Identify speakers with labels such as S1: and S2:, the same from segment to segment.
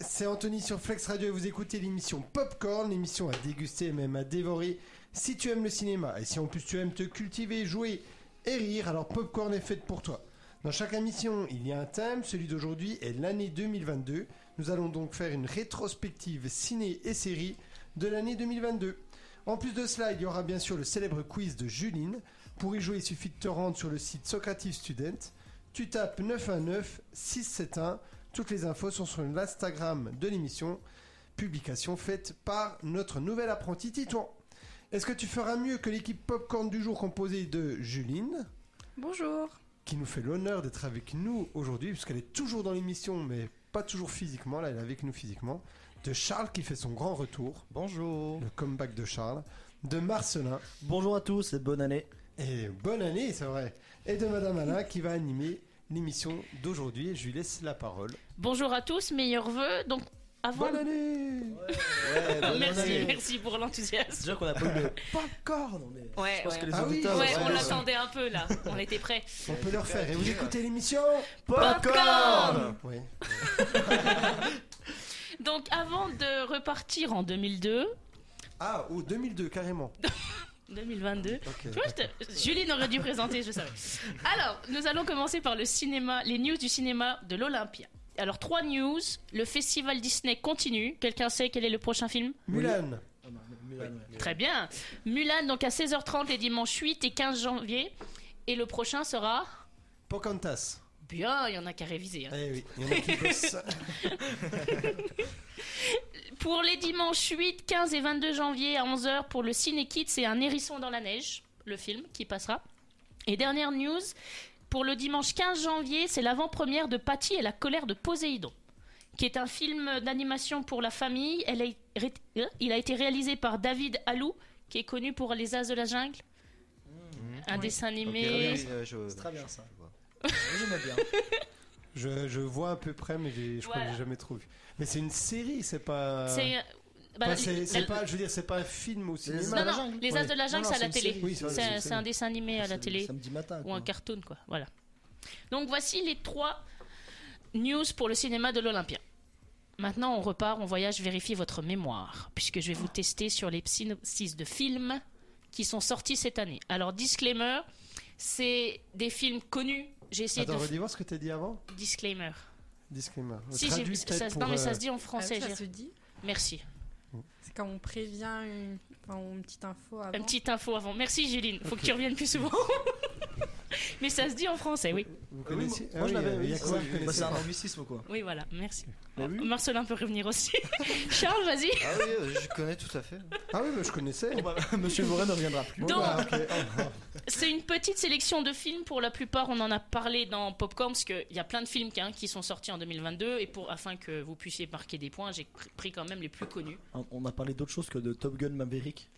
S1: c'est Anthony sur Flex Radio et vous écoutez l'émission Popcorn, l'émission à déguster et même à dévorer. Si tu aimes le cinéma et si en plus tu aimes te cultiver, jouer et rire, alors Popcorn est faite pour toi. Dans chaque émission, il y a un thème, celui d'aujourd'hui est l'année 2022. Nous allons donc faire une rétrospective ciné et série de l'année 2022. En plus de cela, il y aura bien sûr le célèbre quiz de Juline. Pour y jouer, il suffit de te rendre sur le site Socrative Student. Tu tapes 919 671. Toutes les infos sont sur l'Instagram de l'émission. Publication faite par notre nouvel apprenti Titouan. Est-ce que tu feras mieux que l'équipe Popcorn du jour composée de Juline,
S2: Bonjour.
S1: qui nous fait l'honneur d'être avec nous aujourd'hui, puisqu'elle est toujours dans l'émission, mais pas toujours physiquement. Là, elle est avec nous physiquement. De Charles qui fait son grand retour,
S3: Bonjour.
S1: le comeback de Charles. De Marcelin.
S3: Bonjour à tous et bonne année.
S1: Et bonne année, c'est vrai. Et de Madame Alain qui va animer l'émission d'aujourd'hui. Et Je lui laisse la parole.
S4: Bonjour à tous, meilleurs vœux. Donc, avant.
S1: Bonne année
S3: Ouais, Eh, bonne
S4: merci,
S3: année.
S4: merci pour l'enthousiasme.
S3: Déjà qu'on a pas eu de popcorn, mais
S4: Ouais,
S3: je pense que les
S1: Ah oui,
S3: auditeurs
S4: Ouais,
S3: vont
S4: on
S3: être-
S4: l'attendait un peu là, on était prêts.
S1: On peut le refaire. Et vous écoutez l'émission
S4: Popcorn
S1: Oui.
S4: Donc avant de repartir en 2002,
S1: Ah, au 2002, carrément.
S4: 2022,
S1: Ok.
S4: tu vois, je te- Juline aurait dû présenter, je savais. Alors, nous allons commencer par le cinéma, les news du cinéma de l'Olympia. Alors, trois news. Le festival Disney continue. Quelqu'un sait quel est le prochain film
S1: Mulan.
S4: Très bien. Mulan, donc à 16h30 les dimanches 8 et 15 janvier. Et le prochain sera.
S1: Pocantas.
S4: Bien, il y en a qu'à réviser. hein.
S1: Eh oui, il y en a qui bossent.
S4: Pour les dimanches 8, 15 et 22 janvier à 11h pour le Ciné Kids c'est Un hérisson dans la neige, le film qui passera. Et dernière news, pour le dimanche 15 janvier, c'est l'avant-première de Patty et la colère de Poséidon, qui est un film d'animation pour la famille. Elle a- ré- euh, Il a été réalisé par David Alou, qui est connu pour Les As de la Jungle. Un dessin animé.
S5: Ok, euh, je-
S3: C'est Mmh. très bien ça.
S5: je vois.
S3: J'aime bien.
S1: Je, je vois à peu près, mais j'ai- je crois que
S4: Voilà.
S1: j'ai jamais trop vu. Mais c'est une série, c'est pas.
S4: C'est. bah,
S1: Enfin, c'est-
S4: la-
S1: c'est pas, je veux dire, c'est pas un film au cinéma.
S4: Non, non, Les As de la Jungle,
S3: Non, non,
S4: c'est à la
S3: c'est une
S4: télé.
S3: série.
S1: Oui, c'est vrai, c'est
S4: C'est
S1: une
S4: c'est
S1: série.
S4: un dessin animé à la télé.
S3: Samedi matin.
S4: ou
S3: quoi.
S4: un cartoon quoi voilà donc voici les trois news pour le cinéma de l'Olympia maintenant on repart on voyage vérifiez votre mémoire puisque je vais vous tester sur les synopsis de films qui sont sortis cette année alors disclaimer c'est des films connus j'ai essayé
S1: Attends,
S4: de
S1: redis voir ce que t'as dit avant.
S4: disclaimer
S1: Disclaimer.
S4: si j'ai-
S1: Traduis
S4: ça,
S1: peut-être
S4: non mais
S1: pour,
S4: ça
S1: euh,
S4: se dit en français
S2: Ah ça
S4: j'ai-
S2: se dit. Ah
S4: merci
S2: C'est quand on prévient une, enfin, une petite info avant.
S4: une petite info avant merci Juline faut que tu reviennes plus souvent mais ça se dit en français oui
S1: Vous
S3: Oui,
S1: connaissez
S3: moi, moi, je
S1: Ah oui,
S3: l'avais.
S1: euh,
S3: oui,
S1: Yakuza,
S3: oui,
S1: vous
S3: oui.
S1: connaissez
S3: Bah, c'est un
S1: pas.
S3: anglicisme quoi.
S4: oui voilà merci
S3: Bah oui.
S4: Marcelin peut revenir aussi Charles vas-y
S5: Ah oui, euh, je connais tout à fait.
S1: Ah oui, bah, je connaissais.
S3: Bon, bah, Monsieur Voré ne reviendra plus.
S1: Bon,
S4: Donc-
S1: bah, ok. Oh,
S4: C'est une petite sélection de films. Pour la plupart, on en a parlé dans Popcorn parce qu'il y a plein de films hein, qui sont sortis en 2022. Et pour, afin que vous puissiez marquer des points, j'ai pr- pris quand même les plus connus.
S3: On- On a parlé d'autre chose que de Top Gun Maverick.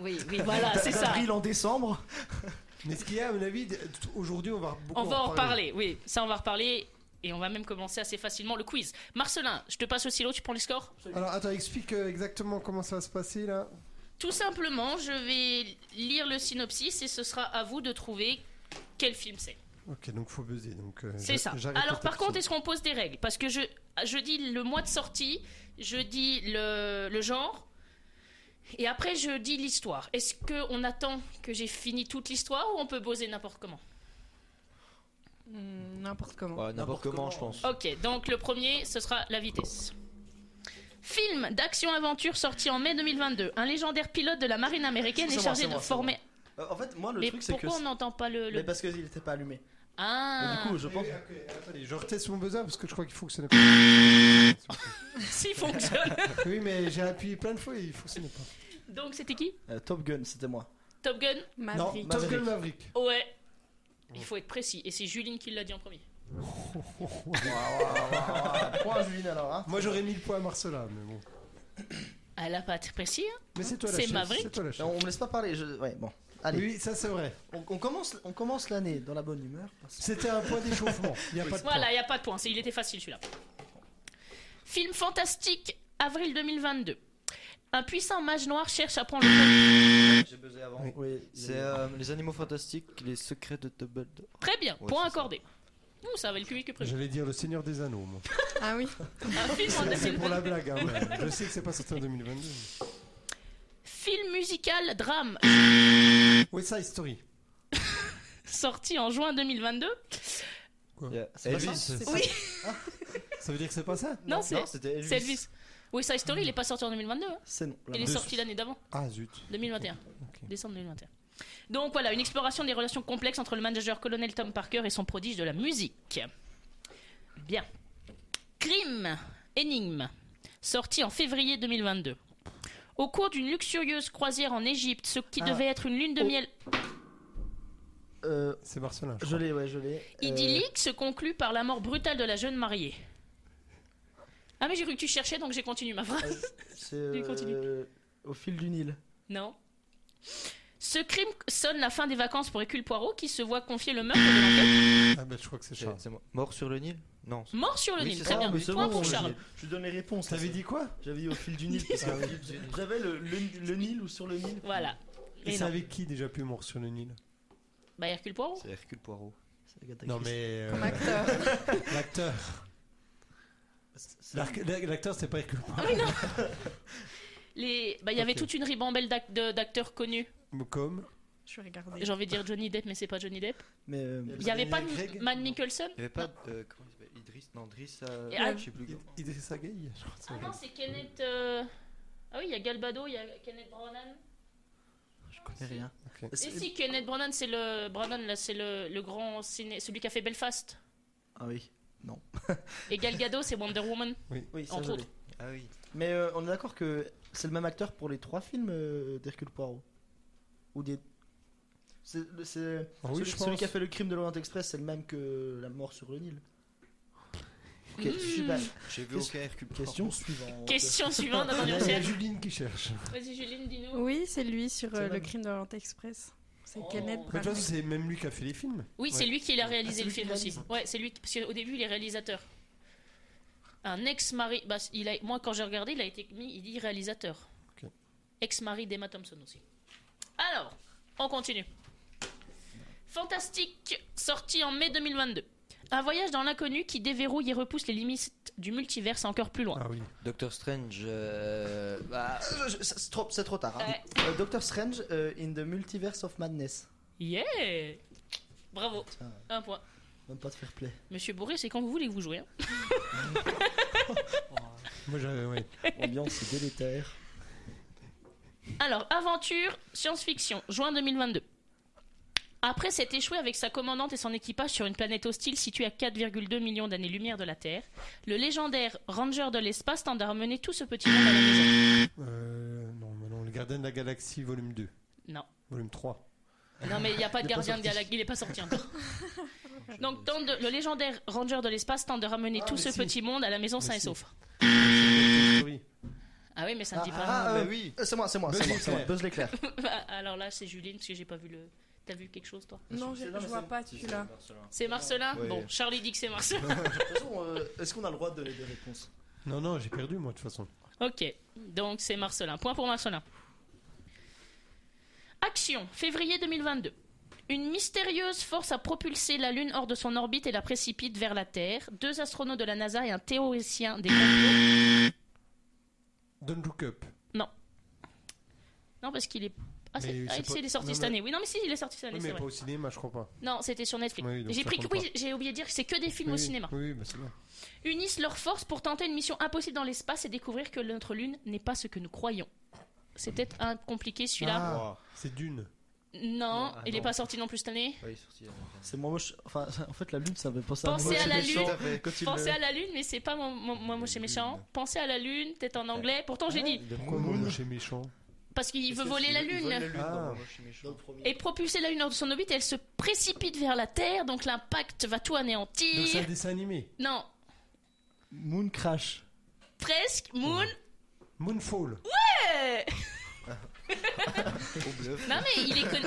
S4: Oui, oui, voilà, c'est ça.
S3: Avril en décembre.
S1: Mais ce qu'il y a, à mon avis, d- aujourd'hui, on va beaucoup
S4: On va en reparler. Oui, ça, on va reparler. Et on va même commencer assez facilement le quiz. Marcelin, je te passe au silo, tu prends les scores
S1: Alors, attends, explique euh, exactement comment ça va se passer là.
S4: Tout simplement, je vais lire le synopsis et ce sera à vous de trouver quel film c'est.
S1: Ok, donc faut buzzer. Donc, euh,
S4: C'est
S1: j'a-
S4: ça.
S1: j'arrête
S4: Alors
S1: la
S4: par
S1: petite
S4: contre, est-ce qu'on pose des règles Parce que je, je dis le mois de sortie, je dis le, le genre, et après je dis l'histoire. Est-ce qu'on attend que j'ai fini toute l'histoire ou on peut poser n'importe comment
S2: Hmm, N'importe comment.
S5: Ouais, N'importe comment, je pense.
S4: Ok, donc le premier, ce sera la vitesse. Film d'action-aventure sorti en mai 2022. Un légendaire pilote de la marine américaine
S3: C'est
S4: est
S3: moi,
S4: chargé
S3: c'est
S4: de
S3: moi, c'est
S4: former...
S3: Euh, En fait, moi le
S4: Mais
S3: truc c'est que.
S4: pourquoi on n'entend pas le... le-
S3: Mais parce qu'il était pas allumé. Et
S4: Ah
S3: Du coup, je pense.
S1: Attendez, je reteste mon buzzer parce que je crois qu'il fonctionne pas.
S4: S'il fonctionne
S1: oui, mais j'ai appuyé plein de fois et il fonctionnait pas.
S4: Donc c'était qui
S3: Euh, Top Gun, c'était moi.
S4: Top Gun
S1: non,
S2: Maverick.
S1: Top Gun Maverick.
S4: Ouais. Il faut être précis. Et c'est Juline qui l'a dit en premier.
S3: Ah, Trois Juline alors. Hein.
S1: Moi, j'aurais mis le point à Marcela, mais bon.
S4: Elle a pas été précis, hein
S1: Mais c'est toi la
S4: C'est
S1: chef.
S4: Maverick
S1: C'est toi la
S3: Euh,
S1: chef.
S3: On me laisse pas parler. Je... Ouais, bon. Allez.
S1: Oui, ça c'est vrai.
S3: On, on commence, on commence l'année dans la bonne humeur. parce
S1: C'était un point d'échauffement. Il n'y a pas de
S4: Voilà, il n'y a pas de point. C'est- Il était facile celui-là. Film fantastique, avril 2022. Un puissant mage noir cherche à prendre le...
S3: J'ai buzzé avant.
S1: Oui.
S3: Oui,
S5: C'est
S3: euh,
S5: euh, les animaux fantastiques, les secrets de Dumbledore.
S4: Très bien,
S5: Ouais,
S4: point
S5: c'est ça.
S4: accordé. Ouh, ça avait le public que prévu.
S1: J'allais dire Le Seigneur des Anneaux, moi.
S2: Ah oui.
S4: Un film en
S1: C'est- C'est pour la
S4: 2022.
S1: blague, hein, mais je sais que c'est pas sorti en 2022.
S4: Film musical drame
S1: West Side Story.
S4: sorti en juin 2022.
S1: C'est pas ça
S5: Elvis.
S1: C'est
S4: Oui.
S1: ça Ça veut dire que c'est pas ça
S4: Non, c'est
S5: c'était
S4: c'est Elvis. Oui, Side Story, il est pas sorti en 2022. hein.
S3: C'est non.
S4: Il est
S1: Deux-
S4: sorti l'année d'avant,
S1: Ah zut.
S4: 2021. Décembre 2021. Donc voilà, une exploration des relations complexes entre le manager colonel Tom Parker et son prodige de la musique. Bien. Crime, énigme, sorti en février 2022. Au cours d'une luxurieuse croisière en Égypte, ce qui
S3: Ah.
S4: devait être une lune de
S3: Oh.
S4: miel
S3: Euh,
S1: C'est Barcelone. je
S3: je l'ai, ouais, je l'ai. Euh,
S4: idyllique se conclut par la mort brutale de la jeune mariée. Ah mais j'ai cru que tu cherchais, donc j'ai continué ma phrase.
S3: C'est euh,
S4: Lui, continue.
S3: au fil du Nil.
S4: Non. Ce crime sonne la fin des vacances pour Hercule Poirot qui se voit confier le meurtre de l'enquête.
S1: crois. Ah bah je crois que c'est Charles.
S5: C'est moi. Mort sur le Nil Non. c'est-
S4: Mort sur le
S5: Oui,
S4: Nil.
S5: c'est
S4: Très
S5: ça.
S4: bien.
S5: Ah, mais c'est
S4: Point
S5: bon,
S4: pour
S5: je-
S4: Charles.
S3: Je donne les réponses.
S1: T'avais dit quoi
S3: J'avais dit au fil du Nil.
S5: Ah
S3: parce que J'avais le, le, le Nil ou sur le Nil.
S4: Voilà.
S1: Et
S4: Mais
S1: c'est
S4: non.
S1: avec qui déjà plus mort sur le Nil
S4: Bah Hercule Poirot.
S5: C'est Hercule Poirot.
S3: C'est Agatha
S1: Non
S3: Christie.
S1: mais euh,
S2: Comme acteur.
S1: l'acteur.
S3: C'est-
S1: L'arc- L'acteur c'est pas Hercule Poirot.
S4: Les... Bah il y avait
S1: Ok.
S4: toute une ribambelle d'ac- de- d'acteurs connus.
S1: Comme
S2: Je suis regardée.
S4: J'ai envie de dire Johnny Depp mais c'est pas Johnny Depp.
S3: Mais euh,
S4: Il y avait pas
S5: Greg
S4: Mad Nicholson.
S5: Il y avait pas. euh, comment il s'appelle Idriss Non, Driss. euh,
S4: Et Al-
S5: Je sais plus. comment.
S1: Idrissa Gueye. je crois que c'est
S4: Ah
S1: vrai.
S4: non c'est Kenneth. euh, Ah oui il y a Galbado, il y a Kenneth Branagh.
S3: je connais rien.
S1: Ok.
S4: Et
S3: C'est-
S4: si Kenneth Branagh c'est le Branagh là c'est le, le grand ciné... celui qui a fait Belfast.
S3: Ah oui.
S4: Et Gal Gadot c'est Wonder Woman.
S3: Oui, ça
S4: Entre
S3: je l'ai.
S4: autres.
S5: Ah oui.
S3: Mais euh, on est d'accord que c'est le même acteur pour les trois films euh, d'Hercule Poirot Ou des. C'est le- c'est-
S1: Ah oui,
S3: celui,
S1: je
S3: celui
S1: pense.
S3: qui a fait le crime de l'Orient Express, c'est le même que la mort sur le Nil. Ok,
S4: Mmh.
S3: super.
S5: J'ai vu
S3: Qu'est-ce-
S5: aucun Hercule Poirot.
S3: Question suivante.
S4: Question suivante.
S1: Ah, Il
S4: Attendez
S1: y a-
S4: on
S1: il y a
S4: cherche. Ah,
S1: Juline qui cherche.
S4: Vas-y Juline dis-nous.
S2: Oui, c'est lui sur euh,
S3: C'est
S2: le
S3: même.
S2: crime de l'Orient Express. C'est
S4: Oh.
S2: Kenneth
S4: Mais
S1: Mais de toute
S2: Branagh.
S1: façon, c'est même lui qui a fait les films.
S4: Oui, c'est
S1: Ouais.
S4: lui qui l'a réalisé
S3: Ah, c'est
S4: le
S3: lui qui
S4: film aussi.
S3: réalise.
S4: Ouais, c'est lui qui- parce qu'au début il est réalisateur. Un ex-mari, bah, il a, moi quand j'ai regardé, il a été mis, il dit réalisateur.
S1: Ok.
S4: Ex-mari d'Emma Thompson aussi. Alors, on continue. Fantastique, sorti en mai 2022. Un voyage dans l'inconnu qui déverrouille et repousse les limites du multiverse encore plus loin.
S1: Ah oui.
S5: Doctor Strange. euh, Bah.
S3: Je- je- C'est trop, c'est trop tard. hein.
S4: Ouais.
S3: Euh, Doctor Strange euh, in the Multiverse of Madness.
S4: Yeah Bravo,
S3: Tiens,
S4: un point.
S3: même pas de fair play.
S4: Monsieur Bourré, c'est quand vous voulez que vous jouez. hein.
S1: Moi j'avais. Ouais.
S3: Ambiance délétère.
S4: Alors, aventure, science-fiction, juin 2022. Après s'être échoué avec sa commandante et son équipage sur une planète hostile située à 4,2 millions d'années-lumière de la Terre, le légendaire Ranger de l'espace tente à ramener tout ce petit monde à la maison.
S1: Euh, non, mais non, le Gardien de la Galaxie volume 2.
S4: Non.
S1: Volume 3.
S4: Non, mais il n'y a pas de
S3: Il est pas
S4: gardien de
S3: sorti.
S4: dialogue, il n'est pas sorti encore. Donc, tente de- le légendaire Ranger de l'espace tente de ramener
S1: Ah,
S4: tout
S1: mais
S4: ce
S1: si.
S4: petit monde à la maison
S1: Mais
S4: sain et
S1: si.
S4: sauf.
S1: Story.
S4: Ah oui, mais ça ne
S3: Ah,
S4: dit pas.
S3: ah,
S5: bah
S3: euh,
S5: oui.
S3: euh, C'est moi, c'est moi,
S1: Buzz
S3: c'est moi, c'est moi.
S1: l'éclair.
S3: Buzz l'éclair.
S4: Alors là, c'est Juline, parce que j'ai pas vu le. T'as vu quelque chose, toi
S2: Non, je,
S3: C'est-
S2: je
S3: non, mais
S2: vois
S3: c'est-
S2: pas
S3: c'est-
S2: celui-là.
S4: C'est Marcelin
S5: Ouais.
S4: Bon, Charlie dit que c'est Marcelin.
S3: De toute façon, euh, est-ce qu'on a le droit de donner des réponses
S1: Non, non, j'ai perdu moi de toute façon.
S4: Ok, donc c'est Marcelin. Point pour Marcelin. Action, février 2022. Une mystérieuse force a propulsé la Lune hors de son orbite et la précipite vers la Terre. Deux astronautes de la NASA et un théoricien des complots.
S1: Don't Look Up.
S4: Non, parce qu'il est. Ah, c'est-
S1: Mais
S4: ah,
S1: c'est
S4: si,
S1: pas-
S4: il est sorti
S1: non,
S4: cette
S1: mais-
S4: année. Oui, non, mais si, il est sorti cette année,
S1: Oui,
S4: c'est
S1: mais
S4: vrai.
S1: pas au cinéma, je crois pas.
S4: Non, c'était sur Netflix.
S1: Oui, donc
S4: j'ai
S1: ça
S4: pris que...
S1: compte
S4: oui, j'ai oublié de dire que c'est que des films au
S1: Oui,
S4: cinéma.
S1: Oui, oui, bah c'est bien.
S4: Unissent leurs forces pour tenter une mission impossible dans l'espace et découvrir que notre Lune n'est pas ce que nous croyons. C'est peut-être un compliqué celui-là.
S1: Ah, c'est Dune.
S4: Non,
S5: Ah,
S4: il n'est
S5: non.
S4: pas sorti non plus cette année.
S5: Ouais, il est sorti. euh,
S3: C'est moi, moche. Enfin, en fait, la lune, ça veut pas ça.
S4: Pensez à la lune.
S5: Tout à fait.
S3: Quand il
S4: Pensez
S3: le-
S4: à la lune, mais c'est pas mon, mon- moi, moi, chez
S5: La
S4: méchant.
S5: lune.
S4: Pensez à la lune, peut-être en anglais. Pourtant, j'ai dit
S1: Pourquoi
S3: Moon.
S1: moi chez méchant
S4: parce qu'il veut voler la
S5: Il vole
S4: lune
S5: la lune,
S1: Ah.
S5: non, moi, je suis méchant.
S3: Dans le premier.
S4: et propulser la lune hors de son orbite. Elle se précipite vers la Terre, donc l'impact va tout
S1: Donc c'est un
S4: anéantir.
S1: dessin animé.
S4: Non,
S3: Moon Crash.
S4: presque. Moon.
S1: Moonfall.
S4: euh,
S5: Au bluff.
S4: Non mais il est connu.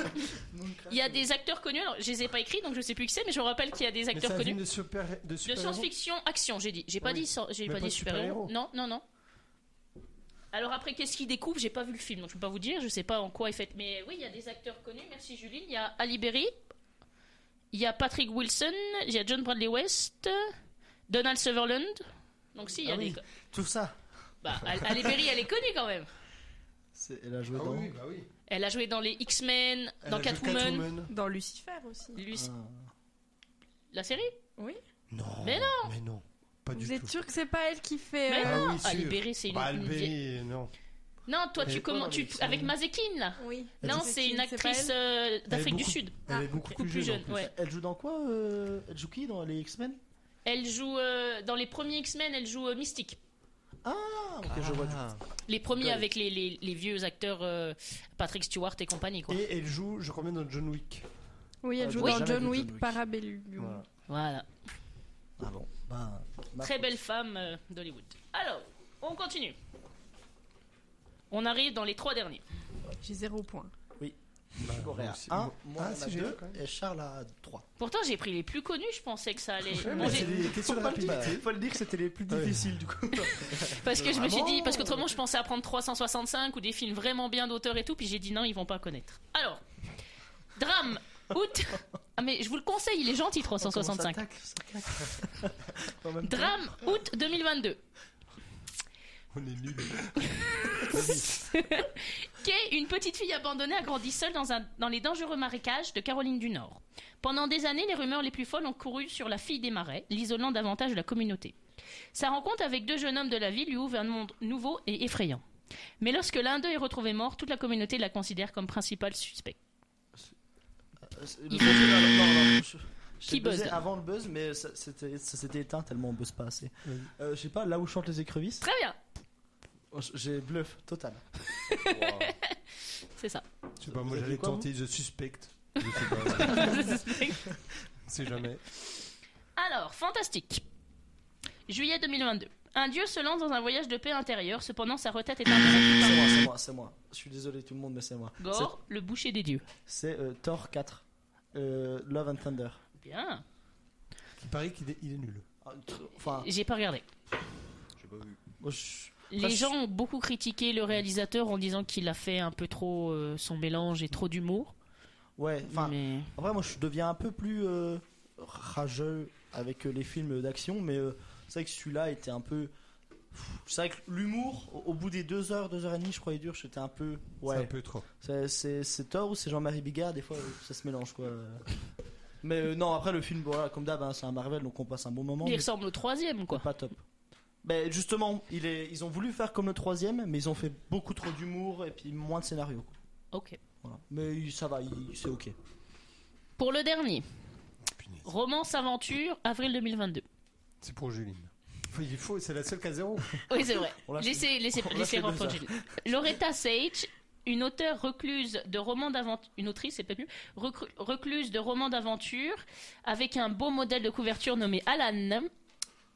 S3: Moon Crash.
S4: Il y a des acteurs connus. Alors, je les ai pas écrits, donc je sais plus qui c'est, mais je me rappelle qu'il y a des
S1: mais c'est
S4: acteurs
S1: un film
S4: connus.
S1: de super de
S4: De
S1: super
S4: science-fiction, action. J'ai dit. J'ai pas
S1: Ah oui.
S4: dit. so- J'ai
S1: Mais pas
S4: pas dit
S1: de super-héros.
S4: super-héros. Non, non, non. Alors après, qu'est-ce qu'il découvre J'ai pas vu le film, donc je peux pas vous dire. Je sais pas en quoi il fait. Mais oui, il y a des acteurs connus. Merci Juline. Il y a Ali Berry. Il y a Patrick Wilson, il y a John Bradley West, Donald Sutherland. Donc si, il y a
S3: Ah oui.
S4: des...
S3: Tout ça.
S4: Bah, Al- Halle Berry, elle est connue quand même.
S3: C'est- Elle a joué
S1: Ah
S3: dans.
S1: oui, bah oui.
S4: Elle a joué dans les X-Men,
S1: Elle
S4: dans
S1: a joué
S4: Catwoman.
S2: Dans Lucifer aussi.
S4: Lui, c'est-
S3: Ah.
S4: la série
S1: Non.
S4: Mais
S1: non. Mais non. Pas du
S2: Vous êtes
S1: tout.
S2: sûr que c'est pas elle qui fait.
S4: Mais
S2: euh,
S1: Ah oui,
S4: Halle
S1: sûr.
S4: Berry, c'est une,
S1: Bah,
S4: une
S1: Albé,
S4: vieille-
S1: non.
S4: Non, toi,
S1: Elle est
S4: tu
S3: pas dans
S4: commences
S3: les
S4: tu...
S3: X-Men.
S4: avec Mazekin, là.
S2: Oui.
S1: Elle
S4: Non,
S1: dit-
S4: c'est une
S2: Mazekin, c'est pas
S4: actrice euh, d'Afrique du
S1: beaucoup-
S4: Sud.
S1: Elle
S2: Ah,
S1: est beaucoup
S4: beaucoup
S1: plus,
S4: plus
S1: jeune. en
S4: jeune,
S1: plus.
S4: ouais.
S3: Elle joue dans quoi euh, Elle joue qui dans les X-Men
S4: Elle joue euh, dans les premiers X-Men, elle joue euh, Mystique.
S3: Ah, ok, je vois. du-
S5: Ah.
S4: Les premiers
S3: Ouais.
S4: avec les, les- les vieux acteurs euh, Patrick Stewart et compagnie, quoi.
S1: Et elle joue, je reviens dans John Wick.
S2: Oui,
S3: Ah,
S2: elle joue
S3: oui.
S2: dans
S3: Jamais
S2: John
S3: vu
S2: Wick,
S3: John Wick.
S2: Parabellum.
S1: Voilà.
S4: Voilà.
S3: Ah bon. Bah, ma-
S4: Très belle femme euh, d'Hollywood. Alors, on continue. On arrive dans les trois derniers.
S2: J'ai zéro point.
S1: Bah,
S3: Grégoire
S1: moi
S3: a
S1: aussi,
S3: un,
S1: moi-
S3: moi
S1: Ah,
S3: on
S1: si,
S3: a
S1: j'ai un,
S3: deux
S1: quand même.
S3: et Charles a trois.
S4: Pourtant, j'ai pris les plus connus, je pensais que ça allait.
S1: Ouais,
S4: Bon,
S1: mais
S4: j'ai-
S1: c'est des questions de rapidité.
S3: le dire que c'était les plus
S1: Ouais.
S3: du coup.
S4: parce que je me suis
S3: Vraiment
S4: dit, parce qu'autrement, je pensais à prendre 365 ou des films vraiment bien d'auteur et tout, puis j'ai dit non, ils vont pas connaître. Alors, drame, août. Ah, mais je vous le conseille, il est gentil, 365. Drame, août 2022.
S1: On est nuls.
S4: Kay, une petite fille abandonnée, a grandi seule dans, un- dans les dangereux marécages de Caroline du Nord. Pendant des années, les rumeurs les plus folles ont couru sur la fille des marais, l'isolant davantage de la communauté. Sa rencontre avec deux jeunes hommes de la ville lui ouvre un monde nouveau et effrayant. Mais lorsque l'un d'eux est retrouvé mort, toute la communauté la considère comme principal suspect.
S3: Euh,
S4: Qui
S3: Qui buzz
S4: buzz, là
S3: Avant le buzz, mais ça c'était- ça s'était éteint tellement on buzz pas assez.
S1: Vas-y.
S3: Euh, Je sais pas, là où chantent les écrevisses, oh,
S4: Très bien,
S3: j'ai bluff total.
S4: c'est ça.
S1: Je sais pas,
S3: Vous
S1: moi
S3: avez
S1: j'allais
S3: quoi, vous
S1: tenter The Suspect. Je sais pas, on sait jamais.
S4: Alors, fantastique. Juillet 2022. Un dieu se lance dans un voyage de paix intérieure, cependant sa retraite est interrompue
S3: C'est
S4: par
S3: moi, c'est moi, c'est moi. Je suis désolé tout le monde, mais c'est moi.
S4: Ah. Gore, le boucher des dieux.
S3: C'est c'est, euh, Thor 4, euh, Love and Thunder.
S4: Bien,
S1: Il paraît qu'il est, il est nul.
S3: Ah, tr- Enfin,
S4: j'ai pas regardé.
S5: J'ai pas vu.
S3: moi, je-
S4: Les
S3: Parce-
S4: gens ont beaucoup critiqué le réalisateur en disant qu'il a fait un peu trop euh, son mélange et trop d'humour.
S3: ouais, enfin,
S4: mais
S3: En vrai, moi, je deviens un peu plus euh, rageux avec euh, les films d'action, mais euh, c'est vrai que celui-là était un peu. Pff, C'est vrai que l'humour, au, au bout des deux heures, deux heures et demie, je croyais dur, j'étais un peu.
S1: C'est un
S3: Ouais.
S1: peu trop.
S3: C'est- C'est c'est Thor ou c'est Jean-Marie Bigard, des fois, euh, ça se mélange, quoi. Mais euh, non, après, le film, voilà, comme d'hab, hein, c'est un Marvel, donc on passe un bon moment.
S4: il
S3: mais
S4: ressemble au troisième, quoi.
S3: c'est Pas top. Mais justement, il est, ils ont voulu faire comme le troisième, mais ils ont fait beaucoup trop d'humour et puis moins de scénario. quoi.
S4: Ok.
S3: Voilà. Mais il- ça va, il- c'est ok.
S4: Pour le dernier,
S1: Punaise.
S4: romance aventure, avril 2022.
S1: C'est pour Juline. Faut- Il faut, c'est la seule qu'à zéro.
S4: Oui, c'est vrai.
S3: On lâche-
S4: laissez, laissez,
S3: on lâche
S4: laissez
S3: les deux
S4: reprendre Julie. Loretta Sage, une auteure recluse de romans d'aventure, une autrice, c'est peut-être mieux, recru- recluse de romans d'aventure, avec un beau modèle de couverture nommé Alan.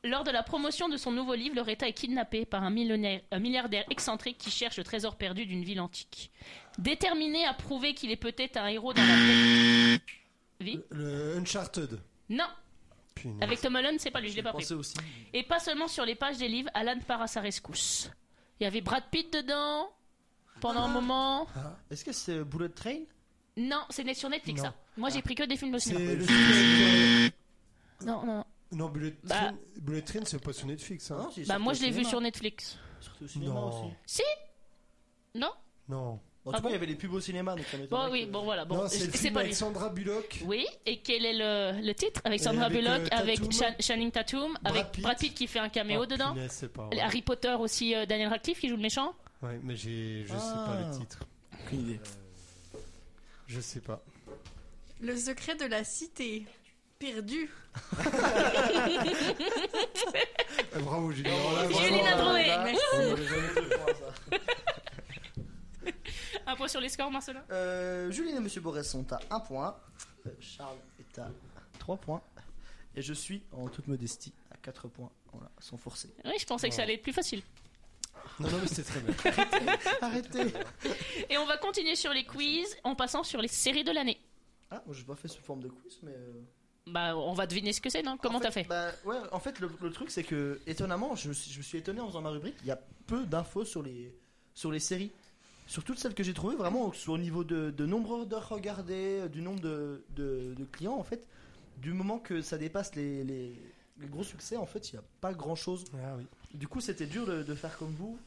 S4: Lors de la promotion de son nouveau livre, Loretta est kidnappée par un, millionnaire- un milliardaire excentrique qui cherche le trésor perdu d'une ville antique. Déterminé à prouver qu'il est peut-être un héros dans la vraie vie.
S1: Le, le Uncharted.
S4: Non,
S1: Punaise.
S4: avec Tom Holland, c'est pas lui, je l'ai pas pris.
S3: pensé aussi.
S4: Et pas seulement sur les pages des livres, Alan part à sa rescousse. Il y avait Brad Pitt dedans pendant
S1: Ah.
S4: un moment.
S3: Est-ce que c'est Bullet Train
S4: Non, c'est net sur Netflix
S1: Non.
S4: ça. Moi j'ai pris que des films de cinéma.
S1: C'est le film avec,
S4: Non, non.
S1: euh, Non, Bullet
S4: Bah.
S1: Train, Bullet Train c'est pas sur Netflix. Hein.
S3: si,
S4: Bah
S3: sorti
S4: moi
S3: au
S4: je l'ai vu
S3: cinéma.
S4: sur Netflix.
S3: Sorti au cinéma
S1: Non.
S3: aussi.
S4: Non
S1: Non.
S3: En
S4: Ah
S3: tout
S4: bon
S3: cas, il y avait les pubs au cinéma, donc ça m'étonnerait
S4: Bon oui,
S3: que-
S4: bon voilà, bon
S1: non, c'est
S4: c'est
S1: le
S4: c'est
S1: film
S4: pas
S1: avec
S4: lui.
S1: Sandra Bullock.
S4: Oui, et quel est le, le titre Avec
S1: Et
S4: Sandra
S1: avec, euh,
S4: Bullock, avec
S1: Tatum.
S4: Chan- Channing Tatum, avec
S1: Pitt.
S4: Brad Pitt qui fait un caméo
S1: Ah,
S4: dedans.
S1: punaise, c'est pas.
S4: Et
S1: vrai.
S4: Harry Potter aussi, euh, Daniel Radcliffe qui joue le méchant.
S1: Ouais, mais j'ai, je sais pas
S3: Ah.
S1: le titre.
S3: Aucune idée.
S1: Je sais pas.
S2: Le secret de la cité. Perdu.
S1: Ah, bravo Juline.
S4: Oh, Juline a trouvé. Merci.
S3: Merci.
S4: Un point sur les scores, Marcelin
S3: Euh, Juline et Monsieur Borès sont à 1 point. Euh, Charles est à 3 points. Et je suis, en toute modestie, à 4 points. Voilà, sans forcer.
S4: Oui, je pensais que ça allait être plus facile.
S1: Non, non, mais c'était très bien.
S3: Arrêtez
S4: Et on va continuer sur les quiz en passant sur les séries de l'année.
S3: Ah, moi, j'ai pas fait sous forme de quiz, mais. euh,
S4: Bah, on va deviner ce que c'est, non Comment
S3: en
S4: t'as fait
S3: bah, ouais, En fait, le, le truc, c'est que, étonnamment, je me, suis, je me suis étonné en faisant ma rubrique, il y a peu d'infos sur les, sur les séries. Sur toutes celles que j'ai euh, trouvées, vraiment, au- au niveau de, de nombre d'heures regardées, du nombre de, de- de clients, en fait. du moment que ça dépasse les, les- les gros succès, en fait, il n'y a pas grand chose.
S1: Ah oui.
S3: Du coup, c'était dur de, de faire comme vous.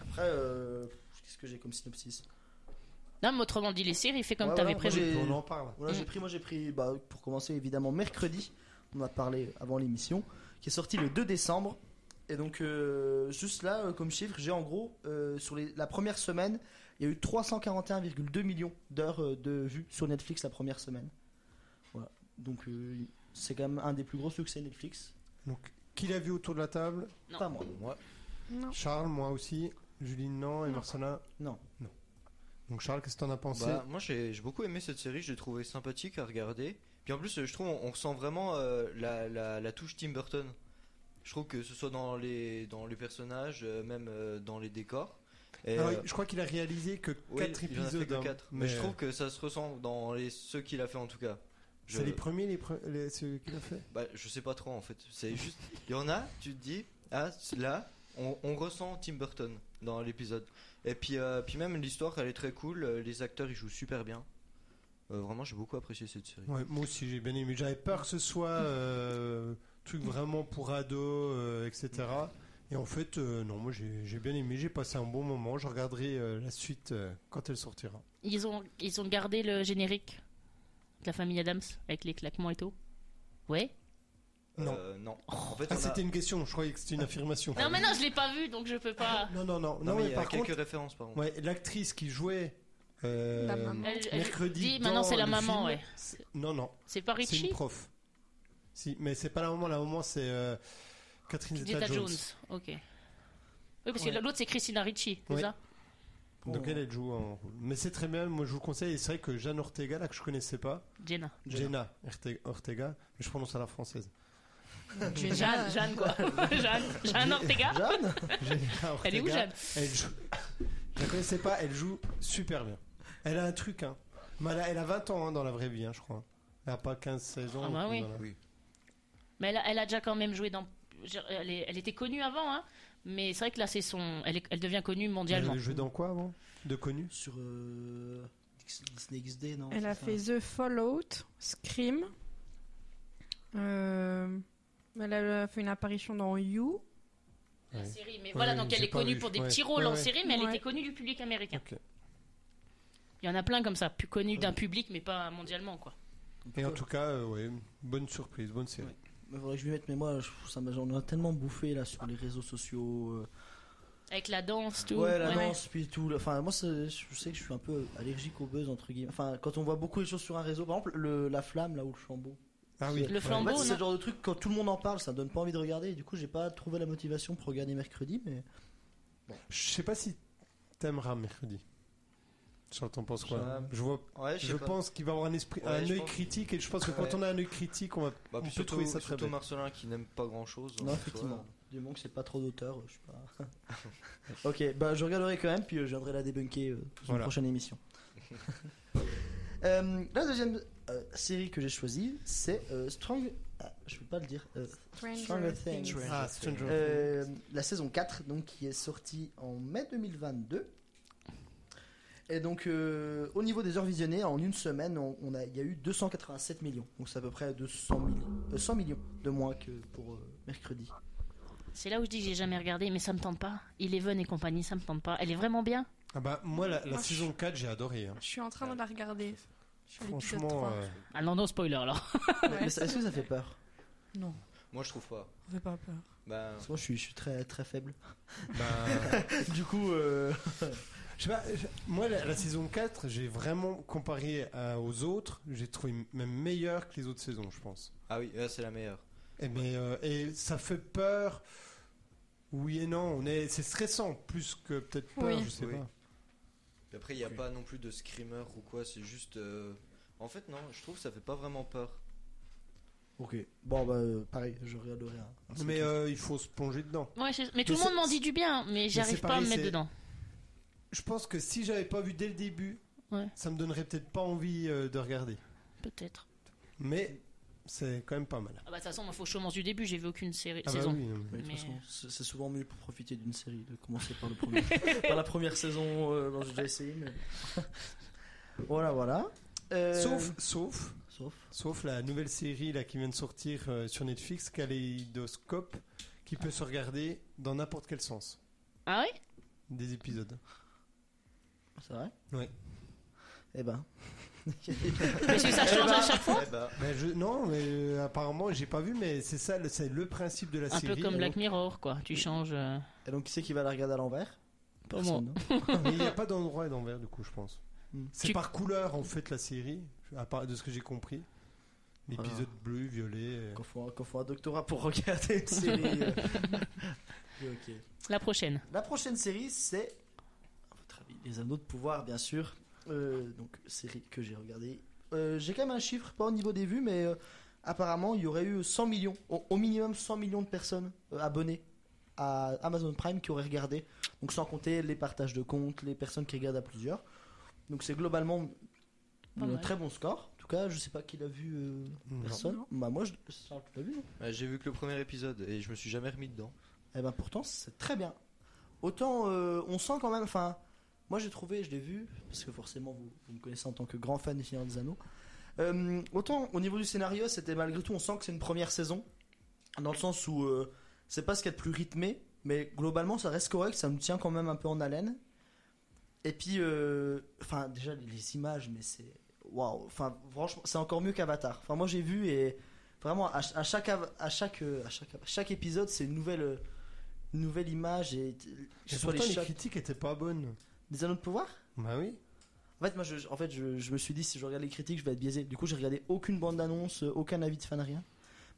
S3: Après, euh, qu'est-ce que j'ai comme synopsis
S4: Non, mais autrement dit, les séries, fait comme
S3: Ouais,
S4: t'avais
S3: voilà,
S4: prévu.
S3: Et-
S1: On en parle.
S3: Voilà, j'ai
S4: Mm.
S3: pris, moi j'ai pris, bah, pour commencer évidemment mercredi, on en a parlé avant l'émission, qui est sorti le 2 décembre. Et donc, euh, juste là, euh, comme chiffre, j'ai en gros, euh, sur les- la première semaine, il y a eu 341,2 millions d'heures euh, de vues sur Netflix la première semaine. Voilà. Donc, euh, c'est quand même un des plus gros succès Netflix.
S1: Donc, qui l'a vu autour de la table
S4: Non.
S3: Pas moi.
S5: Moi,
S2: Non.
S1: Charles, moi aussi. Juline, non. Et
S4: Non.
S1: Marcella
S3: Non.
S1: Non. Donc, Charles, qu'est-ce que t'en as pensé
S5: bah, moi j'ai j'ai beaucoup aimé cette série, je l'ai trouvée sympathique à regarder. Puis en plus, je trouve on, on ressent vraiment euh, la, la- la touche Tim Burton. Je trouve que ce soit dans les, dans les personnages, euh, même euh, dans les décors. Et,
S1: Ah oui,
S5: euh,
S1: je crois qu'il a réalisé que
S5: oui,
S1: 4
S5: il en a fait que
S1: épisodes. hein.
S5: quatre. Mais,
S1: Mais
S5: je
S1: euh,
S5: trouve que ça se ressent dans les, ceux qu'il a fait en tout cas. Je,
S1: C'est les premiers, les, pre- les- ceux qu'il a fait
S5: bah, je sais pas trop en fait. C'est juste, il y en a, tu te dis, ah là, on, on ressent Tim Burton dans l'épisode. Et puis, euh, puis même l'histoire, elle est très cool. euh, Les acteurs, ils jouent super bien. Euh, vraiment, j'ai beaucoup apprécié cette série.
S1: Ouais, moi aussi j'ai bien aimé. J'avais peur que ce soit euh, truc vraiment pour ados, euh, etc. Et en fait, euh, non, moi j'ai j'ai bien aimé, j'ai passé un bon moment. Je regarderai euh, la suite euh, quand elle sortira.
S4: Ils ont, ils ont gardé le générique de la famille Adams avec les claquements et tout. Ouais.
S1: Non.
S5: Euh, non. En fait,
S1: Ah,
S5: on a-
S1: c'était une question, je croyais que c'était une affirmation.
S4: Non, mais non, je l'ai pas vu, donc je peux pas.
S1: non, non, non.
S5: non,
S1: Non,
S5: mais,
S1: mais
S5: il y a
S1: par
S5: quelques
S1: contre,
S5: références, par contre.
S1: ouais, l'actrice qui jouait euh,
S2: La maman.
S4: Elle- elle-
S1: mercredi.
S4: dis,
S1: dans
S4: maintenant, c'est la
S1: le
S4: maman,
S1: film,
S4: ouais.
S1: c'est- Non, non,
S4: C'est pas
S1: c'est une
S4: Richie
S1: prof. Si, mais c'est pas la maman, la maman c'est euh, Catherine
S4: Zeta
S1: Zeta-Jones.
S4: Jones. Ok. Oui, parce
S1: Ouais.
S4: que l'autre, c'est Christina Ricci, c'est
S1: Ouais.
S4: ça
S1: Donc
S3: Oh.
S4: euh,
S1: elle, elle joue en rôle. Mais c'est très bien, moi je vous conseille. Et c'est vrai que Jeanne Ortega, là que je connaissais pas,
S4: Jenna.
S1: Jenna Ortega, Ortega, mais je prononce à la française.
S4: Jeanne, Jeanne, quoi. Jeanne, Jeanne Ortega.
S3: Jeanne
S1: Jenna Ortega,
S4: Elle est où, Jeanne
S1: elle joue... Je la connaissais pas, elle joue super bien. Elle a un truc, hein. Mais elle, a, elle a 20 ans hein, dans la vraie vie, hein, je crois. Elle a pas 15-16 ans.
S4: Ah bah
S1: donc,
S4: oui.
S1: voilà.
S4: Mais elle a, elle a déjà quand même joué dans. je- Elle, est- elle était connue avant, hein. Mais c'est vrai que là, c'est son. Elle, est- elle devient connue mondialement.
S1: Elle jouait dans quoi avant De connu
S3: Sur euh, Disney XD, non
S2: Elle a
S3: c'est ça
S2: fait The Fallout, Scream. Euh, elle a fait une apparition dans You.
S4: La
S1: Ouais.
S4: série. Mais voilà,
S1: Ouais,
S4: donc
S1: j'ai
S4: elle est
S1: pas
S4: connue
S1: vu,
S4: pour des
S1: ouais.
S4: petits rôles
S1: Ouais,
S4: en
S1: ouais.
S4: série, mais elle
S2: Ouais.
S4: était connue du public américain.
S1: Ok.
S4: Il y en a plein comme ça, plus connus d'un public, mais pas mondialement, quoi.
S1: Et en tout cas, euh, ouais, bonne surprise, bonne série.
S3: Ouais. Mais faudrait que je m'y mette, mais moi, je, ça m'a, j'en ai tellement bouffé là sur les réseaux sociaux. euh,
S4: Avec la danse, tout.
S3: Ouais, la
S4: Ouais.
S3: danse, puis tout. le- Enfin, moi, c'est- je sais que je suis un peu allergique au buzz, entre guillemets. Enfin, quand on voit beaucoup les choses sur un réseau, par exemple, le- la flamme, là, ou le flambeau.
S1: Ah oui.
S4: Le
S1: ouais.
S3: En
S4: flambeau.
S3: fait, c'est
S4: non
S3: le genre de truc, quand tout le monde en parle, ça me donne pas envie de regarder. Et du coup, j'ai pas trouvé la motivation pour regarder mercredi, mais
S1: Je sais pas si t'aimeras mercredi. Charles, t'en penses quoi
S5: Ça-
S1: Je vois.
S5: Ouais, je sais
S1: Je
S5: pas.
S1: pense qu'il va avoir un esprit,
S5: Ouais,
S1: un
S5: je
S1: œil
S5: pense.
S1: critique, et je pense que
S5: Ouais.
S1: quand on a un œil critique, on va
S5: Bah, puis
S1: On peut
S5: surtout,
S1: trouver ça très
S5: surtout
S1: bête.
S5: Marcelin qui n'aime pas hein, grand chose.
S3: non, effectivement. Du moment que c'est pas trop d'auteur, je sais pas. ok, bah je regarderai quand même, puis euh, je viendrai la débunker euh, dans
S1: Voilà.
S3: une prochaine émission. Euh, la deuxième euh, série que j'ai choisie, c'est euh, Strong. ah, je peux pas le dire. euh, Stranger Things.
S1: Ah, Stranger Things.
S3: Euh, la saison 4, donc, qui est sortie en mai 2022. Et donc, euh, au niveau des heures visionnées, en une semaine, on, on a, il y a eu 287 millions. Donc, c'est à peu près 200 000, euh, 100 millions de moins que pour euh, mercredi.
S4: C'est là où je dis que j'ai jamais regardé, mais ça me tente pas. Eleven et compagnie, ça me tente pas. Elle est vraiment bien.
S1: Ah bah moi la, la
S2: Moi, je-
S1: saison 4 j'ai adoré. hein.
S2: Je suis en train de la regarder. Je suis à l'épisode
S1: Franchement,
S2: 3.
S1: euh,
S4: Ah non, non, spoiler alors.
S2: Ouais.
S3: Mais ça- Est-ce que ça fait peur
S2: Non,
S5: Moi, je trouve pas.
S2: on fait pas peur.
S5: Bah,
S3: Parce que moi, je suis, je suis très, très faible.
S1: bah,
S3: du coup, euh,
S1: je sais pas, je- moi la, la saison 4 j'ai vraiment comparé à- aux autres, j'ai trouvé m- même meilleure que les autres saisons je pense.
S5: ah oui, là, c'est la meilleure.
S1: Et, mais, euh, et ça fait peur, oui et non, on est, c'est stressant plus que peut-être peur,
S2: Oui.
S1: je sais
S5: Oui.
S1: pas.
S5: Puis Après, il n'y a pas non plus de screamer ou quoi, c'est juste. euh, En fait, non, je trouve que ça fait pas vraiment peur.
S3: ok. Bon, bah, euh, pareil, je regarderai. un- un truc.
S1: Mais euh, il faut se plonger dedans.
S4: Ouais, je- mais tout le
S1: c'est-
S4: monde m'en dit du bien, mais j'arrive
S1: c'est
S4: pas à
S1: pareil,
S4: me mettre
S1: c'est-
S4: dedans.
S1: Je pense que si j'avais pas vu dès le début,
S4: Ouais.
S1: ça me donnerait peut-être pas envie euh, de regarder.
S4: Peut-être.
S1: Mais c'est quand même pas mal.
S4: Ah bah, de toute façon, moi, faut que je commence du début, j'ai vu aucune série,
S1: Ah bah
S4: saison.
S1: oui, non, mais-
S3: Mais de toute
S4: Mais- euh,
S3: façon, c'est c'est souvent mieux pour profiter d'une série de commencer par, le premier, par la première saison. euh, bon, j'ai déjà essayé, mais- voilà, voilà. Euh,
S1: Sauf, sauf,
S3: Sauf.
S1: Sauf la nouvelle série là, qui vient de sortir euh, sur Netflix, Kaleidoscope, qui peut se regarder dans n'importe quel sens
S4: Ah oui
S1: des épisodes.
S3: C'est vrai
S1: Ouais.
S3: Eh ben.
S4: Parce que ça change à chaque fois.
S5: Eh ben,
S1: Ben, je- non, mais euh, apparemment, j'ai pas vu, mais c'est ça, le- c'est le principe de la
S4: Un
S1: série. euh,
S4: peu comme
S1: Mais
S4: Black Mirror, quoi. Tu changes. euh,
S3: Et donc, qui c'est qui va la regarder à l'envers
S4: Pas moi.
S3: Personne, non
S1: il n'y a pas d'endroit et d'envers, du coup, je pense.
S3: Hmm.
S1: C'est
S4: Mm. Tu-
S1: par couleur, en fait, la série, à part de ce que j'ai compris.
S4: Ah.
S1: L'épisode bleu, violet. euh.
S3: Qu'on faut, qu'on faut un doctorat pour regarder une série. euh. Ok.
S4: La prochaine. Bah,
S3: La prochaine série, c'est, à votre avis, Les Anneaux de Pouvoir, bien sûr. Euh, donc, série que j'ai regardée. Euh, j'ai quand même un chiffre, pas au niveau des vues, mais euh, apparemment, il y aurait eu 100 millions, au, au minimum 100 millions de personnes euh, abonnées à Amazon Prime qui auraient regardé. Donc, sans compter les partages de comptes, les personnes qui regardent à plusieurs. Donc, c'est globalement
S4: Pas
S3: un
S4: mal.
S3: très bon score. En tout cas, je sais pas qui l'a vu, euh,
S1: Non.
S3: personne. Bah, moi, je. Charles, tu l'as vu, non
S5: euh, J'ai vu que le premier épisode et je me suis jamais remis dedans.
S3: Eh ben pourtant, c'est très bien. Autant, euh, on sent quand même. Enfin, moi j'ai trouvé, je l'ai vu, parce que forcément vous, vous me connaissez en tant que grand fan du Seigneur des Anneaux. Euh, autant au niveau du scénario, c'était malgré tout, on sent que c'est une première saison, dans le sens où euh, c'est pas ce qu'il y a de plus rythmé, mais globalement ça reste correct, ça nous tient quand même un peu en haleine. Et puis, euh, enfin déjà les- les images, mais c'est waouh. Enfin franchement, c'est encore mieux qu'Avatar. Enfin moi j'ai vu et vraiment à, ch- à chaque av- à chaque euh, à chaque chaque épisode, c'est une nouvelle euh, une nouvelle image et que ce
S1: Et
S3: soit
S1: pourtant, les
S3: shots-
S1: critiques étaient pas bonnes.
S3: des anneaux de pouvoir.
S1: Bah oui.
S3: En fait, moi, je, en fait je, je me suis dit, si je regarde les critiques, je vais être biaisé. Du coup, j'ai regardé aucune bande-annonce, euh, aucun avis de fan, rien.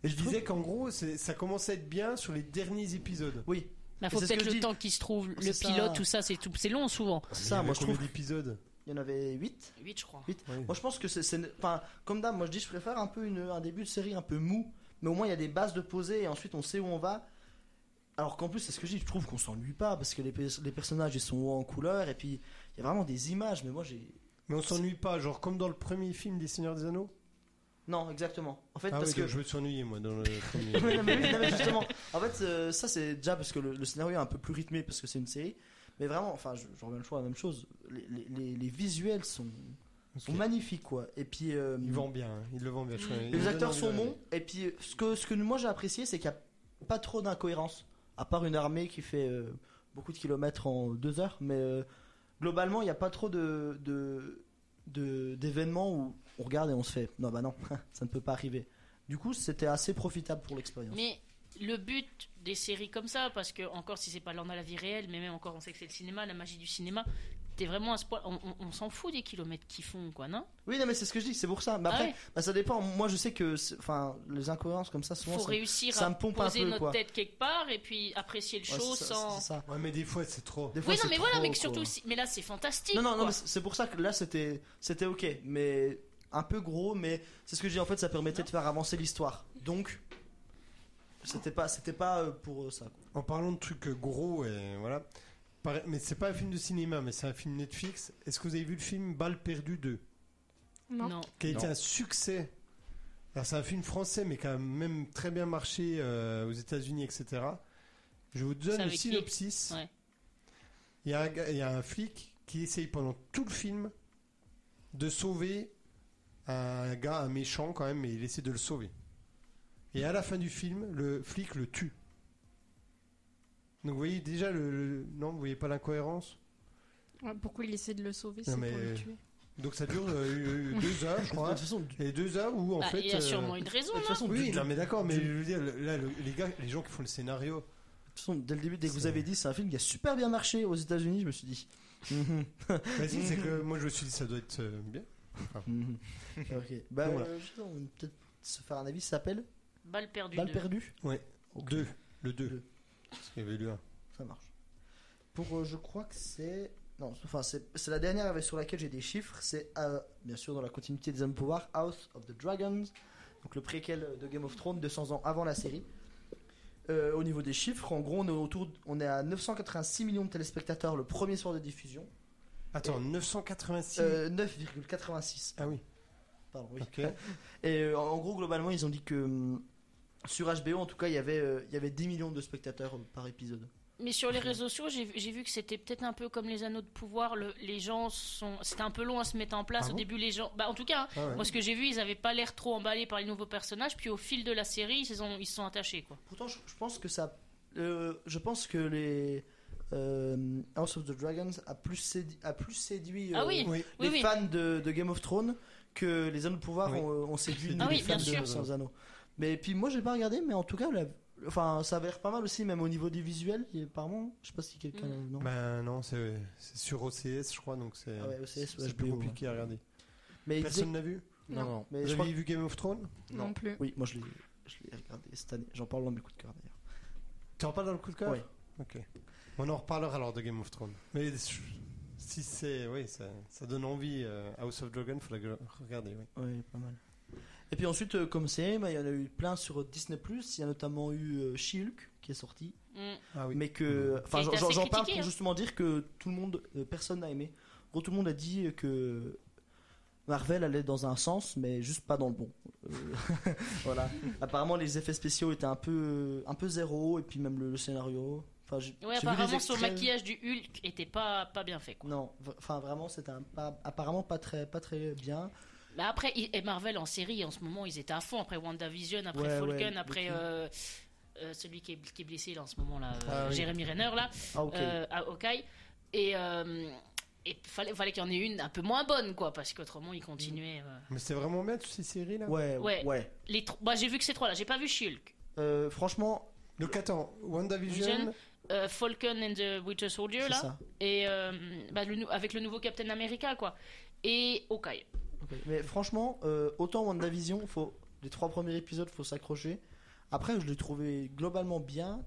S3: Mais
S1: Je disais qu'en gros, c'est- ça commençait à être bien sur les derniers épisodes.
S3: Oui,
S4: Bah, faut
S3: c'est ce que
S4: peut-être
S3: je
S4: le
S3: dis.
S4: temps qui se trouve, le
S3: C'est
S4: pilote,
S3: ça.
S4: tout ça, c'est tout, c'est long souvent.
S3: c'est
S1: Il y
S3: ça,
S1: avait
S3: moi je
S1: combien
S3: trouve.
S1: d'épisodes
S3: Il y en avait 8.
S4: 8, je crois.
S1: Ouais.
S3: Moi, je pense que c'est- c'est. Enfin, comme d'hab, moi, je dis, je préfère un peu une, un début de série un peu mou. Mais au moins, il y a des bases de poser et ensuite, on sait où on va. Alors qu'en plus, c'est ce que je dis, je trouve qu'on s'ennuie pas parce que les, pe- les personnages, ils sont en couleur et puis il y a vraiment des images. Mais moi, j'ai.
S1: Mais on s'ennuie pas, genre comme dans le premier film des Seigneurs des Anneaux
S3: Non, exactement. En fait,
S1: Ah
S3: parce
S1: oui,
S3: que.
S1: donc je me suis ennuyé moi dans le premier.
S3: Oui, non, mais oui, non, mais justement, en fait, euh, ça c'est déjà parce que le, le scénario est un peu plus rythmé parce que c'est une série. Mais vraiment, enfin, je, je reviens toujours à la même chose. Les, les- les- les visuels sont, sont
S1: Ok.
S3: magnifiques, quoi. Et puis, euh,
S1: Ils vendent bien, hein, ils le vendent bien. je crois. Ils
S3: les
S1: donnent
S3: acteurs
S1: envie
S3: sont
S1: d'aller.
S3: bons. Et puis, euh, ce que, ce que moi j'ai apprécié, c'est qu'il n'y a pas trop d'incohérence. À part une armée qui fait euh, beaucoup de kilomètres en deux heures. Mais euh, globalement, il n'y a pas trop de- de- de- d'événements où on regarde et on se fait non, bah non, ça ne peut pas arriver. Du coup, c'était assez profitable pour l'expérience.
S4: Mais le but des séries comme ça, parce que encore si c'est pas dans la vie réelle, mais même encore on sait que c'est le cinéma, la magie du cinéma, t'es vraiment à ce point, on, on- on s'en fout des kilomètres qu'ils font, quoi, non
S3: Oui, non, mais c'est ce que je dis, c'est pour ça. Mais
S4: Ah
S3: après,
S4: ouais.
S3: bah, ça dépend. Moi, je sais que c'est- enfin, les incohérences comme ça, souvent,
S4: Faut
S3: ça,
S4: réussir
S3: ça
S4: à
S3: me pompe un
S4: poser
S3: peu,
S4: notre
S3: quoi.
S4: tête quelque part et puis apprécier le
S3: Ouais,
S4: show
S3: c'est ça,
S4: sans.
S3: c'est ça.
S1: Ouais, mais des fois c'est trop.
S3: Des fois,
S4: Oui, non,
S3: c'est
S4: mais voilà,
S3: trop,
S4: mais surtout,
S3: quoi.
S4: si- mais là c'est fantastique.
S3: Non, non, non,
S4: quoi.
S3: mais c'est c'est pour ça que là, c'était c'était ok, mais un peu gros, mais c'est ce que je dis. En fait, ça permettait de faire avancer l'histoire. Donc, c'était pas, c'était pas euh, pour euh, ça. quoi.
S1: En parlant de trucs euh, gros et voilà. Pareil- Mais c'est pas un film de cinéma, mais c'est un film Netflix. Est-ce que vous avez vu le film Balle perdue 2
S2: Non.
S4: Non.
S1: Qui a été
S3: Non.
S1: un succès. Alors, c'est un film français, mais qui a même très bien marché euh, aux États-Unis, etc. Je vous
S4: C'est
S1: donne le
S4: avec qui
S1: synopsis.
S4: Ouais.
S1: Il y, a un gars- il y a un flic qui essaye pendant tout le film de sauver un gars, un méchant quand même, mais il essaie de le sauver. Et à la fin du film, le flic le tue. Donc vous voyez déjà le, le- non, vous voyez pas l'incohérence.
S2: Ouais, pourquoi il essaie de le sauver
S1: Non,
S2: C'est
S1: mais-
S2: pour le tuer.
S1: Donc ça dure euh, euh, deux heures, je
S3: De
S1: crois.
S3: toute façon, du-
S1: Et deux heures où en
S4: Bah,
S1: fait.
S4: il y a
S1: euh,
S4: sûrement une raison. hein.
S3: de toute façon, du-
S1: Oui,
S3: du-
S1: non mais d'accord, mais
S3: du-
S1: je veux dire, le- là le- les gars, les gens qui font le scénario,
S3: de toute façon, dès le début, dès que vous
S1: C'est-
S3: avez dit, c'est un film qui a super bien marché aux États-Unis, je me suis dit. mhm,
S1: vas-y, c'est que moi je me suis dit ça doit être euh, bien.
S3: mhm. ok. Bah,
S1: Donc, voilà.
S3: euh, je sais pas, on peut peut-être se faire un avis. Ça s'appelle
S4: Balle perdue.
S3: Balle
S4: deux.
S3: perdue.
S1: Ouais.
S3: Ok.
S1: Deux, le deux.
S3: Deux.
S1: Parce qu'il y avait le un.
S3: Ça marche. Pour, euh, je crois que c'est. Non, enfin, c'est c'est la dernière avec- sur laquelle j'ai des chiffres. C'est, euh, bien sûr, dans la continuité des hommes pouvoir, House of the Dragons. Donc le préquel de Game of Thrones, 200 ans avant la série. Euh, au niveau des chiffres, en gros, on est, autour, d- on est à 986 millions de téléspectateurs le premier soir de diffusion.
S1: Attends, 986.
S3: Euh, 9,86,
S1: Ah oui.
S3: pardon, oui.
S1: Ok.
S3: Et euh, en gros, globalement, ils ont dit que hum, sur HBO, en tout cas, il y avait, euh, il y avait 10 millions de spectateurs euh, par épisode.
S4: Mais sur les réseaux sociaux, j'ai j'ai vu que c'était peut-être un peu comme les anneaux de pouvoir. le- les gens sont. C'était un peu long à se mettre en place.
S1: Ah
S4: Au
S1: bon
S4: début, les gens. Bah, en tout cas, hein,
S1: Ah ouais.
S4: moi, ce que j'ai vu, ils avaient pas l'air trop emballés par les nouveaux personnages. Puis au fil de la série, ils se sont, ils se sont attachés, quoi.
S3: Pourtant, je, je pense que ça. euh, je pense que les. euh, House of the Dragons a plus séduit, a plus séduit
S4: Ah
S3: euh,
S4: oui,
S1: Oui.
S4: oui,
S3: les
S4: oui.
S3: fans de, de Game of Thrones que les anneaux de pouvoir
S1: Oui.
S3: ont, euh, ont séduit
S4: Ah
S3: les
S4: oui,
S3: fans
S4: bien sûr.
S3: de Sans Anneaux. Mais puis moi, j'ai pas regardé, mais en tout cas, la- enfin, ça avait l'air pas mal aussi, même au niveau du visuel. et Apparemment, je sais pas si
S4: Mm.
S3: quelqu'un. non.
S1: Ben non, c'est c'est sur OCS, je crois, donc c'est
S3: Ah ouais, OCS,
S1: c'est
S3: ouais,
S1: plus
S3: HBO,
S1: compliqué à regarder.
S3: mais il disait-
S1: Personne n'a vu
S2: Non.
S5: non.
S3: mais
S1: Vous
S3: je
S1: avez
S3: crois
S1: vu Game of Thrones
S2: Non,
S5: Non.
S2: plus.
S3: Oui, moi je l'ai, je l'ai regardé cette année. J'en parle dans mes coups de cœur d'ailleurs.
S1: T'en parles dans le coup de cœur
S3: Oui.
S1: Ok. On en reparlera alors de Game of Thrones. Mais je- si c'est. Oui, ça, ça donne envie. euh, House of Dragon, faut la gue- regarder, oui.
S3: Oui, pas mal. Et puis ensuite, euh, comme c'est, bah, il y en a eu plein sur Disney+. Il y a notamment eu euh, She-Hulk qui est sorti,
S4: Mm.
S1: Ah oui.
S3: mais que, enfin,
S4: Qui a été
S3: j'en
S4: assez
S3: j'en parle
S4: critiqué,
S3: pour
S4: hein.
S3: justement dire que tout le monde, euh, personne n'a aimé. En gros, tout le monde a dit que Marvel allait dans un sens, mais juste pas dans le bon. Euh, voilà. Apparemment, les effets spéciaux étaient un peu, un peu zéro, et puis même le, le scénario. Enfin, j'ai-
S4: Ouais,
S3: j'ai vu les
S4: apparemment, son
S3: extraits.
S4: maquillage du Hulk était pas, pas bien fait, quoi.
S3: Non, v- enfin vraiment, c'était un pas, apparemment pas très, pas très bien.
S4: Bah après, i- et Marvel en série, en ce moment, ils étaient à fond. Après WandaVision, après
S3: Ouais,
S4: Falcon,
S3: ouais,
S4: après
S3: beaucoup.
S4: euh, euh, celui qui est, qui est blessé là, en ce moment, là,
S1: Ah
S4: euh,
S1: oui.
S4: Jeremy Renner, là,
S3: Ah ok.
S4: euh, à Hawkeye. Et euh, et fallait, fallait qu'il y en ait une un peu moins bonne, quoi, parce qu'autrement, ils continuaient. euh.
S1: Mais c'est vraiment bien toutes ces séries là
S3: ouais,
S4: ouais.
S3: ouais.
S4: Les trois- bah, j'ai vu que ces trois-là. J'ai pas vu Shulk.
S3: Euh, franchement,
S1: Donc attends, WandaVision.
S4: Vision, Euh, Falcon and the Winter Soldier,
S3: c'est
S4: là.
S3: ça.
S4: Et euh, bah, le nou- avec le nouveau Captain America, quoi. Et Hawkeye.
S3: Ok. Mais franchement, euh, autant WandaVision, faut les trois premiers épisodes, faut s'accrocher. Après, je l'ai trouvé globalement bien,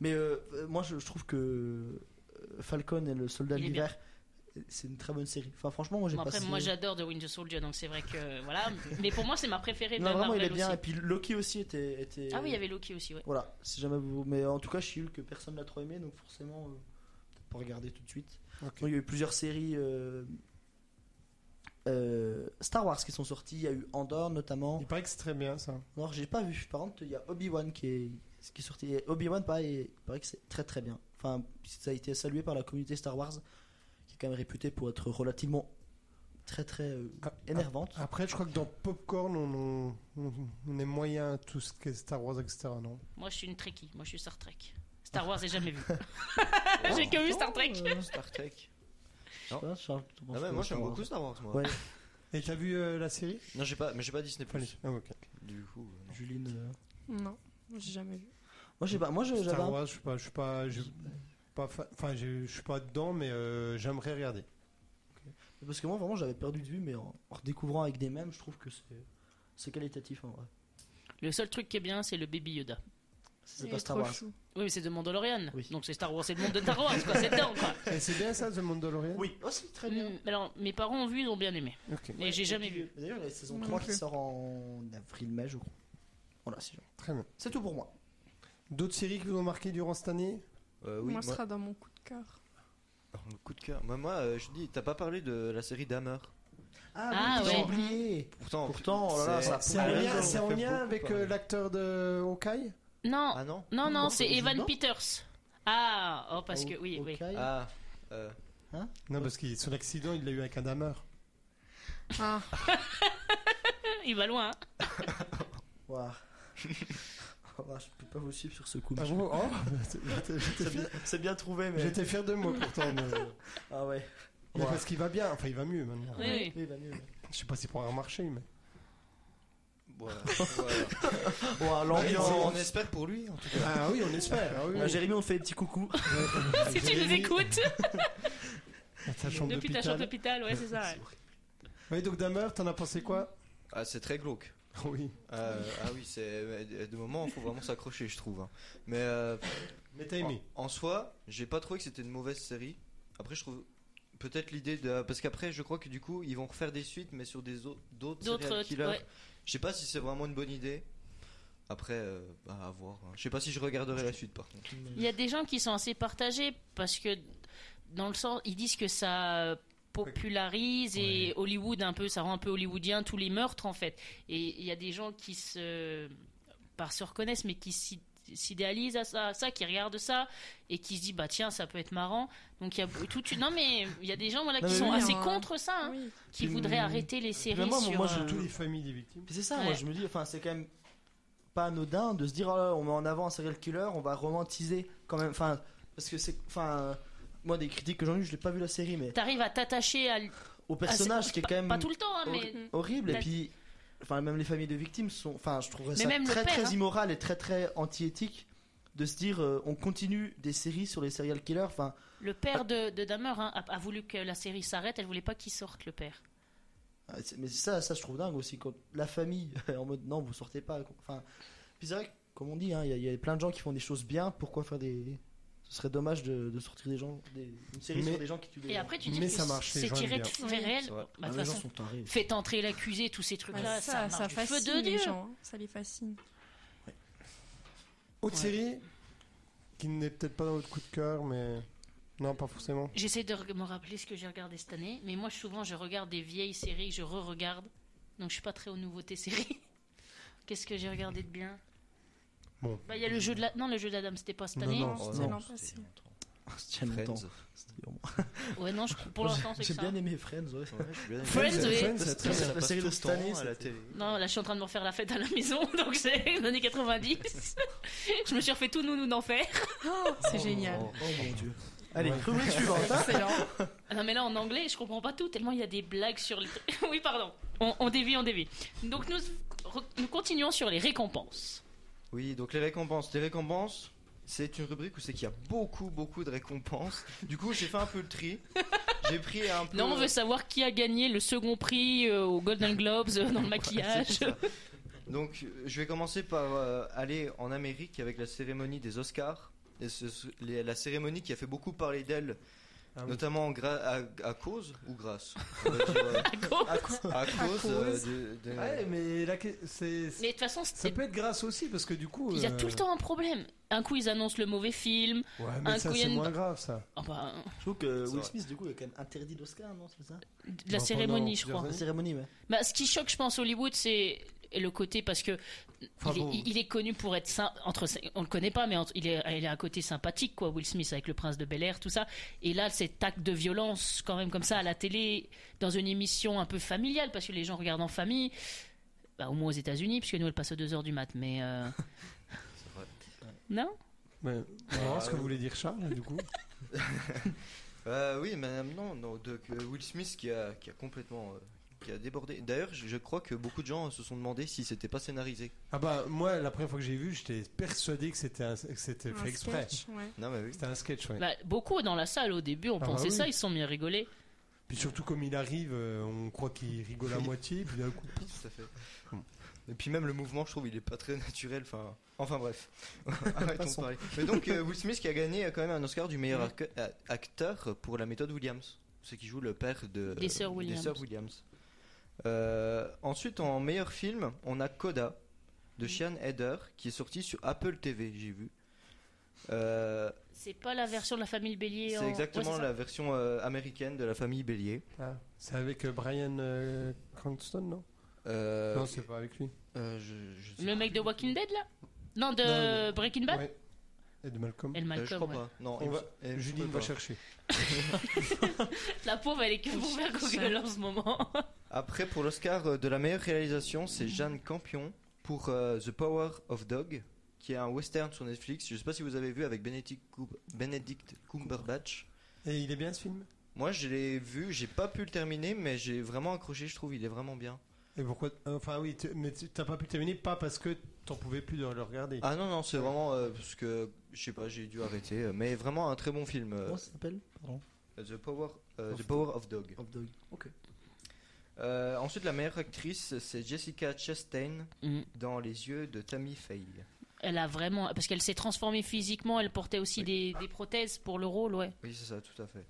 S3: mais euh, euh, moi je, je trouve que euh, Falcon et le Soldat
S4: Il
S3: de
S4: est bien.
S3: l'hiver, euh, c'est une très bonne série. Enfin, franchement, moi j'ai
S4: Bon, après,
S3: passé.
S4: moi, j'adore The Winter Soldier, donc c'est vrai que. Voilà. Mais pour moi, c'est ma préférée de
S3: non, vraiment, il
S4: Marvel
S3: est bien.
S4: aussi.
S3: Et puis Loki aussi était. était-
S4: Ah oui, il y avait Loki aussi, ouais.
S3: Voilà, si jamais vous. Mais en tout cas, She-Hulk, que personne n'a trop aimé, donc forcément, euh, peut-être pas regarder tout de suite.
S1: Ok.
S3: Il y a eu plusieurs séries euh, euh, Star Wars qui sont sorties. Il y a eu Andor notamment.
S1: Il paraît que c'est très bien ça.
S3: Non, j'ai pas vu. Par contre, il y a Obi-Wan qui est, qui est sorti. Et Obi-Wan, pareil, il paraît que c'est très très bien. Enfin, ça a été salué par la communauté Star Wars, qui est quand même réputée pour être relativement très très euh,
S1: Ah,
S3: énervante.
S1: Après, je crois que dans Popcorn, on, on, on est moyen à tout ce qui est Star Wars, etc. Non
S4: Moi, je suis une Trekkie. Moi, je suis Star Trek. Star Wars, j'ai jamais vu.
S2: Ah,
S4: j'ai que vu Star Trek.
S3: Euh,
S5: Star Trek.
S3: je sais pas, Charles, tu penses
S5: Ah ouais,
S3: quoi,
S5: moi
S3: Star
S5: j'aime
S3: Wars
S5: beaucoup Star Wars moi.
S3: Ouais.
S1: Et t'as vu euh, la série
S5: Non, j'ai pas mais j'ai pas Disney Plus.
S1: Ah, ok.
S5: Du coup, euh, non.
S3: Juline. euh,
S2: Non, j'ai jamais vu.
S3: Moi, j'ai pas. Moi, je- j'avais.
S1: Star
S3: un-
S1: Wars, je suis pas, je suis pas, je suis pas, fa- enfin, je je suis pas dedans, mais euh, j'aimerais regarder.
S3: Parce que moi, vraiment, j'avais perdu de vue, mais en, en redécouvrant avec des mêmes, je trouve que c'est c'est qualitatif en vrai.
S4: Le seul truc qui est bien, c'est le Baby Yoda.
S3: C'est
S2: Il
S3: pas
S2: est
S3: Star
S2: trop
S3: Wars.
S2: chou.
S4: Oui, mais c'est de Mandalorian.
S3: Oui.
S4: Donc c'est Star Wars, c'est le monde de Star Wars, quoi. C'est dedans, quoi.
S1: Et c'est bien ça, The Mandalorian
S3: Oui, aussi Oh, très bien.
S4: Mm, Alors, mes parents ont vu, ils ont bien aimé.
S1: Ok,
S4: Mais Mm. j'ai jamais vu.
S3: D'ailleurs, la saison
S2: Moi
S3: 3
S2: non
S3: qui
S2: plus.
S3: sort en avril-mai, je crois. Voilà, c'est
S1: très bien.
S3: c'est tout pour moi.
S1: D'autres séries qui vous ont marqué durant cette année
S5: Euh, oui,
S2: moi,
S5: moi,
S2: ce sera dans mon coup de cœur.
S5: le coup de cœur. Moi, moi euh, je dis, t'as pas parlé de la série Dahmer.
S4: Ah,
S3: oui, j'ai
S4: ouais.
S3: oublié.
S5: Pourtant,
S3: Pourtant, oh là là,
S5: c'est-
S3: ça-
S1: C'est
S3: Ah,
S1: en
S3: oui,
S1: lien,
S3: on
S1: c'est
S5: fait
S1: en lien
S5: beaucoup
S1: avec
S5: parler.
S1: euh, l'acteur de Hawkeye
S4: Non,
S5: Ah non.
S4: non, non,
S3: non,
S4: c'est
S3: c'est
S4: Evan
S3: dedans.
S4: Peters. Ah, oh, parce que oui, oui.
S3: Hawkeye.
S5: Ah. euh,
S1: Non, parce que son accident, il l'a eu avec un hammer.
S2: Ah,
S4: Il va loin. hein.
S3: Ouah. Ouah, je peux pas vous suivre sur ce coup.
S1: Ah
S3: monsieur.
S1: bon Oh, j'étais-
S3: C'est
S1: j'étais
S3: bien,
S1: fier-
S3: c'est bien trouvé, mais.
S1: J'étais fier de moi pourtant. mais- euh,
S3: Ah ouais.
S1: mais
S3: Ouah.
S1: parce qu'il va bien, enfin il va mieux maintenant.
S4: Oui, oui.
S3: Oui, bah, mieux.
S1: Je sais pas si pour un marché, mais.
S5: voilà, voilà.
S3: Ouah,
S5: on,
S3: l'ambiance.
S5: on espère pour lui en tout cas.
S1: Ah oui, on espère. Ah, oui.
S3: Ah, Jérémy, on te fait des petits coucou.
S4: Si tu nous
S1: Jérémy,
S4: écoutes,
S1: dans Ta chambre
S4: depuis ta chambre
S1: d'hôpital.
S4: d'hôpital, ouais, c'est ça. ouais.
S1: Oui, donc Damer, t'en as pensé quoi
S5: Ah, c'est très glauque.
S1: Oui.
S5: Euh, ah oui, c'est de moment, faut vraiment s'accrocher, je trouve. hein. Mais euh,
S1: Mais t'as aimé
S5: En, en soi, j'ai pas trouvé que c'était une mauvaise série. Après, je trouve peut-être l'idée de. Parce qu'après, je crois que du coup, ils vont refaire des suites, mais sur des au- d'autres
S4: D'autres.
S5: serial killers.
S4: ouais.
S5: Je sais pas si c'est vraiment une bonne idée. Après, euh, bah, à voir. hein. Je sais pas si je regarderai la suite par contre.
S4: Il y a des gens qui sont assez partagés parce que, dans le sens, ils disent que ça popularise et
S1: Ouais.
S4: Hollywood un peu, ça rend un peu hollywoodien tous les meurtres en fait. Et il y a des gens qui se, pas se reconnaissent, mais qui s'y- s'idéalise à ça, à ça, qui regarde ça et qui se dit bah tiens ça peut être marrant. Donc il y a toute une- non mais il y a des gens voilà
S3: Non,
S4: qui
S3: mais
S4: sont
S2: oui,
S4: assez
S2: hein.
S4: contre ça, hein,
S2: Oui.
S4: qui
S3: Puis,
S4: voudraient
S3: hum,
S4: arrêter les séries
S3: moi,
S4: sur.
S3: moi,
S4: euh,
S3: je-
S1: Toutes les familles des victimes.
S3: Puis c'est ça,
S4: Ouais.
S3: moi je me dis, enfin c'est quand même pas anodin de se dire oh là, on met en avant un serial killer, on va romantiser quand même, enfin parce que c'est, enfin euh, moi des critiques que j'en ai, eu, je l'ai pas vu la série, mais
S4: T'arrives à t'attacher à
S3: au
S4: à-
S3: personnage qui est
S4: ah, pas-
S3: quand même
S4: pas tout le temps, hein, mais
S2: Mm.
S3: horrible et
S4: T'as-
S3: puis enfin même les familles de victimes sont, enfin je trouverais
S4: Mais
S3: ça
S4: même le
S3: très
S4: père,
S3: très
S4: hein.
S3: immoral et très très anti-éthique de se dire euh, on continue des séries sur les serial killers, enfin
S4: le père de, de Dahmer hein, a, a voulu que la série s'arrête. Elle voulait pas qu'il sorte le père.
S3: Ah, c'est- Mais ça, ça je trouve dingue aussi quand la famille est en mode non vous sortez pas. quoi. Enfin, puis c'est vrai que, comme on dit, hein, il y, a- il y a plein de gens qui font des choses bien. Pourquoi faire des Ce serait dommage de, de sortir des gens, des- une série
S1: Mais-
S3: sur des gens qui tuent des
S4: Et
S3: gens.
S4: après tu dis
S1: Mais
S4: que
S1: ça marche, les
S4: c'est
S1: gens
S4: tiré
S1: aiment
S4: de
S1: bien.
S4: faits
S2: Oui.
S4: réels.
S5: C'est vrai.
S4: Bah,
S3: Ah,
S4: de
S3: les
S4: toute
S3: gens
S4: façon,
S3: sont tarés.
S4: Faites entrer l'accusé, tous ces trucs-là,
S2: Bah,
S4: euh, ça,
S2: ça,
S4: marche
S2: ça
S4: du feu
S2: fascine
S4: de
S2: les
S4: Dieu.
S2: gens, hein. ça les fascine.
S1: Autre série qui n'est peut-être pas dans votre coup de cœur, mais. Non, pas forcément.
S4: J'essaie de re- me rappeler ce que j'ai regardé cette année, mais moi souvent je regarde des vieilles séries que je re-regarde, donc je suis pas très aux nouveautés séries. Qu'est-ce que j'ai regardé de bien
S1: Bon.
S4: Bah il y a le jeu de la non le jeu de la dame c'était pas cette
S1: Non,
S4: année.
S1: non.
S2: Non,
S3: oh
S2: c'était
S3: non,
S2: l'an
S5: c'était-
S2: passé.
S3: C'était il y a longtemps.
S5: Friends.
S3: C'était vraiment-
S4: Ouais non je... pour l'instant c'est que
S3: J'ai
S4: ça.
S3: bien aimé Friends. Ouais.
S5: Ouais, je suis bien aimé.
S4: Friends, oui.
S1: Friends, c'est
S5: Ça, ça,
S1: très-
S5: ça
S3: la
S5: passe
S3: série
S5: tout
S3: de
S5: le
S3: cette
S5: temps
S3: année,
S5: à la
S3: c'était-
S5: télé.
S4: Non là je suis en train de me refaire la fête à la maison donc c'est les années 90. je me suis refait tout nounou d'enfer.
S2: C'est génial.
S3: Oh mon dieu. Allez,
S1: Ouais.
S3: rubrique suivante. hein.
S2: Excellent.
S4: Ah Non mais là en anglais je comprends pas tout tellement il y a des blagues sur les... oui pardon. On, on dévie on dévie. Donc nous re- nous continuons sur les récompenses.
S5: Oui, donc les récompenses. Les récompenses, c'est une rubrique où c'est qu'il y a beaucoup, beaucoup de récompenses. Du coup, j'ai fait un peu le tri. J'ai pris un peu.
S4: Non, on veut savoir qui a gagné le second prix euh, aux Golden Globes euh, dans le
S5: Ouais,
S4: maquillage.
S5: c'est ça. Donc, euh, je vais commencer par euh, aller en Amérique avec la cérémonie des Oscars. Et ce- ce- les- la cérémonie qui a fait beaucoup parler d'elle,
S1: Ah oui.
S5: notamment gra- à, à cause ou grâce on va dire, euh,
S4: D'accord.
S5: À cause, euh,
S1: cause.
S5: de- de-
S1: Ouais, mais la que- c'est.
S4: Mais de toute façon,
S1: Ça
S4: c'était-
S1: peut être grâce aussi, parce que du coup.
S4: il y a
S1: euh,
S4: tout le temps un problème. Un coup, ils annoncent le mauvais film.
S1: Ouais, mais
S4: un
S1: ça,
S4: coup, il y a
S1: c'est
S4: une-
S1: moins grave, ça.
S4: Ah bah,
S3: Je trouve que
S5: C'est
S3: Will
S5: vrai.
S3: Smith du coup est quand même interdit d'Oscar, non C'est ça
S4: de la
S1: Bah, pendant
S4: cérémonie, je
S1: plusieurs
S4: crois.
S1: années.
S3: La cérémonie, ouais.
S5: Euh,
S4: Bah, ce qui choque, je pense, Hollywood, c'est le côté parce que
S1: Enfin,
S4: il, est,
S1: bon.
S4: il- il est connu pour être sym- entre on le connaît pas mais entre- il, est, il a un côté sympathique quoi Will Smith avec le prince de Bel Air tout ça et là cet acte de violence quand même comme ça à la télé dans une émission un peu familiale parce que les gens regardent en famille bah, au moins aux États-Unis puisque nous elle passe aux 2 heures du mat mais euh,
S5: C'est vrai.
S4: non
S1: Ouais. On va voir ce que voulait dire Charles, du coup.
S5: Euh, oui, madame, non, non, de- que Will Smith qui a, qui a complètement. euh, qui a débordé. D'ailleurs, je, je crois que beaucoup de gens se sont demandé si c'était pas scénarisé.
S1: Ah bah, moi, la première fois que j'ai vu, j'étais persuadé que c'était un- que c'était
S2: Un
S1: fait exprès.
S2: sketch, ouais.
S5: Non, mais oui.
S1: C'était un sketch, ouais.
S4: Bah, beaucoup dans la salle au début
S1: Ah
S4: on
S1: bah
S4: pensait
S1: oui.
S4: ça ils se sont mis à rigoler
S1: Puis surtout, comme il arrive, euh, on croit qu'il rigole à
S5: Oui.
S1: moitié, puis d'un coup.
S5: Oui, tout à fait. Et puis même le mouvement, je trouve, il est pas très naturel. Enfin, enfin bref. Arrêtons de
S3: Passons.
S5: parler. Mais donc euh, Will Smith qui a gagné euh, quand même un Oscar du meilleur arc- a- acteur pour la méthode Williams, ce qui joue le père de euh,
S4: Des sœurs Williams.
S5: sœurs Williams. Euh, ensuite, en meilleur film, on a Coda de Sean Heder qui est sorti sur Apple TV, j'ai vu. Euh,
S4: c'est pas la version de la famille Bélier en-
S5: c'est
S4: ouais,
S5: exactement
S4: c'est ça.
S5: la version euh, américaine de la famille Bélier.
S1: Ah, c'est avec euh, Brian euh, Cranston, non
S5: Euh,
S1: Non, c'est pas avec lui.
S5: euh, je- je sais
S4: le
S5: plus.
S4: mec de Walking Dead là non de
S1: Non, non.
S4: Breaking Bad
S1: Ouais. Et de Malcolm.
S4: Elle
S5: Euh,
S4: Malcolm
S5: je crois
S4: ouais.
S5: pas. Non,
S1: On
S5: il me-
S1: va-
S5: il me
S1: Juline
S5: semble
S1: va
S5: pas.
S1: chercher.
S4: La pauvre, elle est que pour faire Google en ce moment.
S5: Après, pour l'Oscar euh, de la meilleure réalisation, c'est Jeanne Campion pour euh, The Power of Dog, qui est un western sur Netflix. Je sais pas si vous avez vu avec Benedict, Cum- Benedict Cumberbatch.
S1: Et il est bien ce film
S5: Moi, je l'ai vu, j'ai pas pu le terminer, mais j'ai vraiment accroché, je trouve, il est vraiment bien.
S1: Et pourquoi Enfin oui, tu- mais tu- t'as pas pu terminer, pas parce que t'en pouvais plus de le regarder.
S5: Ah non, non, c'est vraiment euh, parce que je sais pas, j'ai dû arrêter, euh, mais vraiment un très bon film. euh,
S3: Comment ça s'appelle Pardon.
S5: The Power, euh,
S3: Of
S5: The Power of Dog.
S3: Hop Dog. Ok.
S5: Euh, ensuite, la meilleure actrice, c'est Jessica Chastain
S4: Mhm.
S5: dans Les yeux de Tammy Faye.
S4: Elle a vraiment. Parce qu'elle s'est transformée physiquement, elle portait aussi
S5: Oui.
S4: des, des prothèses pour le rôle, ouais.
S5: Oui, c'est ça, tout à fait.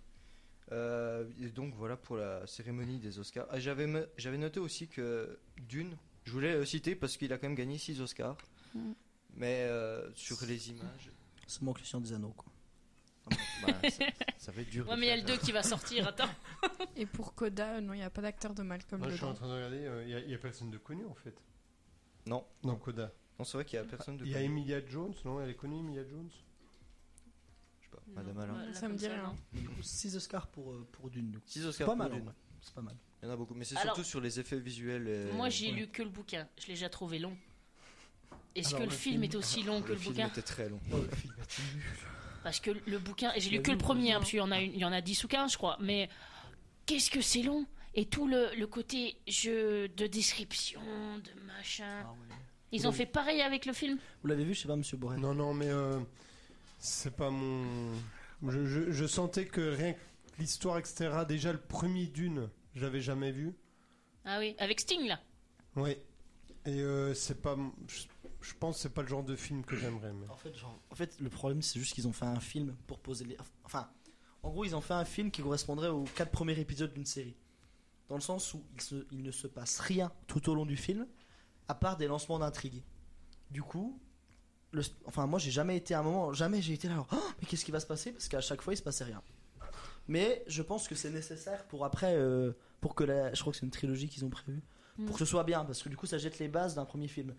S5: Euh, et donc voilà pour la cérémonie des Oscars. Ah, j'avais, me- j'avais noté aussi que Dune, je voulais le citer parce qu'il a quand même gagné 6 Oscars.
S4: Mm.
S5: Mais euh, sur les images,
S3: Ça manque le Seigneur des Anneaux, quoi.
S5: bah, ça, ça va être dur.
S4: Ouais,
S5: de
S4: mais il y a le
S5: faire,
S4: 2
S5: hein.
S4: qui va sortir, attends.
S2: Et pour Coda, euh, non, il n'y a pas d'acteur de Malcolm
S1: Moi, je suis en
S2: dedans.
S1: train de regarder, il n'y a, personne de connu en fait.
S5: Non.
S1: Non, Coda.
S5: Non, c'est vrai qu'il y a personne de.
S1: Il y a
S5: connu.
S1: Emilia Jones, non Elle est connue, Emilia Jones
S5: Je sais pas, Madame Alain.
S4: Voilà,
S2: Ça
S4: comme
S2: me hein. dit rien.
S4: non.
S3: 6 Oscars pour, euh, pour Dune. donc.
S5: Six
S3: C'est
S5: Oscars
S3: pas
S5: pour
S3: mal.
S5: Dune.
S3: hein, C'est pas mal.
S5: Il y en a beaucoup, mais c'est
S4: Alors-
S5: surtout sur les effets visuels. et-
S4: Moi, j'ai
S3: ouais.
S4: lu que le bouquin. Je l'ai déjà trouvé long. Est-ce
S3: Alors,
S4: que le,
S3: le
S4: film,
S3: film-
S4: est aussi long que le,
S5: film
S4: bouquin
S5: était très long.
S3: Oh, le film.
S4: Parce que le bouquin, et j'ai
S3: Tu
S4: lu
S3: l'as
S4: que
S3: lu,
S4: le
S3: le
S4: premier,
S3: bouquin
S4: hein, parce qu'il y en a une- il y en a 10 ou 15, je crois. Mais qu'est-ce que c'est long Et tout le, le côté jeu de description, de machin.
S3: Ah ouais.
S4: Ils ont
S3: Oui.
S4: fait pareil avec le film
S3: Vous l'avez vu, je sais pas, monsieur Borel.
S1: Non, non, mais euh, c'est pas mon. Je, je- je sentais que rien que l'histoire, etc., déjà le premier Dune, j'avais jamais vu.
S4: Ah oui, avec Sting là.
S1: Oui. Et euh, c'est pas. mon- Je, je pense que c'est pas le genre de film que j'aimerais. mais-
S3: En fait, genre, en fait, le problème, c'est juste qu'ils ont fait un film pour poser les. Enfin, en gros, ils ont fait un film qui correspondrait aux quatre premiers épisodes d'une série. Dans le sens où il, se- il ne se passe rien tout au long du film, à part des lancements d'intrigues. Du coup, le, sp- enfin, moi, j'ai jamais été à un moment, jamais j'ai été là, genre, Ah, mais qu'est-ce qui va se passer Parce qu'à chaque fois, il se passait rien. Mais je pense que c'est nécessaire pour après, euh, pour que la. Je crois que c'est une trilogie qu'ils ont prévue.
S4: Mm.
S3: Pour que ce soit bien, parce que du coup, ça jette les bases d'un premier film.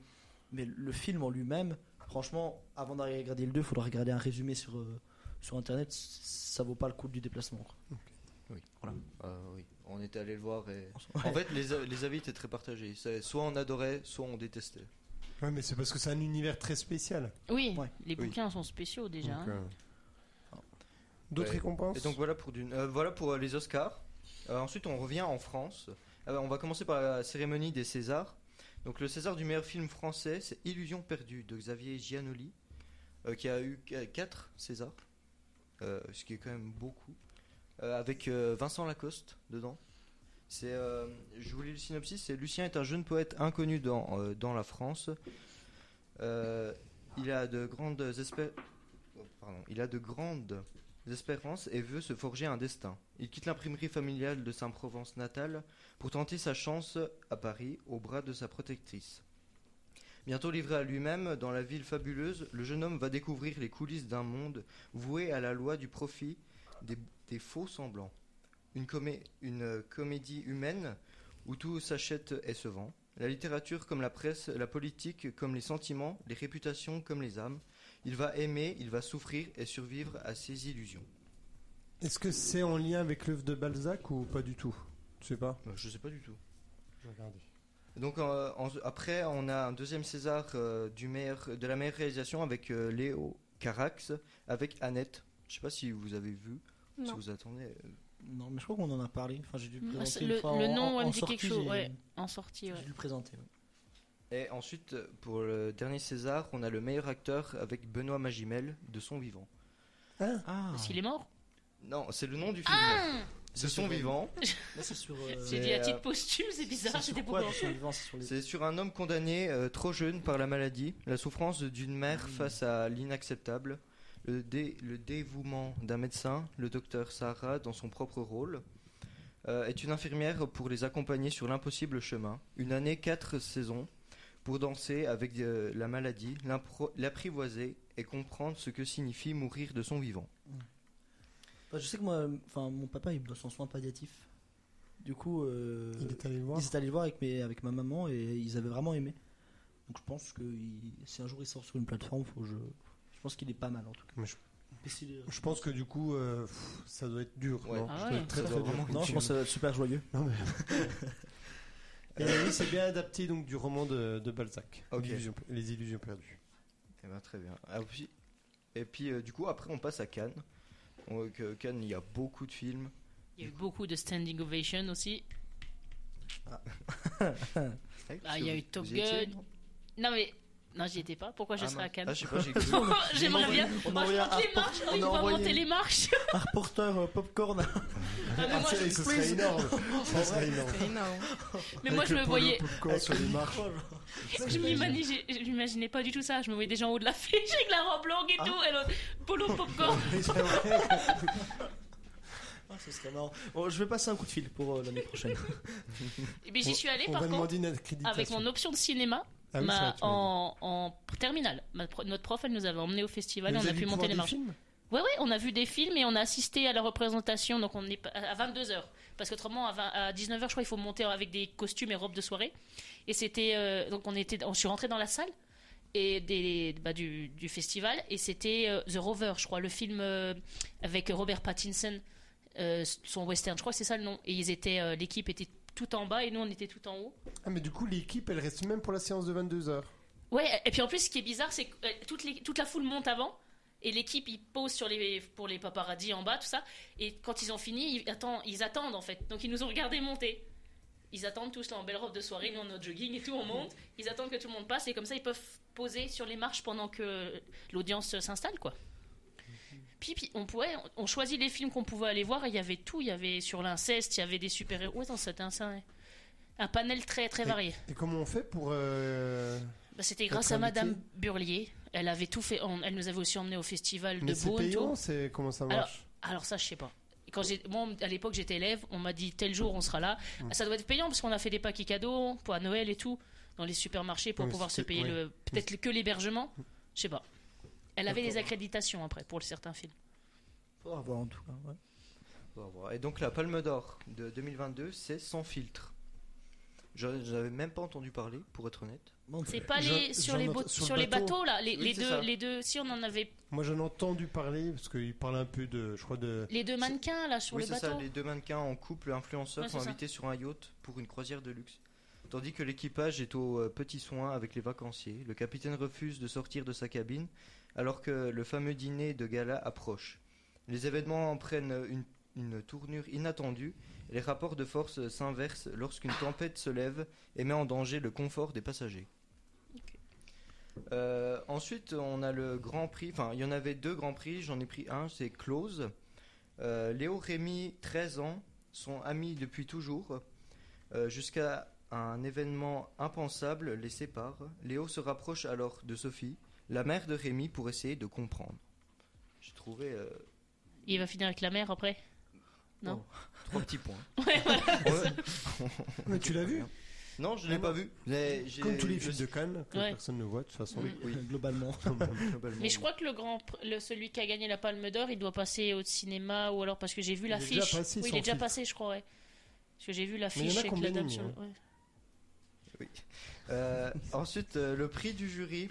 S3: Mais le film en lui-même, franchement, avant d'aller regarder le 2, il faudra regarder un résumé sur, euh, sur internet. c- Ça vaut pas le coup du déplacement. quoi.
S5: Ah oui, on était allé le voir et.
S3: Ouais.
S5: En fait, les, a- les avis étaient très partagés. C'est- Soit on adorait, soit on détestait.
S1: Ouais, mais c'est parce que c'est un univers très spécial.
S4: Oui,
S3: Ouais.
S4: les
S5: Oui.
S4: bouquins sont spéciaux déjà.
S1: Donc,
S4: hein.
S1: euh, D'autres
S5: Ouais.
S1: récompenses
S5: Et donc voilà pour, Dune. Euh, voilà pour euh, les Oscars. Euh, ensuite, on revient en France. Euh, on va commencer par la cérémonie des Césars. Donc le César du meilleur film français, c'est Illusion perdue de Xavier Giannoli, euh, qui a eu 4 Césars, euh, ce qui est quand même beaucoup, euh, avec euh, Vincent Lacoste dedans. C'est, euh, je vous lis le synopsis, c'est Lucien est un jeune poète inconnu dans, euh, dans la France. Euh, il a de grandes espé- oh, pardon. il a de grandes espérances et veut se forger un destin. Il quitte l'imprimerie familiale de sa Provence natale pour tenter sa chance à Paris au bras de sa protectrice. Bientôt livré à lui-même, dans la ville fabuleuse, le jeune homme va découvrir les coulisses d'un monde voué à la loi du profit des, des faux semblants. Une, comé- une euh, comédie humaine où tout s'achète et se vend. La littérature comme la presse, la politique comme les sentiments, les réputations comme les âmes. Il va aimer, il va souffrir et survivre à ses illusions.
S1: Est-ce que c'est en lien avec l'œuvre de Balzac ou pas du tout Je sais pas.
S5: Euh, Je sais pas du tout.
S1: Je vais regarder.
S5: Donc euh, en- après, on a un deuxième César euh, du meilleur, de la meilleure réalisation avec euh, Léo Carax, avec Annette. Je sais pas si vous avez vu, si
S2: Non.
S5: vous attendez. euh,
S3: Non, mais je crois qu'on en a parlé. Enfin, j'ai dû
S4: Mm.
S3: le présenter.
S4: Le-
S3: une fois
S4: le
S3: en-
S4: nom,
S3: en-
S4: ouais,
S3: en
S4: me dit quelque
S3: sortie,
S4: chose,
S3: j'ai-
S4: ouais. En sortie,
S3: J'ai
S4: ouais.
S3: dû le présenter. ouais.
S5: Et ensuite, pour le dernier César, on a le meilleur acteur avec Benoît Magimel de Son Vivant.
S3: Ah,
S4: S'il est mort
S5: Non, c'est le nom du film.
S4: Ah
S5: de Son
S3: sur-
S5: Vivant.
S3: là, c'est sur. euh,
S4: J'ai
S5: C'est,
S4: dit à
S5: euh,
S4: titre posthume, c'est bizarre,
S3: c'est
S4: j'étais
S3: sur
S4: pas au
S3: quoi le
S4: courant.
S3: Sur Vivant, c'est sur les-
S5: C'est sur un homme condamné euh, trop jeune par la maladie, la souffrance d'une mère
S3: Mm.
S5: face à l'inacceptable, le, dé- le dévouement d'un médecin, le docteur Sarah dans son propre rôle, euh, est une infirmière pour les accompagner sur l'impossible chemin. Une année, quatre saisons, pour danser avec euh, la maladie, l'impro- l'apprivoiser et comprendre ce que signifie mourir de son vivant.
S3: Enfin, Bah, je sais que moi, enfin, mon papa, il bosse en soins palliatifs. Du coup, euh,
S1: Il est allé le voir.
S3: Ils étaient allés le voir avec, mes, avec ma maman et ils avaient vraiment aimé. Donc je pense que il- si un jour il sort sur une plateforme, faut que je, je pense qu'il est pas mal en tout cas.
S1: Mais je,
S3: Mais s'il est-
S1: je pense que du coup, euh, pff, ça doit être dur.
S5: Ouais.
S1: non
S4: Ah
S1: Ça
S4: ouais.
S1: doit être très,
S5: Ça
S1: très
S5: doit
S1: dur.
S5: vraiment
S3: Non, je pense que ça va être super joyeux.
S1: Non, mais- Et oui, c'est bien adapté donc du roman de, de Balzac,
S5: Ok.
S1: Illusion- Les Illusions perdues.
S5: Eh ben, très bien. Ah, puis- et puis, euh, du coup, après, on passe à Cannes. Donc, euh, Cannes, il y a beaucoup de films.
S4: Il y a eu beaucoup de standing ovation aussi. Ah, il y a eu Top
S5: Vous y étiez,
S4: Gun.
S5: non
S4: Non mais, non j'y étais pas, pourquoi je
S5: Ah,
S4: serais à
S5: mince.
S4: Cannes
S5: Ah, je sais pas, j'ai cru.
S4: Pourquoi J'aimerais bien.
S3: On a
S4: Moi, je
S3: envoyé un,
S4: monte les
S3: repor-
S4: marches,
S3: on
S4: il
S3: a
S4: va
S3: envoyé
S4: monter les marches.
S3: un reporter euh, popcorn.
S4: Ah, mais moi, je-
S1: ce serait énorme. Ça serait énorme.
S2: C'est énorme.
S4: mais moi, je me voyais.
S1: popcorn sur les marches.
S4: Je m'imaginais, je- je m'imaginais pas du tout ça. Je me voyais déjà en haut de la fiche avec la robe longue et
S3: Ah.
S4: tout, et l'autre polo popcorn.
S3: Ah, ce serait marrant. Bon, je vais passer un coup de fil pour euh, l'année prochaine.
S4: Et bien, j'y suis allée
S1: On
S4: par
S1: va
S4: contre
S1: demander une accréditation.
S4: avec mon option de cinéma,
S1: Ah oui,
S4: ma-
S1: c'est vrai, tu m'as dit.
S4: en, en terminale. Ma pro- notre prof, elle nous avait emmenés au festival,
S1: Mais
S4: et
S1: vous
S4: on a
S1: avez
S4: pu
S1: pu
S4: monter
S1: voir
S4: les
S1: des
S4: marches.
S1: films
S4: Ouais, ouais, on a vu des films et on a assisté à la représentation, donc on est pas- à 22h. Parce qu'autrement, à, 20 à 19h, je crois, il faut monter avec des costumes et robes de soirée. Et c'était. euh, donc on était, on, je suis rentrée dans la salle. et des, bah, du, du festival. Et c'était euh, The Rover, je crois, le film euh, avec Robert Pattinson, euh, son western, je crois que c'est ça le nom. Et ils étaient, euh, l'équipe était tout en bas et nous on était tout en haut.
S1: Ah, mais du coup, l'équipe, elle reste même pour la séance de 22h.
S4: Ouais, et puis en plus, ce qui est bizarre, c'est que euh, toute, les- toute la foule monte avant. Et l'équipe, ils posent sur les, pour les paparazzis en bas, tout ça. Et quand ils ont fini, ils attendent, ils attendent en fait. Donc ils nous ont regardé monter. Ils attendent tous là en belle robe de soirée, nous en notre jogging et tout, on monte. Ils attendent que tout le monde passe et comme ça, ils peuvent poser sur les marches pendant que l'audience euh, s'installe, quoi. Puis, puis on, pouvait, on choisit les films qu'on pouvait aller voir et il y avait tout. Il y avait sur l'inceste, il y avait des super-héros. Ouais, non, c'était un, ça, ouais. un panel très, très
S1: Oui.
S4: varié.
S1: Et comment on fait pour. euh,
S4: Bah, C'était grâce
S1: Notre
S4: à Madame
S1: invitée.
S4: Burlier. Elle avait tout fait. on- elle nous avait aussi emmené au festival
S1: Mais
S4: de
S1: c'est
S4: Beaune. et
S1: payant,
S4: tout.
S1: c'est comment ça marche
S4: Alors ça, je sais pas. Quand j'ai, moi, on- à l'époque, j'étais élève. On m'a dit tel jour, on sera là.
S1: Mm.
S4: Ah, Ça doit être payant parce qu'on a fait des paquets cadeaux pour à Noël et tout dans les supermarchés pour
S1: Ouais,
S4: pouvoir se
S1: c'était- Mm.
S4: payer
S1: ouais.
S4: le peut-être que l'hébergement. Je sais pas. Elle avait des accréditations après pour certains films.
S3: Faut avoir en tout cas, ouais.
S5: Faut avoir. Et donc la Palme d'Or de 2022, c'est sans filtre. Je- J'avais même pas entendu parler, pour être honnête.
S3: Bon,
S4: C'est pas
S1: Jean-
S4: les sur
S1: Jean
S4: les,
S1: Notre-
S4: bot-
S1: sur le
S4: sur les
S1: bateau.
S4: bateaux là, les,
S5: Oui,
S4: les
S5: c'est
S4: deux,
S5: ça.
S4: les deux. Si on en avait
S1: Moi, j'en ai entendu parler parce qu'il parle un peu de. Je crois de.
S4: les deux mannequins là sur
S5: oui,
S4: le
S5: c'est ça,
S4: bateau.
S5: les deux mannequins en couple influenceurs
S4: Ouais,
S5: sont
S4: c'est ça.
S5: invités sur un yacht pour une croisière de luxe. Tandis que l'équipage est au euh, petit soin avec les vacanciers. Le capitaine refuse de sortir de sa cabine alors que le fameux dîner de gala approche. Les événements prennent une, une tournure inattendue. et Les rapports de force s'inversent lorsqu'une tempête se lève et met en danger le confort des passagers. Euh, ensuite, on a le Grand Prix. Enfin, il y en avait deux Grands Prix. J'en ai pris un, c'est Close. Euh, Léo Rémy, 13 ans, sont amis depuis toujours. Euh, Jusqu'à un événement impensable les sépare. Léo se rapproche alors de Sophie, la mère de Rémy, pour essayer de comprendre. J'ai trouvé euh,
S4: Il va finir avec la mer après. Non.
S5: trois petits points.
S4: Ouais, voilà.
S5: Ouais.
S1: Ah, Mais tu l'as vu
S5: Non, je ne l'ai pas vu. Mais j'ai-
S1: Comme tous les
S5: je-
S1: films de Cannes, que
S4: Ouais.
S1: personne ne voit de toute façon.
S5: Oui, oui.
S3: globalement.
S5: globalement,
S4: Mais je
S5: oui.
S4: crois que le grand, pr- le, celui qui a gagné la Palme d'Or, il doit passer au cinéma ou alors parce que j'ai vu
S1: Il est
S4: l'affiche.
S1: déjà passé,
S4: oui,
S1: sans
S4: il est déjà
S1: filtre.
S4: passé, je crois. Ouais. Parce que j'ai vu
S1: Mais il y en
S4: l'affiche
S1: a
S4: avec
S1: qu'on
S4: la
S1: gagne,
S4: dame sur le-
S1: hein.
S4: ouais.
S5: Euh, ensuite, euh, le prix du jury,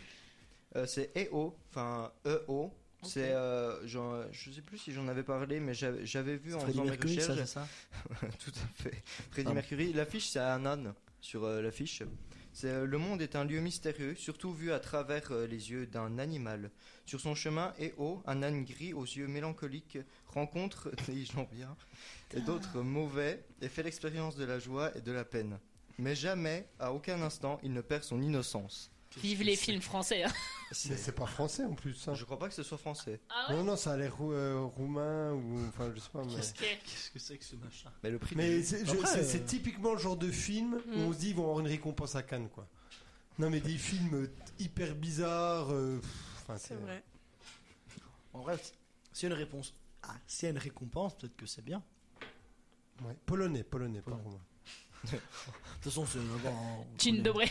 S5: euh, c'est EO, enfin EO. C'est, euh, j'en- je sais plus si j'en avais parlé, mais j'avais j'avais vu en
S3: Freddie
S5: faisant mes
S3: Mercury, ça,
S5: recherches.
S3: c'est ça
S5: Tout à fait. Freddie
S1: Ah
S3: Pardon.
S5: Mercury, l'affiche, c'est un âne sur euh, l'affiche. C'est euh, Le monde est un lieu mystérieux, surtout vu à travers euh, les yeux d'un animal. Sur son chemin, Eo, un âne gris aux yeux mélancoliques, rencontre des gens bien et d'autres mauvais et fait l'expérience de la joie et de la peine. Mais jamais, à aucun instant, il ne perd son innocence.
S4: Vive les films français. hein.
S1: Mais c'est pas français en plus. ça.
S5: Je crois pas que ce soit français.
S4: Ah ouais.
S1: Non, non, ça a l'air rou- euh, roumain ou. Enfin, je sais pas. Mais,
S4: Ok.
S3: Qu'est-ce que c'est que ce machin
S5: Mais le prix
S1: mais
S5: du-
S1: c'est je-
S3: Après,
S1: c'est-
S3: euh,
S1: c'est typiquement le genre de film où
S4: Mm.
S1: on se dit ils vont avoir une récompense à Cannes, quoi. Non, mais des films euh, hyper bizarres. euh, pff, enfin,
S2: C'est vrai.
S3: En vrai, s'il y a une réponse, ah, s'il y a une récompense, peut-être que c'est bien.
S1: euh, Ouais. Polonais, polonais, pas
S3: Polonais.
S1: roumain.
S3: De toute façon, c'est. bon, on-
S4: Jean
S3: on-
S4: Debré.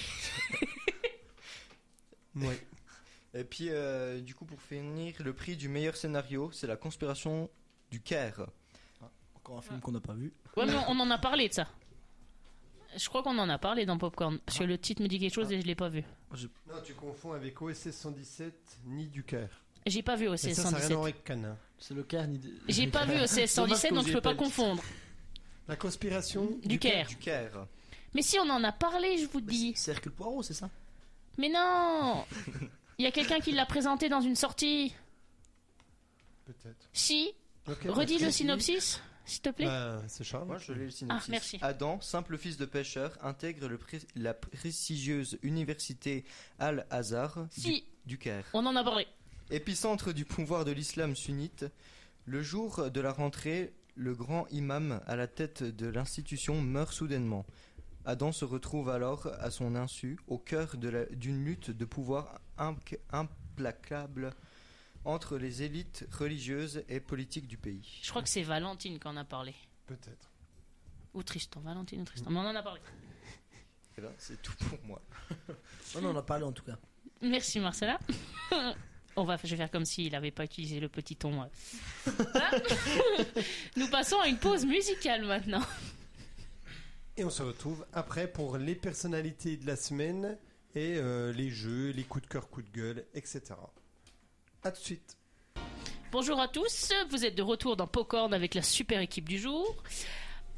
S1: Ouais.
S5: Et puis, euh, du coup, pour finir, le prix du meilleur scénario, c'est la conspiration du Caire.
S3: Encore un film qu'on n'a pas vu.
S4: Ouais, mais on, on en a parlé de ça. Je crois qu'on en a parlé dans Popcorn. Parce que
S1: Ah.
S4: le titre me dit quelque chose et je l'ai pas vu.
S1: Non, tu confonds avec OSS 117 ni du Caire.
S4: J'ai pas vu au
S1: Et ça, ça a rien à voir
S4: CS117.
S1: avec Cannes. hein.
S3: C'est le Caire ni.
S4: J'ai pas vu au
S3: Dommage que
S4: CS117,
S3: vous
S4: donc je
S3: ayez
S4: peux
S3: pas
S4: pas
S3: le titre.
S4: confondre.
S1: La conspiration
S4: Du Caire.
S5: Du Caire.
S4: Mais si on en a parlé, je vous dis.
S3: C'est Hercule Poirot, c'est ça
S4: Mais non Il y a quelqu'un qui l'a présenté dans une sortie.
S1: Peut-être.
S4: Si,
S1: Ok,
S4: redis
S1: bah,
S4: le
S1: si.
S4: synopsis, s'il te plaît.
S1: Bah, c'est Charles.
S5: Moi, je lis le synopsis.
S4: Ah, merci.
S5: Adam, simple fils de pêcheur, intègre le pré- la prestigieuse université Al-Azhar
S4: Si,
S5: du, du Caire.
S4: on en a parlé.
S5: Épicentre du pouvoir de l'islam sunnite, le jour de la rentrée, le grand imam à la tête de l'institution meurt soudainement. Adam se retrouve alors, à son insu, au cœur de la- d'une lutte de pouvoir imp- implacable entre les élites religieuses et politiques du pays.
S4: Je crois que c'est Valentine qu'on a parlé.
S1: Peut-être.
S4: Ou Tristan, Valentine ou Tristan. Mais on en a parlé.
S5: Eh ben, c'est tout pour moi.
S3: Non, non, on en a parlé en tout cas.
S4: Merci Marcella. on va, je vais faire comme s'il n'avait pas utilisé le petit ton. euh. Voilà. Nous passons à une pause musicale maintenant.
S1: Et on se retrouve après pour les personnalités de la semaine et euh, les jeux, les coups de cœur, coups de gueule, etc. À tout de suite.
S4: Bonjour à tous, vous êtes de retour dans Pocorn avec la super équipe du jour.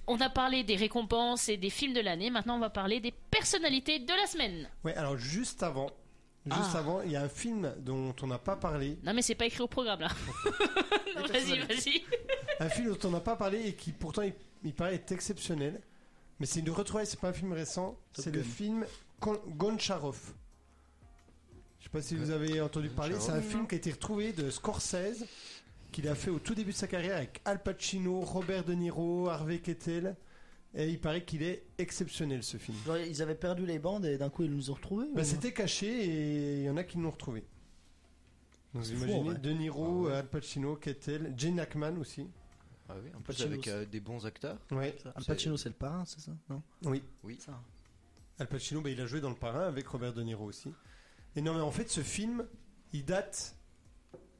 S4: On a parlé des récompenses et des films de l'année, maintenant on va parler des personnalités de la semaine.
S1: Ouais, alors juste avant, juste
S4: Ah.
S1: avant, il y a un film dont on n'a pas parlé,
S4: Non mais c'est pas écrit au programme là. Non, vas-y, vas-y.
S1: un film dont on n'a pas parlé et qui pourtant il, il paraît être exceptionnel, mais c'est une retrouvaille, c'est pas un film récent,
S3: Top
S1: c'est le
S3: Gun.
S1: film Kon- Goncharov. Je sais pas si vous avez entendu parler, c'est un
S2: Goncharov.
S1: film qui a été retrouvé de Scorsese, qu'il a fait au tout début de sa carrière avec Al Pacino, Robert De Niro, Harvey Keitel, et il paraît qu'il est exceptionnel ce film.
S3: Genre, ils avaient perdu les bandes et d'un coup ils nous ont retrouvés.
S1: Bah,
S3: ou-
S1: c'était caché et il y en a qui l'ont retrouvé. Donc vous
S3: C'est fou,
S1: imaginez,
S3: en vrai.
S1: De Niro,
S5: Ah ouais.
S1: Al Pacino, Kettel, Gene Hackman aussi.
S5: Ah oui, en plus
S3: Pacino
S5: avec
S3: aussi.
S5: euh, des bons acteurs.
S1: Ouais.
S3: Al Pacino, c'est le parrain, c'est ça Non
S1: Oui.
S5: Oui.
S3: Ça.
S1: Al Pacino, bah, il a joué dans Le Parrain avec Robert De Niro aussi. Et non, mais en fait, ce film, il date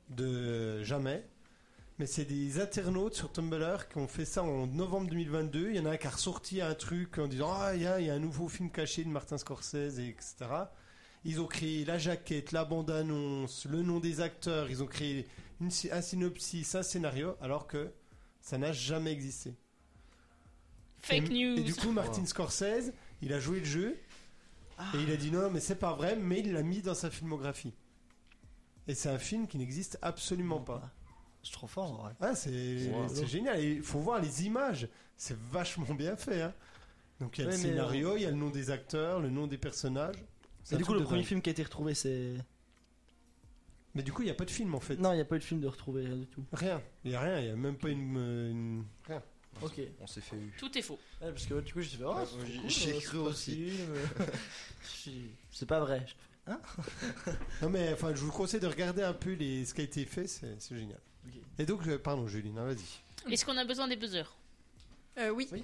S1: de jamais. Mais c'est des internautes sur Tumblr qui ont fait ça en novembre 2022. Il y en a un qui a ressorti un truc en disant Ah, il y, a- il y a un nouveau film caché de Martin Scorsese, et etc. Ils ont créé la jaquette, la bande-annonce, le nom des acteurs. Ils ont créé une sy- un synopsis, un scénario, alors que ça n'a jamais existé.
S4: Fake
S1: Et-
S4: news.
S1: Et du coup, Martin Scorsese, il a joué le jeu et il a dit non, mais c'est pas vrai, mais il l'a mis dans sa filmographie. Et c'est un film qui n'existe absolument pas.
S3: C'est trop fort en vrai.
S1: Ah, c'est
S5: Wow.
S1: c'est génial. Et Il faut voir les images. C'est vachement bien fait. hein. Donc il y a
S3: Ouais,
S1: le
S3: mais,
S1: scénario, il y a le nom des acteurs, le nom des personnages. C'est
S3: Et
S1: un
S3: du coup,
S1: truc
S3: le
S1: de
S3: premier
S1: dingue.
S3: film qui a été retrouvé, c'est.
S1: Mais du coup, il n'y a pas de film en fait.
S3: Non, il n'y a pas eu de film de retrouver, rien du tout.
S1: Rien. Il n'y a rien. Il n'y a même pas une. euh, une- Rien.
S3: Ok. Ouais,
S5: On s'est fait eu.
S4: Tout est faux.
S3: parce que du coup, j'ai fait. Oh,
S5: Ouais,
S3: c'est trop
S5: j'y-
S3: cool,
S5: j'y ai
S3: euh,
S5: cru
S3: c'est pas
S5: aussi.
S3: film, euh. J'ai- C'est pas vrai.
S1: Non mais enfin, je vous conseille de regarder un peu les... ce qui a été fait. C'est c'est génial.
S3: Ok.
S1: Et donc, je- pardon, Juline, hein, vas-y.
S4: Est-ce qu'on a besoin des buzzers
S2: Euh, oui.
S3: Oui.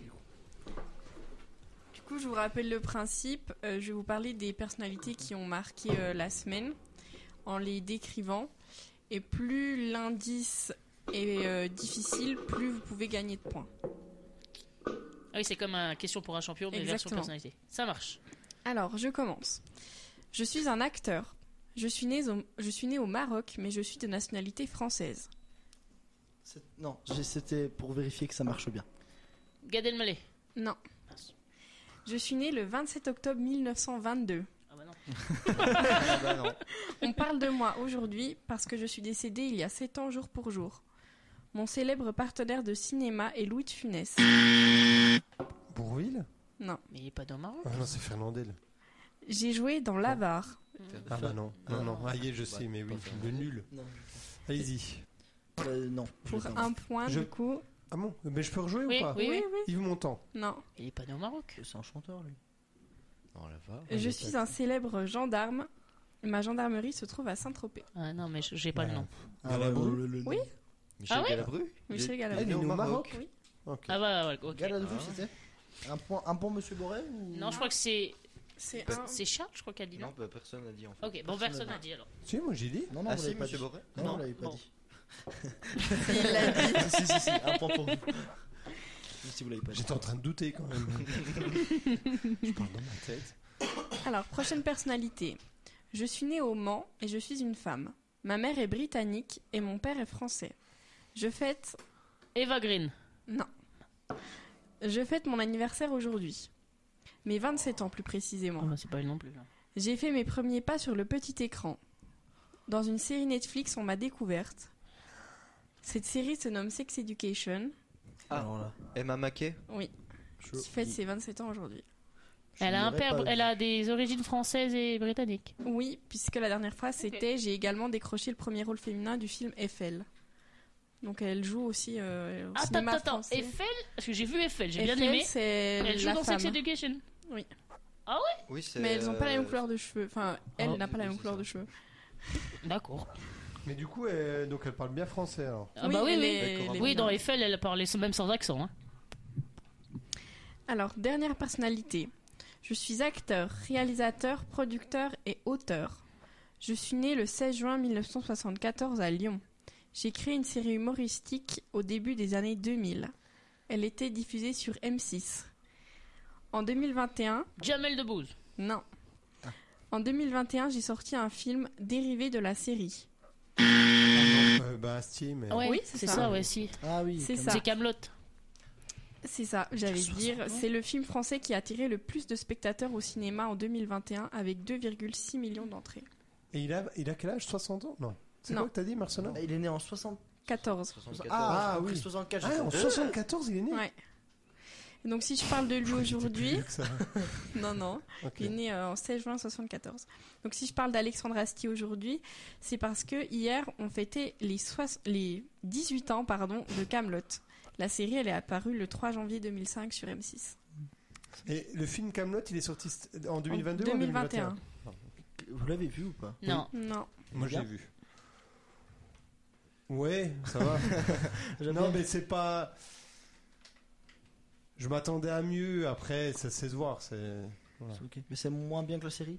S2: Du coup, je vous rappelle le principe. Euh, je vais vous parler des personnalités qui ont marqué euh, la semaine en les décrivant. Et plus l'indice est euh, difficile, plus vous pouvez gagner de points.
S4: Ah oui, c'est comme une question pour un champion, mais version
S2: Exactement.
S4: personnalité. Ça marche.
S2: Alors, je commence. Je suis un acteur. Je suis né au, je suis né au Maroc, mais je suis de nationalité française.
S3: C'est- Non, j'ai- c'était pour vérifier que ça marche bien.
S4: Gad Elmaleh.
S2: Non. Je suis né le 27 octobre 1922.
S4: Ah bah non.
S5: Ah bah non.
S2: On parle de moi aujourd'hui parce que je suis décédée il y a 7 ans jour pour jour. Mon célèbre partenaire de cinéma est Louis de Funès.
S1: Bourville
S2: Non.
S4: Mais il est pas dans le Maroc.
S1: Ah non, c'est Fernandel.
S2: J'ai joué dans L'Avare.
S1: Ah bah non, non,
S3: Ah.
S1: non. Ah, y est, je sais, mais oui,
S5: pas Fernandel.
S1: le nul.
S3: Non.
S1: Allez-y.
S3: Euh, non.
S2: Pour un point,
S1: Je-
S2: du coup.
S1: Ah bon Mais je peux rejouer
S4: Oui,
S1: ou pas
S4: oui, oui.
S1: Yves Montand.
S2: Non.
S4: Il est pas dans le Maroc.
S3: C'est un chanteur, lui.
S5: Non, là va.
S1: Ah,
S2: Je suis un célèbre gendarme. Ma gendarmerie se trouve à Saint-Tropez.
S4: Ah non, mais je- j'ai pas le
S1: Bah,
S4: nom.
S3: Ah
S1: Galabru.
S3: le- le- le-
S2: Oui.
S5: Michel
S4: Ah ouais
S5: Galabru
S2: Michel
S1: Ah, il est
S2: Galabru.
S1: au
S5: Au Maroc.
S1: Maroc
S2: Oui.
S1: Ok.
S4: Ah bah, ouais, ok.
S3: Galabru,
S5: Ah.
S3: c'était un, point, un bon Monsieur Boré ou...
S4: Non, je crois que c'est
S2: C'est
S5: Bah,
S2: un.
S4: c'est Charles, je crois qu'elle dit
S5: Non,
S4: Ah, non.
S5: bah, personne n'a dit en fait.
S4: Ok, bon, personne n'a dit alors.
S1: Si, moi j'ai dit.
S3: Non, non,
S5: ah
S3: vous
S5: si,
S3: l'avez pas
S5: monsieur
S3: dit.
S5: Boré
S3: Non,
S4: Non,
S3: on l'avait pas
S4: bon.
S3: dit.
S2: Il l'a dit.
S3: si, si, si, un point pour vous. Même si vous l'avez pas dit.
S1: J'étais en train de douter quand même. je parle dans ma tête.
S2: Alors, prochaine personnalité. Je suis née au Mans et je suis une femme. Ma mère est britannique et mon père est français. Je fête
S4: Eva Green.
S2: Je fête mon anniversaire aujourd'hui. Mes 27 ans plus précisément.
S4: Ah bah, c'est pas elle non plus. là.
S2: J'ai fait mes premiers pas sur le petit écran. Dans une série Netflix, on m'a découverte. Cette série se nomme Sex Education,
S5: Ah.
S3: Alors là,
S5: Emma Maquet
S2: oui,
S3: je...
S2: qui fête
S3: il-
S2: ses 27 ans aujourd'hui.
S3: je
S4: Elle a un
S3: l'aurais
S4: père,
S3: pas
S4: elle
S3: dit.
S4: a des origines françaises et britanniques.
S2: Oui, puisque la dernière phrase
S4: Ok.
S2: c'était J'ai également décroché le premier rôle féminin du film Eiffel. Donc elle joue aussi euh, au
S4: Attends,
S2: cinéma
S4: attends, attends.
S2: français.
S4: Eiffel Parce que j'ai vu Eiffel, j'ai bien
S2: Eiffel,
S4: aimé.
S2: c'est
S4: Elle joue
S2: la
S4: dans
S2: femme.
S4: Sex Education.
S5: Oui, c'est.
S2: Mais elles n'ont pas la même
S5: euh,
S2: couleur de cheveux. Enfin, elle
S5: Ah,
S2: n'a pas la
S5: oui,
S2: même
S5: c'est
S2: couleur
S5: ça.
S2: de cheveux.
S4: D'accord.
S1: Mais du coup, euh, donc elle parle bien français alors.
S4: Ah bah oui,
S2: elle
S4: oui.
S2: est-
S5: D'accord.
S2: elle est
S4: Oui, dans
S2: bilingue.
S4: Eiffel, elle a parlé même sans accent. hein.
S2: Alors, dernière personnalité. Je suis acteur, réalisateur, producteur et auteur. Je suis né le 16 juin 1974 à Lyon. J'ai créé une série humoristique au début des années 2000. Elle était diffusée sur M6. En 2021,
S4: Jamel Debbouze.
S2: non. En 2021, j'ai sorti un film dérivé de la série.
S1: Euh, bah, Asti, mais.
S4: Ouais,
S2: Oui, c'est
S4: c'est
S2: ça.
S4: ça, ouais, si.
S3: Ah oui.
S2: C'est
S3: comme-
S2: Ça.
S4: C'est Camelot.
S2: C'est ça, j'allais dire. C'est le film français qui a attiré le plus de spectateurs au cinéma en 2021 avec 2,6 millions d'entrées.
S1: Et il a, il a quel âge 60 ans Non. C'est
S2: Non.
S1: quoi que t'as dit, Marcelin
S3: Il est né en 60.
S2: 14.
S5: 74.
S1: Ah,
S3: j'ai compris
S1: oui.
S3: 64. j'ai
S1: Ah, en
S3: fait, euh,
S1: 74, il est né
S2: Ouais. Donc si je parle de lui
S1: Oh, il était plus
S2: aujourd'hui,
S1: vieux que ça.
S2: non non,
S1: Ok.
S2: il est né euh, en 16 juin 74. Donc si je parle d'Alexandre Astier aujourd'hui, c'est parce que hier on fêtait les, soix- les 18 ans pardon de Camelot. La série elle est apparue le 3 janvier 2005 sur M6.
S1: Et le film Camelot, il est sorti en 2022 ou en
S2: 2021.
S1: 2021
S3: Vous l'avez vu ou pas
S4: Non.
S2: Non.
S1: Moi, j'ai
S3: Bien.
S1: vu. Ouais, ça va.
S3: J'aime
S1: non,
S3: bien.
S1: mais c'est pas. Je m'attendais à mieux. Après, ça c'est se voir. C'est.
S3: C'est ok. Mais c'est moins bien que la série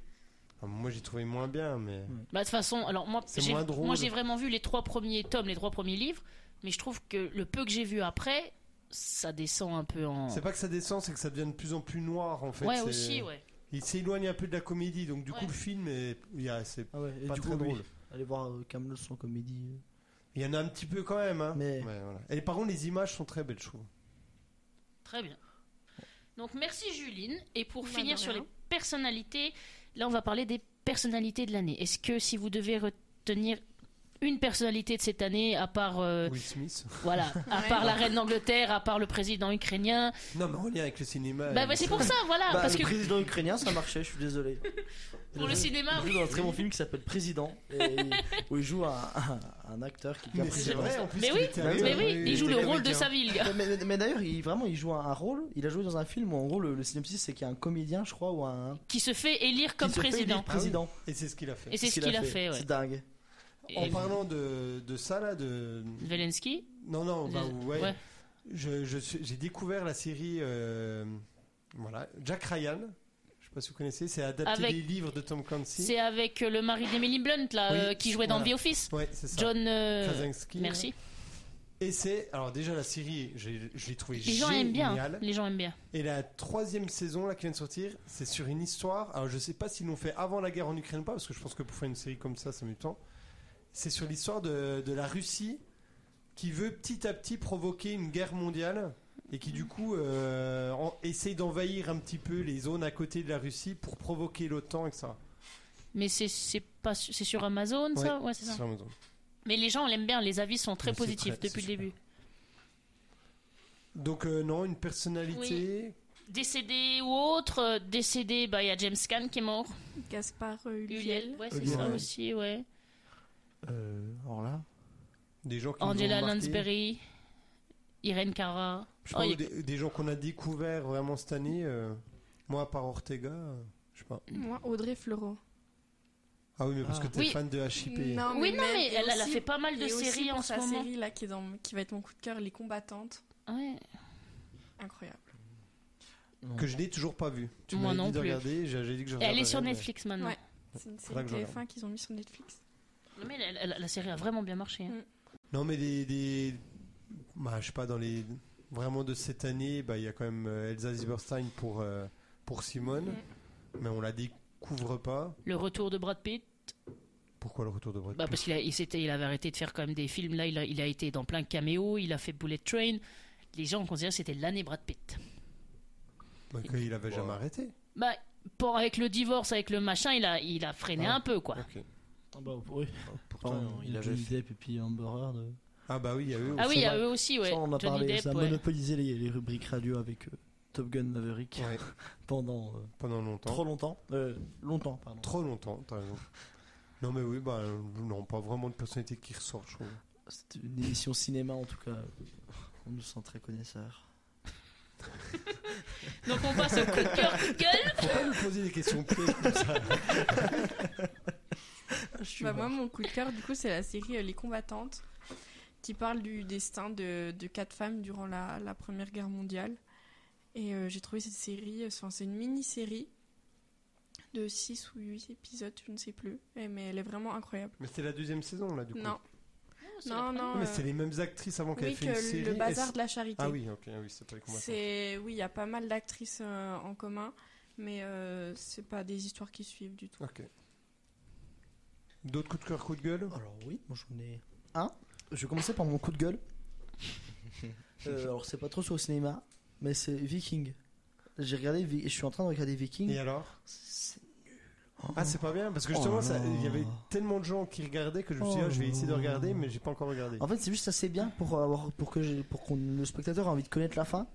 S1: Enfin, moi, j'ai trouvé moins bien, mais.
S3: Hmm.
S4: Bah, de toute façon, alors moi,
S1: C'est
S4: j'ai
S1: moins drôle.
S4: moi, j'ai vraiment vu les trois premiers tomes, les trois premiers livres, mais je trouve que le peu que j'ai vu après, ça descend un peu en.
S1: C'est pas que ça descend, c'est que ça devient de plus en plus noir en fait.
S4: ouais,
S1: C'est-
S4: aussi, ouais.
S1: Il s'éloigne un peu de la comédie, donc du
S4: Ouais.
S1: coup, le film est. il y a- c'est
S3: Ah ouais, et
S1: pas
S3: du
S1: très
S3: coup, oui.
S1: drôle.
S3: Allez voir euh, Camelot sans comédie. euh.
S1: Il y en a un petit peu quand même, hein.
S3: Mais-
S1: Ouais, voilà. Et par contre, les images sont très belles, je trouve.
S4: Très bien. Donc merci Juline. Et pour
S2: Bah,
S4: finir
S2: de
S4: sur les
S2: rien.
S4: personnalités, là on va parler des personnalités de l'année. Est-ce que si vous devez retenir une personnalité de cette année, à part euh,
S1: Will Smith.
S4: voilà, à
S2: Ouais.
S4: part la reine d'Angleterre, à part le président ukrainien,
S1: Non, mais en lien avec le cinéma.
S4: bah,
S1: et-
S4: bah, c'est pour ça, voilà,
S3: Bah,
S4: parce
S3: le
S4: que
S3: président ukrainien, ça marchait, je suis désolé.
S4: pour le cinéma,
S3: Il
S4: oui.
S3: joue dans un très bon film qui s'appelle Président, et où il joue un, un- un acteur qui qui est un
S1: Mais c'est
S3: président.
S1: vrai, en plus.
S4: Mais
S1: qu'il
S4: oui,
S1: était
S3: mais
S4: Mais
S1: américain.
S4: oui, il joue
S1: était
S4: le rôle de
S1: américain.
S4: sa ville.
S3: Mais, mais- mais d'ailleurs, il, vraiment, il joue un, un rôle. Il a joué dans un film où, en gros, le, le synopsis, c'est qu'il y a un comédien, je crois, ou un.
S4: qui se fait élire comme
S3: qui se fait élire
S4: président.
S3: président.
S1: Et Ah c'est ce qu'il a fait.
S4: Et c'est ce qu'il a fait, ouais.
S3: C'est dingue.
S1: En
S4: Et
S1: parlant de, de ça, là, de.
S4: Zelensky,
S1: Non, non, bah,
S4: Le-
S1: ouais.
S4: ouais.
S1: Je, je suis- j'ai découvert la série. euh, voilà, Jack Ryan. Je sais pas si vous connaissez, c'est adapté
S4: Avec-
S1: des livres de Tom Clancy.
S4: c'est avec euh, le mari d'Emily Blunt là,
S1: Oui,
S4: euh, qui jouait dans
S1: voilà.
S4: The Office.
S1: Ouais, c'est ça.
S4: John. euh,
S1: Krasinski.
S4: merci.
S1: Et c'est. Alors, déjà, la série, j'ai- je l'ai trouvée
S4: Les gens aiment bien. hein.
S1: géniale.
S4: Les gens aiment bien.
S1: Et la troisième saison, là, qui vient de sortir, c'est sur une histoire. Alors, je sais pas s'ils l'ont fait avant la guerre en Ukraine ou pas, parce que je pense que pour faire une série comme ça, ça met du temps. C'est sur l'histoire de, de la Russie qui veut petit à petit provoquer une guerre mondiale et qui, du coup, euh, en- essaye d'envahir un petit peu les zones à côté de la Russie pour provoquer l'OTAN, etc.
S4: Mais c'est c'est pas su- c'est sur Amazon ça, ouais c'est ça.
S1: C'est vraiment drôle.
S4: Mais les gens l'aiment bien, les avis sont très
S1: Ouais, c'est
S4: positifs
S1: très-
S4: depuis le
S1: c'est
S4: début.
S1: Donc, euh, non, une personnalité.
S4: Décédé ou autre, euh, décédé, bah il y a James Caan qui est mort.
S2: Gaspard euh, Ulliel.
S4: Uriel, ouais c'est
S1: Uliel,
S4: ça
S1: ouais.
S4: aussi, ouais.
S3: Euh, alors là.
S1: Des gens qui nous ont
S4: Angela
S1: marqués.
S4: Lansbury, Irene Cara.
S1: Je sais pas,
S4: Oh, il-
S1: des, des gens qu'on a découvert vraiment cette année. euh, moi, par Ortega, euh, je sais pas.
S2: Moi Audrey Fleurot.
S1: Ah oui, mais parce
S3: Ah.
S1: que t'es
S4: Oui.
S1: fan de HIP.
S4: Oui non
S2: même-
S4: mais
S2: et
S4: elle, elle a
S2: aussi-
S4: fait pas mal de
S2: et aussi
S4: séries
S2: pour
S4: en ce
S2: sa
S4: moment.
S2: série là qui, est dans- qui va être mon coup de cœur, Les Combattantes.
S4: Ouais.
S2: Incroyable.
S1: Que je n'ai toujours pas vu. Tu
S4: Moi
S1: m'as
S4: non
S1: dit de
S4: plus.
S1: regarder, j'ai j'ai dit que je
S4: Et elle est
S1: regarderais,
S4: sur
S1: mais-
S4: Netflix maintenant.
S2: Ouais. C'est une
S1: Faudra
S2: série
S1: que je
S2: TF1 qu'ils ont mis sur Netflix.
S4: Non, mais la, la- la série a vraiment bien marché. hein.
S1: Non, mais des. des- Bah, je sais pas, dans les. Vraiment de cette année, bah, il y a quand même euh, Elsa Zieberstein pour, euh, pour Simone. Mais on la découvre pas.
S2: Mm.
S4: Le retour de Brad Pitt,
S1: Pourquoi le retour de Brad
S4: bah
S1: Pitt
S4: parce qu'il a- il s'était, il avait arrêté de faire quand même des films. Là, il a, il a été dans plein de caméos, il a fait Bullet Train. Les gens considèrent que c'était l'année Brad Pitt.
S1: Bah, que Il avait jamais
S5: Ouais.
S1: arrêté.
S4: Bah, pour, avec le divorce, avec le machin, il a, il a freiné
S1: Ah.
S4: un peu, quoi.
S1: Ok.
S3: Ah bah, oui.
S5: hein, Pourtant, il avait
S3: Johnny
S5: fait.
S3: Depp et puis Amber Heard. euh.
S1: Ah bah oui, il y a eu.
S4: Ah oui, il y a
S3: vrai.
S4: eux aussi, ouais.
S3: Ça, on en a
S4: Johnny
S3: parlé.
S4: Depp,
S3: ça a
S4: ouais.
S3: monopolisé les, les rubriques radio avec euh, Top Gun Maverick
S1: Ouais,
S3: pendant euh,
S1: pendant longtemps.
S3: trop longtemps. Euh, longtemps, pardon.
S1: Trop longtemps, t'as raison. Non, mais oui, bah, euh, non, pas vraiment de personnalité qui ressort, je trouve.
S3: C'était une émission cinéma en tout cas. On nous sent très connaisseurs.
S4: Donc on passe au coup de cœur, coup de gueule.
S1: Pourquoi vous poser des questions pièges comme ça
S2: Bah, moi, mon coup de cœur, du coup, c'est la série euh, Les Combattantes, qui parle du destin de, de quatre femmes durant la, la Première Guerre mondiale. Et euh, j'ai trouvé cette série, euh, enfin, c'est une mini-série de 6 ou 8 épisodes, je ne sais plus, Eh, mais elle est vraiment incroyable.
S1: Mais c'est la deuxième saison, là, du coup.
S2: Non,
S4: c'est la
S2: non,
S4: première.
S2: non.
S1: Ah, Mais
S2: euh,
S1: c'est les mêmes actrices avant qu'elle
S2: oui,
S1: fait une
S2: que
S1: série.
S2: le bazar
S1: Est-ce-
S2: de la charité.
S1: Ah oui, ok, ah oui, c'est pas les combattants.
S2: C'est oui, il y a pas mal d'actrices euh, en commun. mais euh, c'est pas des histoires qui suivent du tout.
S1: Ok. D'autres coups de cœur, coups de gueule
S3: Alors oui, moi j'en ai
S4: Hein
S3: un. Je vais commencer par mon coup de gueule. Euh, alors c'est pas trop sur le cinéma, mais c'est Viking. J'ai regardé, Vi- je suis en train de regarder Viking.
S1: Et alors
S3: C'est-
S1: Ah, c'est pas bien parce que
S3: Oh
S1: justement, ça-
S3: là.
S1: il y avait tellement de gens qui regardaient que je me suis dit, ah, je vais essayer de regarder, mais j'ai pas encore regardé.
S3: En fait, c'est juste assez bien pour avoir, pour que j'ai- pour qu'on le spectateur ait envie de connaître la fin.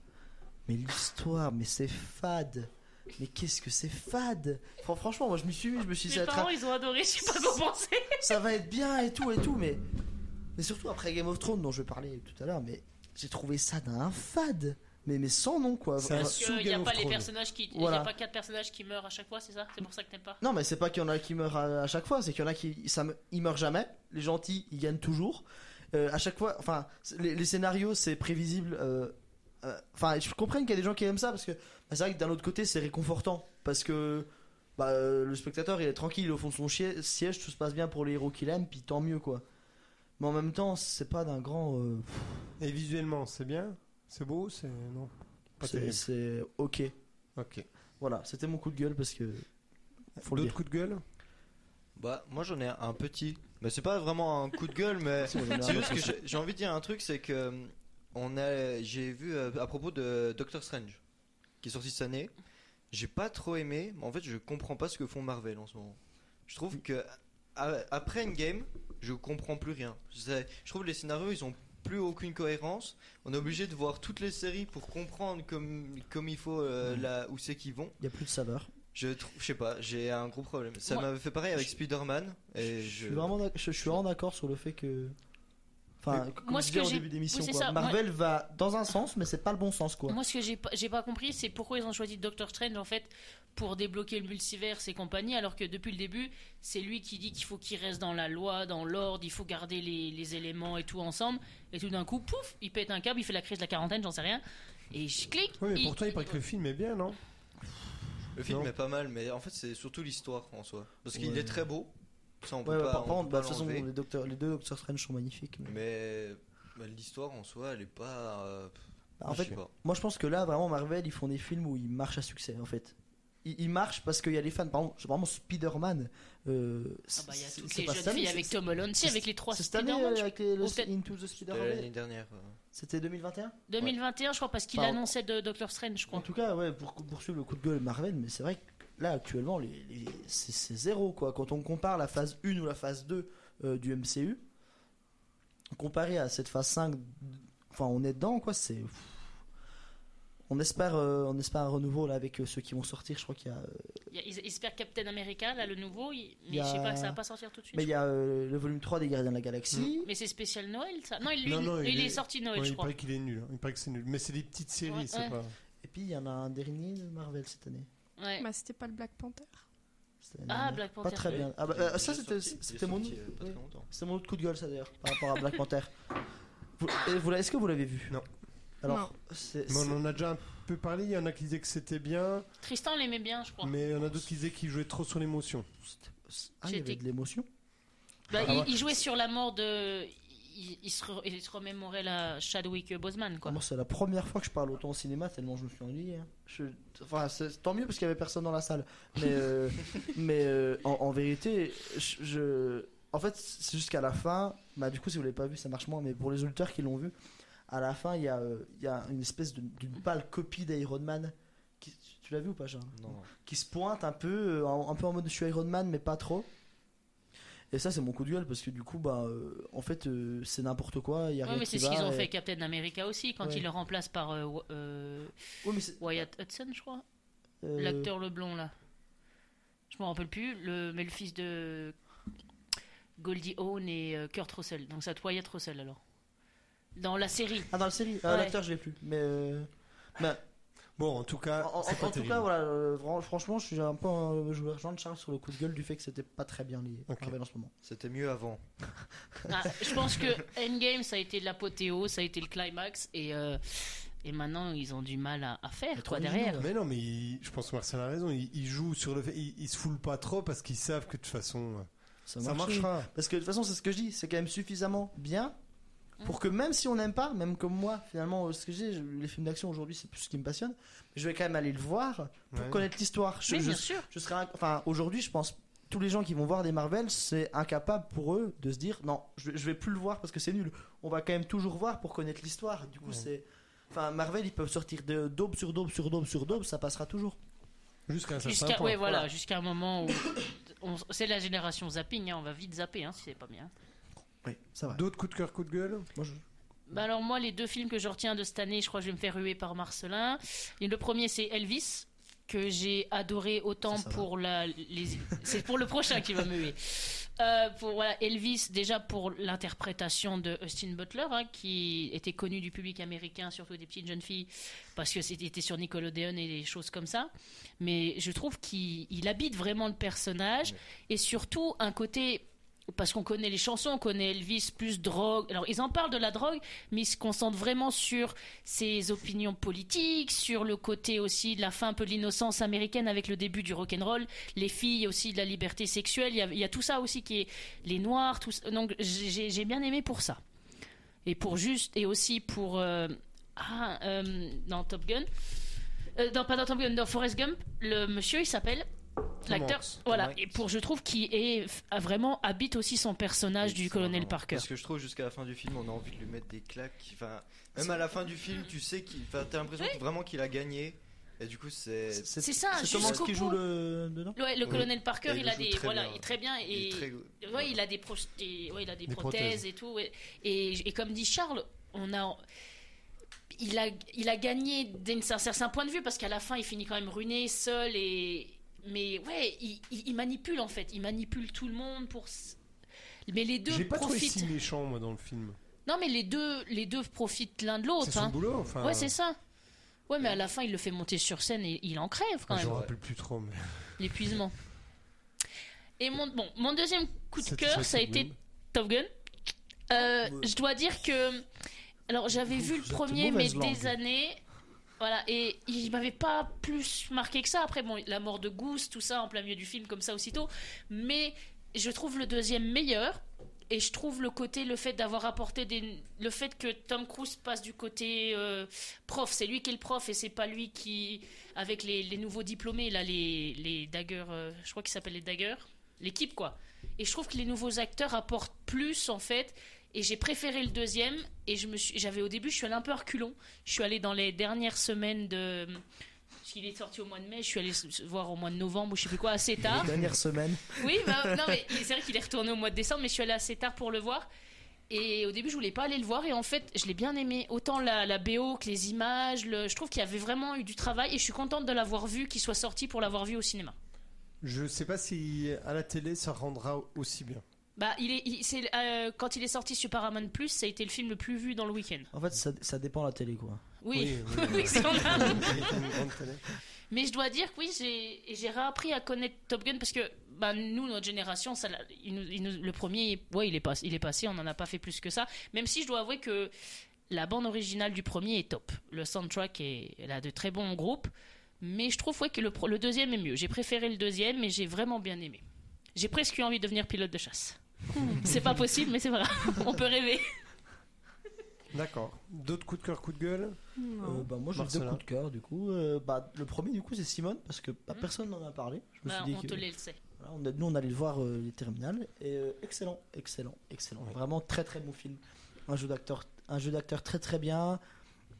S3: Mais l'histoire, mais c'est fade. Mais qu'est-ce que c'est fade Fran- Franchement, moi je me suis mis, je me suis dit, ça
S4: Mes
S3: va être
S4: parents, ils ont adoré, je sais pas quoi penser.
S3: ça va être bien et tout et tout, mais mais surtout après Game of Thrones dont je parlais tout à l'heure, mais j'ai trouvé ça d'un fade, mais mais sans nom quoi.
S1: Ça-
S3: Vra-
S1: Parce que Sous
S4: Il
S1: Game
S4: n'y a
S1: of
S4: pas les
S1: Thrones.
S4: personnages qui. Il y
S3: Voilà.
S4: a pas quatre personnages qui meurent à chaque fois, c'est ça C'est pour ça que t'aimes pas.
S3: Non, mais c'est pas qu'il y en a qui meurent à, à chaque fois, c'est qu'il y en a qui ça me- ils meurent jamais. Les gentils, ils gagnent toujours. Euh, à chaque fois, enfin, c'est- les, les scénarios, c'est prévisible. euh, euh, Enfin, je comprends qu'il y a des gens qui aiment ça parce que bah, c'est vrai que d'un autre côté, c'est réconfortant parce que bah, euh, le spectateur il est tranquille au fond de son chie- siège, tout se passe bien pour les héros qu'il aime, puis tant mieux quoi. Mais en même temps, c'est pas d'un grand. euh,
S1: Et visuellement, c'est bien C'est beau C'est. Non. Pas
S3: c'est-
S1: terrible.
S3: c'est ok.
S1: Ok.
S3: Voilà, c'était mon coup de gueule parce que. Faut
S1: D'autres
S3: le dire.
S1: coups de gueule
S5: Bah, moi j'en ai un petit. Mais c'est pas vraiment un coup de gueule, mais.
S3: C'est mon
S5: C'est
S3: dernier.
S5: juste que j'ai- j'ai envie de dire un truc, c'est que euh, on a, j'ai vu euh, à propos de Doctor Strange, qui est sorti cette année. J'ai pas trop aimé, mais en fait je comprends pas ce que font Marvel en ce moment. Je trouve que a- après Endgame, je comprends plus rien. C'est- Je trouve que les scénarios ils ont plus aucune cohérence. On est obligé de voir toutes les séries pour comprendre comme, comme il faut euh, là où c'est qu'ils vont.
S3: Il y a plus de saveur.
S5: Je trouve, je sais pas, j'ai un gros problème. Ça
S4: Moi-
S5: m'avait fait pareil avec Spider-Man.
S3: je,
S5: Et je...
S3: suis vraiment d'ac- je, je suis vraiment d'accord sur le fait que enfin comme
S4: moi,
S3: je
S4: ce
S3: disais
S4: que
S3: au
S4: j'ai-
S3: début d'émission
S4: oui, c'est
S3: quoi,
S4: ça, moi-
S3: Marvel va dans un sens mais c'est pas le bon sens quoi
S4: Moi, ce que j'ai pas, j'ai pas compris, c'est pourquoi ils ont choisi Doctor Strange en fait pour débloquer le multivers et compagnie, alors que depuis le début, c'est lui qui dit qu'il faut qu'il reste dans la loi, dans l'ordre, il faut garder les, les éléments et tout ensemble. Et tout d'un coup, pouf, il pète un câble, il fait la crise de la quarantaine, j'en sais rien. Et je clique.
S1: Oui, mais pour toi, il paraît que le film est bien, non
S5: Le film
S1: Non.
S5: est pas mal, mais en fait, c'est surtout l'histoire en soi. Parce qu'il
S3: Ouais.
S5: est très beau. Ça, on peut
S3: ouais, ouais,
S5: pas,
S3: par
S5: on
S3: contre
S5: peut
S3: bah,
S5: pas
S3: de toute façon
S5: l'enlever.
S3: les, docteurs, les deux Doctor Strange sont magnifiques mais-
S5: Mais bah, l'histoire en soi, elle est pas. euh, pff,
S3: Bah, en
S5: je
S3: fait
S5: sais pas.
S3: moi je pense que là vraiment Marvel ils font des films où ils marchent à succès en fait ils, ils marchent parce qu'il y a les fans par exemple c'est vraiment Spider-Man euh,
S4: Ah
S3: c'est-
S4: bah, il y a
S3: c'est-
S4: toutes
S3: c'est
S4: les
S3: pas
S4: jeunes
S3: cette année,
S4: filles
S3: c'est-
S4: avec Tom Holland, si,
S3: c'est-
S4: avec les trois
S3: c'est cette année
S4: Spider-Man.
S3: euh,
S4: je-
S3: avec les- le
S4: Ou peut-être-
S3: Into the
S5: De l'année
S3: Spider-Man
S5: dernière. euh.
S3: c'était 2021
S4: 2021, je crois, parce qu'il
S3: Pardon.
S4: annonçait de Doctor Strange, je
S3: En
S4: crois.
S3: tout cas, ouais, pour poursuivre le coup de gueule Marvel, mais c'est vrai que là actuellement, les, les- c'est c'est zéro quoi. Quand on compare la phase 1 ou la phase 2 euh, du MCU, comparé à cette phase 5, enfin on est dedans quoi. C'est on espère, euh, on espère un renouveau là avec euh, ceux qui vont sortir. Je crois qu'il y a, euh,
S4: Il y a- Ils ils espèrent Captain America, là, le nouveau, il-
S3: Il y
S4: mais
S3: a-
S4: je sais pas, ça va pas sortir tout de suite.
S3: mais il y a euh, le volume 3 des Gardiens de la Galaxie.
S4: Mais c'est spécial Noël, ça Non, il, lui-
S1: Non, non,
S4: il
S1: il
S4: est...
S1: est-
S4: sorti Noël,
S1: Ouais,
S4: je
S1: Il
S4: crois.
S1: paraît qu'il est nul. hein. Il paraît que c'est nul. Mais c'est des petites séries,
S4: Ouais,
S1: c'est
S4: ouais.
S1: pas.
S3: Et puis il y en a un dernier de Marvel cette année.
S4: Ouais.
S2: Bah, c'était pas le Black Panther.
S3: Cette année
S4: Ah,
S3: dernière.
S4: Black
S3: Euh, Pas
S4: Panther,
S3: très
S4: oui.
S3: bien. Ah, bah,
S5: Il est
S3: euh, ça
S5: déjà
S3: c'était
S5: sorti, il est
S3: c'était mon.
S5: sorti, euh, Pas
S3: oui.
S5: très longtemps.
S3: C'est mon autre coup de gueule, ça d'ailleurs, par rapport à Black Panther. Vous- et vous l'avez- Est-ce que vous l'avez vu
S1: Non.
S3: Alors, c'est.
S1: Mais
S3: c'est-
S1: on en a déjà un peu parlé. Il y en a qui disaient que c'était bien,
S4: Tristan l'aimait bien, je crois.
S3: Mm.
S1: mais il y en a d'autres qui disaient qu'ils jouaient trop sur l'émotion.
S3: c'est- Ah, il y avait
S4: J'étais-
S3: de l'émotion.
S4: Bah,
S3: Ah
S4: il,
S3: ouais.
S4: il jouait sur la mort de. Il, il se, re- il se remémorait la Chadwick Boseman, quoi.
S3: Moi, c'est la première fois que je parle autant au cinéma, tellement je me suis ennuyé. hein. Je- Enfin, c'est- tant mieux parce qu'il y avait personne dans la salle. Mais, euh, mais euh, en, en vérité, je, je- En fait, c'est jusqu'à la fin. Bah, du coup, si vous l'avez pas vu, ça marche moins. Mais pour les auditeurs qui l'ont vu, à la fin, il y, a, euh, il y a une espèce de- d'une pâle copie d'Iron Man. Qui- Tu l'as vu ou pas, Jean
S5: Non.
S3: qui se pointe un peu, euh, en- un peu en mode je suis Iron Man, mais pas trop. Et ça, c'est mon coup de gueule parce que du coup, bah, euh, en fait, euh, c'est n'importe quoi. Il y a
S4: Ouais,
S3: rien
S4: mais
S3: qui
S4: c'est ce
S3: va,
S4: qu'ils ont
S3: et-
S4: fait Captain America aussi, quand
S3: Ouais.
S4: il le remplace par euh, Wa- euh,
S3: Ouais, mais c'est-
S4: Wyatt Hudson, je crois.
S3: euh,
S4: L'acteur le blond, là. Je me rappelle plus, le, mais le fils de Goldie Hawn et euh, Kurt Russell. Donc ça doit être Wyatt Russell, alors. Dans la série.
S3: Ah, dans la série. Ah,
S4: Ouais.
S3: L'acteur, je l'ai plus. Mais euh, bah,
S1: Bon, en tout cas,
S3: en, en-
S1: Ah, c'est
S3: en
S1: pas
S3: tout
S1: terrible.
S3: cas, voilà. euh, fran- franchement, je suis un peu. euh, je vous rejoins Charles sur le coup de gueule du fait que c'était pas très bien lié
S1: Ok.
S3: Marvel en ce moment.
S5: C'était mieux avant.
S4: Ah, je pense que Endgame, ça a été l'apothéose, ça a été le climax, et, euh, et maintenant ils ont du mal à, à faire, quoi,
S3: trop mignon,
S4: derrière.
S3: là.
S1: Mais non, mais il- je pense que Marcel a raison. Il, il joue sur le fait. Il, il se foule pas trop parce qu'ils savent que de toute façon, euh, ça
S3: marche.
S1: marchera.
S3: Parce que de toute façon, c'est ce que je dis. C'est quand même suffisamment bien
S4: Mm.
S3: Pour que même si on n'aime pas, même comme moi, finalement, euh, ce que j'ai, je- les films d'action aujourd'hui, c'est plus ce qui me passionne. Je vais quand même aller le voir pour
S1: Ouais.
S3: connaître l'histoire. Je,
S4: Mais
S3: je,
S4: bien sûr.
S3: je serais, inc- enfin, aujourd'hui, je pense, tous les gens qui vont voir des Marvel, c'est incapable pour eux de se dire non, je, je vais plus le voir parce que c'est nul. On va quand même toujours voir pour connaître l'histoire. Du coup,
S1: Ouais.
S3: c'est, enfin, Marvel, ils peuvent sortir de daube sur daube sur daube sur daube, ça passera toujours.
S1: Jusqu'à un certain
S4: Jusqu'à
S1: point.
S4: ouais, voilà,
S3: Voilà.
S4: jusqu'à un moment où on- c'est la génération zapping, hein, on va vite zapper hein, si c'est pas bien.
S3: Oui, ça va.
S1: D'autres coups de cœur, coups de gueule
S3: Moi, je-
S4: Bah alors moi, les deux films que je retiens de cette année, je crois que je vais me faire huer par Marcelin. Et le premier, c'est Elvis que j'ai adoré autant
S3: Ça, ça va.
S4: pour la les c'est pour le prochain qui va me huer. Euh, pour voilà Elvis déjà pour l'interprétation de Austin Butler hein, qui était connu du public américain surtout des petites jeunes filles parce que c'était était sur Nickelodeon et des choses comme ça mais je trouve qu'il il habite vraiment le personnage et surtout un côté parce qu'on connaît les chansons, on connaît Elvis plus drogue. Alors ils en parlent de la drogue, mais ils se concentrent vraiment sur ses opinions politiques, sur le côté aussi de la fin un peu de l'innocence américaine avec le début du rock and roll, les filles aussi de la liberté sexuelle. Il y a, il y a tout ça aussi qui est les noirs, tout ça. Donc j'ai j'ai bien aimé pour ça et pour juste et aussi pour euh, ah, euh, dans Top Gun. Euh, dans, pas dans Top Gun, dans Forrest Gump, le monsieur il s'appelle l'acteur.
S1: Hanks.
S4: Voilà,
S5: Tom
S4: et pour je trouve qu'il est a vraiment habite aussi son personnage du
S5: Oui,
S4: colonel
S5: vraiment.
S4: Parker.
S5: Parce que je trouve jusqu'à la fin du film, on a envie de lui mettre des claques. Enfin, même à la fin du film, tu sais qu'il. Enfin, t'as l'impression que vraiment qu'il a gagné. Et du coup, c'est.
S4: C'est ça,
S3: c'est
S4: jusqu'au
S3: Thomas qui joue
S4: bout.
S3: le dedans.
S4: Ouais, le
S5: Oui.
S4: colonel Parker,
S5: Et il
S4: il,
S5: le
S4: a
S5: joue
S4: des
S5: très
S4: voilà,
S5: bien.
S4: il est très bien et
S5: il est très-
S4: Ouais, il a des, pro- des- ouais, il a des,
S1: Des
S4: prothèses,
S1: prothèses.
S4: et tout. ouais. Et, et comme dit Charles, on a, il a, il a gagné d'un cer- certain point de vue parce qu'à la fin, il finit quand même ruiné, seul et. Mais ouais, il, il- il manipule en fait. Il manipule tout le monde pour. s- Mais les deux
S1: J'ai pas trouvé
S4: profitent.
S1: si méchant, moi, dans le film.
S4: Non, mais les deux, les deux profitent l'un de
S1: C'est
S4: l'autre.
S1: son
S4: hein.
S1: boulot, enfin.
S4: Ouais, c'est ça. Ouais, mais à la fin, il le fait monter sur scène et il en crève quand
S1: Je
S4: même.
S1: me rappelle plus trop, mais.
S4: L'épuisement. Et mon, bon, mon deuxième coup de
S1: Cette-
S4: cœur,
S1: cette
S4: ça a été
S1: seconde.
S4: Top Gun. Euh,
S3: Ouais.
S4: je dois dire que. Alors, j'avais
S3: Vous,
S4: vu le
S3: vous êtes
S4: premier, mais
S3: mauvaise
S4: des
S3: langue.
S4: années. Voilà, et il m'avait pas plus marqué que ça. Après, bon, la mort de Goose, tout ça en plein milieu du film, comme ça aussitôt. Mais je trouve le deuxième meilleur. Et je trouve le côté, le fait d'avoir apporté des. Le fait que Tom Cruise passe du côté euh, prof, c'est lui qui est le prof et c'est pas lui qui. Avec les, les nouveaux diplômés, là, les, les dagueurs, euh, je crois qu'ils s'appellent les dagueurs. L'équipe, quoi. Et je trouve que les nouveaux acteurs apportent plus, en fait. Et j'ai préféré le deuxième. Et je me suis, j'avais au début, je suis allée un peu à reculons. Je suis allée dans les dernières semaines de. Parce qu'il est sorti au mois de mai, je suis allée s- s- voir au mois de novembre, ou je sais plus quoi, assez tard.
S3: Dernière semaine.
S4: Oui, bah, non, mais c'est vrai qu'il est retourné au mois de décembre, mais je suis allée assez tard pour le voir. Et au début, je voulais pas aller le voir, et en fait, je l'ai bien aimé. Autant la, la BO que les images, le- je trouve qu'il y avait vraiment eu du travail, et je suis contente de l'avoir vu, qu'il soit sorti pour l'avoir vu au cinéma.
S1: Je sais pas si à la télé ça rendra aussi bien.
S4: Bah, il est, il- c'est, euh, quand il est sorti sur Paramount Plus, ça a été le film le plus vu dans le week-end.
S3: En fait, ça, ça dépend de la télé, quoi.
S4: Oui,
S1: Oui,
S4: oui,
S1: oui, oui.
S4: c'est normal.
S1: Une grande télé.
S4: Mais je dois dire que oui, j'ai j'ai réappris à connaître Top Gun parce que bah, nous, notre génération, ça, l'a- il nous- il nous- le premier, ouais, il est, pas, il est passé, on n'en a pas fait plus que ça. Même si je dois avouer que la bande originale du premier est top. Le soundtrack, est, elle a de très bons groupes. Mais je trouve ouais, que le, pro- le deuxième est mieux. J'ai préféré le deuxième mais j'ai vraiment bien aimé. J'ai presque eu envie de devenir pilote de chasse. c'est pas possible, mais c'est vrai. on peut rêver.
S1: D'accord. D'autres coups de cœur, coups de gueule
S3: Euh, bah, moi j'ai deux
S1: Marcelin.
S3: coups de cœur du coup. Euh, bah, le premier du coup c'est Simone parce que bah,
S4: Mhm.
S3: personne n'en a parlé. Je me
S4: Bah,
S3: suis dit
S4: on
S3: que
S4: te le sait.
S3: voilà, on a- nous on allait le voir euh, les terminales et euh, excellent, excellent, excellent.
S1: Ouais.
S3: Vraiment très très bon film. Un jeu d'acteur, un jeu d'acteur très très bien.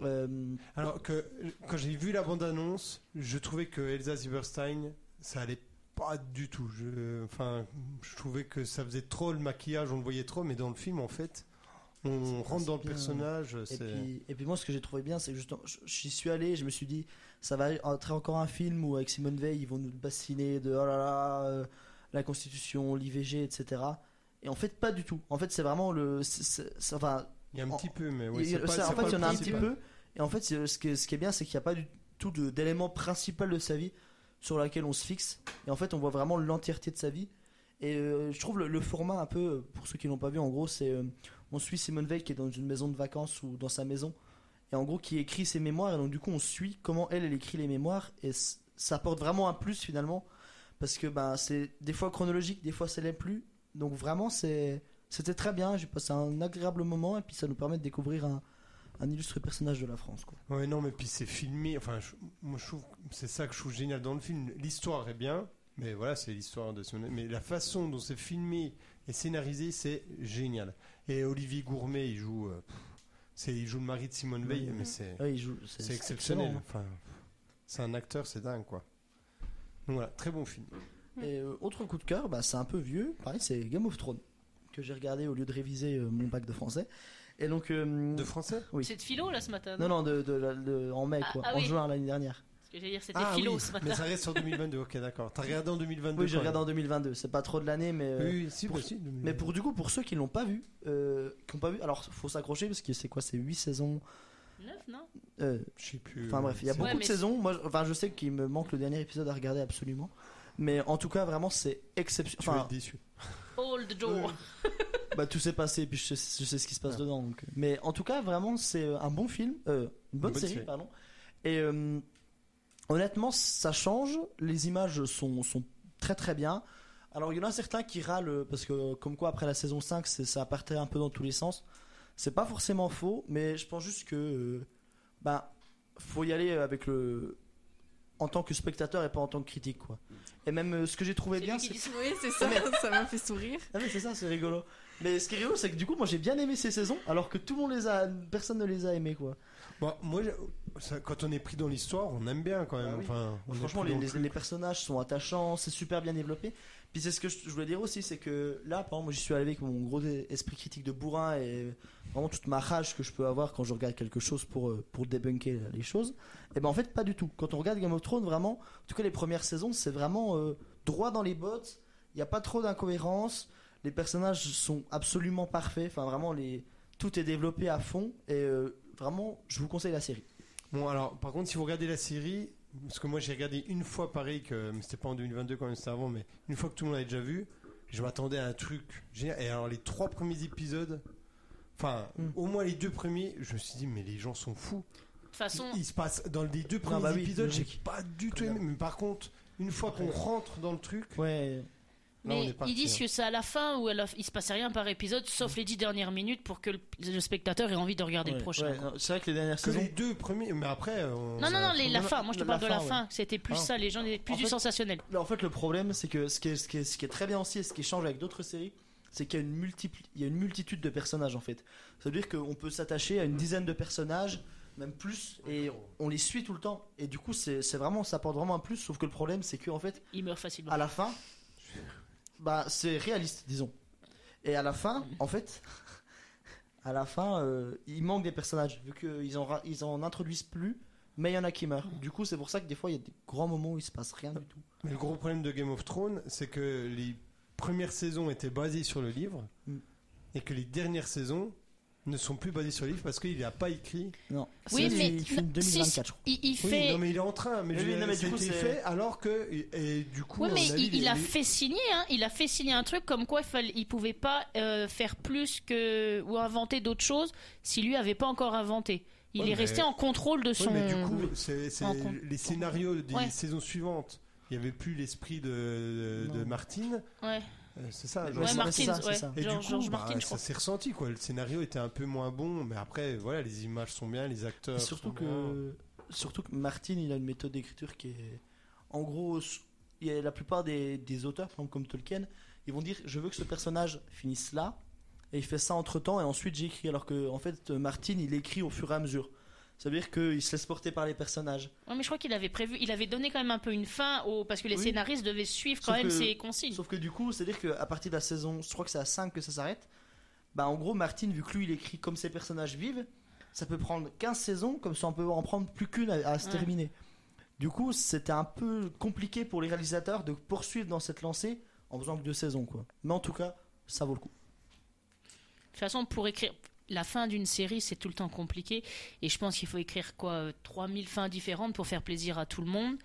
S3: Euh,
S1: Alors que quand j'ai vu la bande-annonce, je trouvais que Elsa Silverstein, ça allait pas du tout. Je, enfin, je trouvais que ça faisait trop le maquillage, on le voyait trop, mais dans le film, en fait, on
S3: C'est-
S1: rentre
S3: c'est
S1: dans le
S3: bien.
S1: personnage.
S3: Et
S1: c'est-
S3: puis, et puis moi, ce que j'ai trouvé bien, c'est que justement, j- j'y suis allé, je me suis dit, ça va entrer encore un film où avec Simone Veil, ils vont nous bassiner de oh là là, euh, la Constitution, l'IVG, etc. Et en fait, pas du tout. En fait, c'est vraiment le. c'est- c'est- c'est- enfin,
S1: Il y a un
S3: en-
S1: petit peu, mais ouais,
S3: il y a-
S1: c'est pas-
S3: ça, en
S1: c'est pas
S3: fait, il y en
S1: le
S3: a un petit
S1: principal.
S3: peu. Et en fait, c'est- ce qui est, ce qui est bien, c'est qu'il n'y a pas du tout de- d'élément principal de sa vie sur laquelle on se fixe. Et en fait, on voit vraiment l'entièreté de sa vie. Et euh, je trouve le, le format un peu, euh, pour ceux qui l'ont pas vu, en gros, c'est euh, on suit Simone Veil qui est dans une maison de vacances ou dans sa maison, et en gros qui écrit ses mémoires. Et donc du coup, on suit comment elle, elle écrit les mémoires, et c- ça apporte vraiment un plus finalement, parce que ben c'est des fois chronologique, des fois c'est l'est plus. Donc vraiment, c'est C'était très bien, j'ai passé un agréable moment et puis ça nous permet de découvrir un, un illustre personnage de la France. Quoi.
S1: Ouais, non, mais puis c'est filmé. Enfin, je- moi, je trouve que c'est ça que je trouve génial dans le film. L'histoire est bien, mais voilà, c'est l'histoire de. Mais la façon dont c'est filmé et scénarisé, c'est génial. Et Olivier Gourmet, il joue. euh, pff, c'est, il joue le mari de Simone Veil,
S3: Oui.
S1: mais c'est,
S3: Ouais, il joue- c'est-
S1: c'est
S3: c'est
S1: exceptionnel.
S3: excellent. hein.
S1: Enfin, c'est un acteur, c'est dingue, quoi. Donc voilà, très bon film.
S4: Mm.
S3: Et euh, autre coup de cœur, bah, c'est un peu vieux, pareil, c'est Game of Thrones que j'ai regardé au lieu de réviser euh, mon bac de français. Et donc euh,
S1: De français
S3: Oui.
S4: C'est de philo là ce matin.
S3: non non de, de la- de- en mai
S4: Ah,
S3: quoi,
S4: ah
S3: en
S4: oui.
S3: juin l'année dernière.
S4: Parce que j'allais dire c'était
S1: Ah,
S4: philo
S1: oui,
S4: ce matin.
S1: mais ça reste sur 2022. Ok, d'accord. T'as regardé en 2022
S3: Oui, j'ai
S1: quand
S3: regardé en 2022. C'est pas trop de l'année, mais euh,
S1: même. Oui, oui, si,
S3: pour-
S1: bah si, 2022.
S3: Mais pour du coup, pour ceux qui l'ont pas vu, euh, qui ont pas vu, alors faut s'accrocher parce que c'est quoi, c'est 8 saisons.
S4: Neuf, non
S3: euh,
S1: je sais plus.
S3: Enfin bref, il y a
S1: C'est-
S3: beaucoup
S4: Ouais,
S3: de
S4: mais-
S3: saisons. Moi, je- enfin, je sais qu'il me manque le dernier épisode à regarder absolument. Mais en tout cas, vraiment, c'est
S1: Tu vas
S3: exceptionnel.
S1: être déçu.
S4: Old
S3: Euh,
S4: door.
S3: Enfin, bah, tout s'est passé, puis je sais, je sais ce qui se passe
S1: Ah.
S3: dedans. donc. euh. Mais en tout cas, vraiment, c'est un bon film, euh, une bonne,
S1: bonne
S3: série,
S1: série.
S3: pardon. Et euh, honnêtement, ça change. Les images sont, sont très très bien. Alors, il y en a certains qui râlent parce que, comme quoi, après la saison 5, c'est- ça partait un peu dans tous les sens. C'est pas forcément faux, mais je pense juste que. euh, bah, faut y aller avec le. En tant que spectateur et pas en tant que critique, quoi. Et même euh, ce que j'ai trouvé
S4: C'est
S3: bien,
S4: lui qui
S3: c'est
S4: dit ça.
S2: Oui, c'est ça, ça m'a fait sourire.
S3: ah mais c'est ça, c'est rigolo. Mais ce qui est rigolo, c'est que du coup, moi j'ai bien aimé ces saisons, alors que tout le monde les a, personne ne les a aimés quoi.
S1: Bon, moi, j'ai- ça- quand on est pris dans l'histoire, on aime bien quand même.
S3: Ah oui.
S1: Enfin, on est
S3: Franchement,
S1: pris
S3: les,
S1: dans le
S3: les-
S1: truc.
S3: les personnages sont attachants, c'est super bien développé. Puis c'est ce que je, je voulais dire aussi, c'est que là, par exemple, moi, j'y suis allé avec mon gros esprit critique de bourrin et vraiment toute ma rage que je peux avoir quand je regarde quelque chose pour, euh, pour débunker les choses. Et ben en fait, pas du tout. Quand on regarde Game of Thrones, vraiment, en tout cas les premières saisons, c'est vraiment euh, droit dans les bottes, il n'y a pas trop d'incohérences, les personnages sont absolument parfaits, enfin vraiment, les, tout est développé à fond et euh, vraiment, je vous conseille la série.
S1: Bon, alors, par contre, si vous regardez la série, parce que moi j'ai regardé une fois pareil, que mais c'était pas en 2022 quand même, c'était avant, mais une fois que tout le monde l'avait déjà vu, je m'attendais à un truc génial. Et alors, les trois premiers épisodes, enfin,
S3: Mm.
S1: au moins les deux premiers, je me suis dit, mais les gens sont fous.
S4: De toute façon,
S1: Il se passe dans les deux premiers
S3: bah oui,
S1: épisodes, j'ai
S3: logique.
S1: pas du tout aimé. Mais par contre, une fois qu'on rentre dans le truc,
S3: Ouais.
S1: là, on est
S4: mais
S1: parti,
S4: ils disent
S1: hein. Mm.
S4: que c'est à la fin où à la- il se passait rien par épisode, sauf les dix dernières minutes pour que le, le spectateur ait envie de regarder le
S3: Ouais,
S4: prochain.
S3: ouais,
S4: quoi.
S3: non, c'est vrai que les dernières
S1: que
S3: saisons,
S1: les deux premiers, mais après, euh, on-
S4: Non, non, non,
S1: ça-
S4: les- la fin. Moi, je te
S3: la
S4: parle de la
S3: fin, ouais.
S4: fin. C'était plus
S3: Ah.
S4: ça. Les gens étaient plus
S3: En
S4: du
S3: fait-
S4: sensationnel.
S3: Là, Bah, en fait, le problème, c'est que ce qui, est, ce, qui est- ce qui est très bien aussi et ce qui change avec d'autres séries, c'est qu'il y, a une multipli- il y a une multitude de personnages en fait. Ça veut dire qu'on peut s'attacher à une dizaine de personnages, même plus, et on les suit tout le temps. Et du coup, c'est c'est vraiment, ça apporte vraiment un plus. Sauf que le problème, c'est que en fait,
S4: Il meurt facilement.
S3: à la fin, bah, c'est réaliste, disons. Et à la fin, en fait, à la fin, euh, il manque des personnages, vu qu'ils en, ra- ils en introduisent plus, mais il y en a qui meurent. Du coup, c'est pour ça que des fois, il y a des grands moments où il se passe rien du tout.
S1: Mais le gros problème de Game of Thrones, c'est que les premières saisons étaient basées sur le livre
S3: Mm.
S1: et que les dernières saisons ne sont plus basées sur le livre parce qu'il n'a pas écrit.
S3: Non.
S4: Oui,
S3: Ça,
S4: mais-
S3: Il fait une
S4: non, si,
S3: 2024, je crois.
S4: Il, il
S1: Oui,
S4: fait.
S1: non mais il est en train, mais,
S3: Mais
S1: je
S3: oui,
S1: veux
S3: non,
S1: dire,
S3: mais du
S1: ça a
S3: coup,
S1: été
S3: c'est-
S1: fait alors que et, et du coup
S4: Ouais,
S1: on
S4: mais
S1: a
S4: il,
S1: vu
S4: il
S1: les-
S4: a
S1: les-
S4: fait signer, hein, il a fait signer un truc comme quoi il, fallait, il pouvait pas euh, faire plus que ou inventer d'autres choses si lui avait pas encore inventé. Il
S1: Ouais,
S4: est
S1: mais-
S4: resté en contrôle de
S1: Ouais,
S4: son.
S1: mais du coup, c'est- c'est
S4: En compte.
S1: les scénarios des
S4: Ouais.
S1: saisons suivantes, il n'y avait plus l'esprit de, de,
S3: Non.
S1: Martine.
S4: Ouais.
S1: Euh, c'est ça.
S3: Ouais,
S1: genre,
S4: Ouais,
S3: c'est-
S4: Martins,
S3: c'est ça, c'est
S4: ouais.
S3: ça.
S1: Et
S4: Genre,
S1: du coup,
S4: George
S1: bah,
S4: Martin, je
S1: ça
S4: crois.
S1: s'est ressenti quoi. Le scénario était un peu moins bon, mais après, voilà, les images sont bien, les acteurs.
S3: Et Euh, surtout
S1: sont bien.
S3: que, surtout que Martin, il a une méthode d'écriture qui est. En gros, s- il y a la plupart des, des auteurs, par exemple, comme Tolkien, ils vont dire Je veux que ce personnage finisse là, et il fait ça entre temps, et ensuite j'écris. Alors que, en fait, Martin, il écrit au fur et à mesure. Ça veut dire qu'il se laisse porter par les personnages.
S4: Ouais, mais je crois qu'il avait prévu, il avait donné quand même un peu une fin au parce que les
S3: Oui.
S4: scénaristes devaient suivre quand
S3: Sauf
S4: même
S3: que-
S4: ses consignes.
S3: Sauf que du coup, c'est-à-dire qu'à partir de la saison, je crois que c'est à 5 que ça s'arrête. Bah, en gros, Martin, vu que lui, il écrit comme ses personnages vivent, ça peut prendre 15 saisons, comme ça on peut en prendre plus qu'une à, à se
S4: Ouais.
S3: terminer. Du coup, c'était un peu compliqué pour les réalisateurs de poursuivre dans cette lancée en faisant que deux saisons, quoi. Mais en tout cas, ça vaut le coup.
S4: De toute façon, pour écrire la fin d'une série, c'est tout le temps compliqué. Et je pense qu'il faut écrire quoi euh, 3000 fins différentes pour faire plaisir à tout le monde.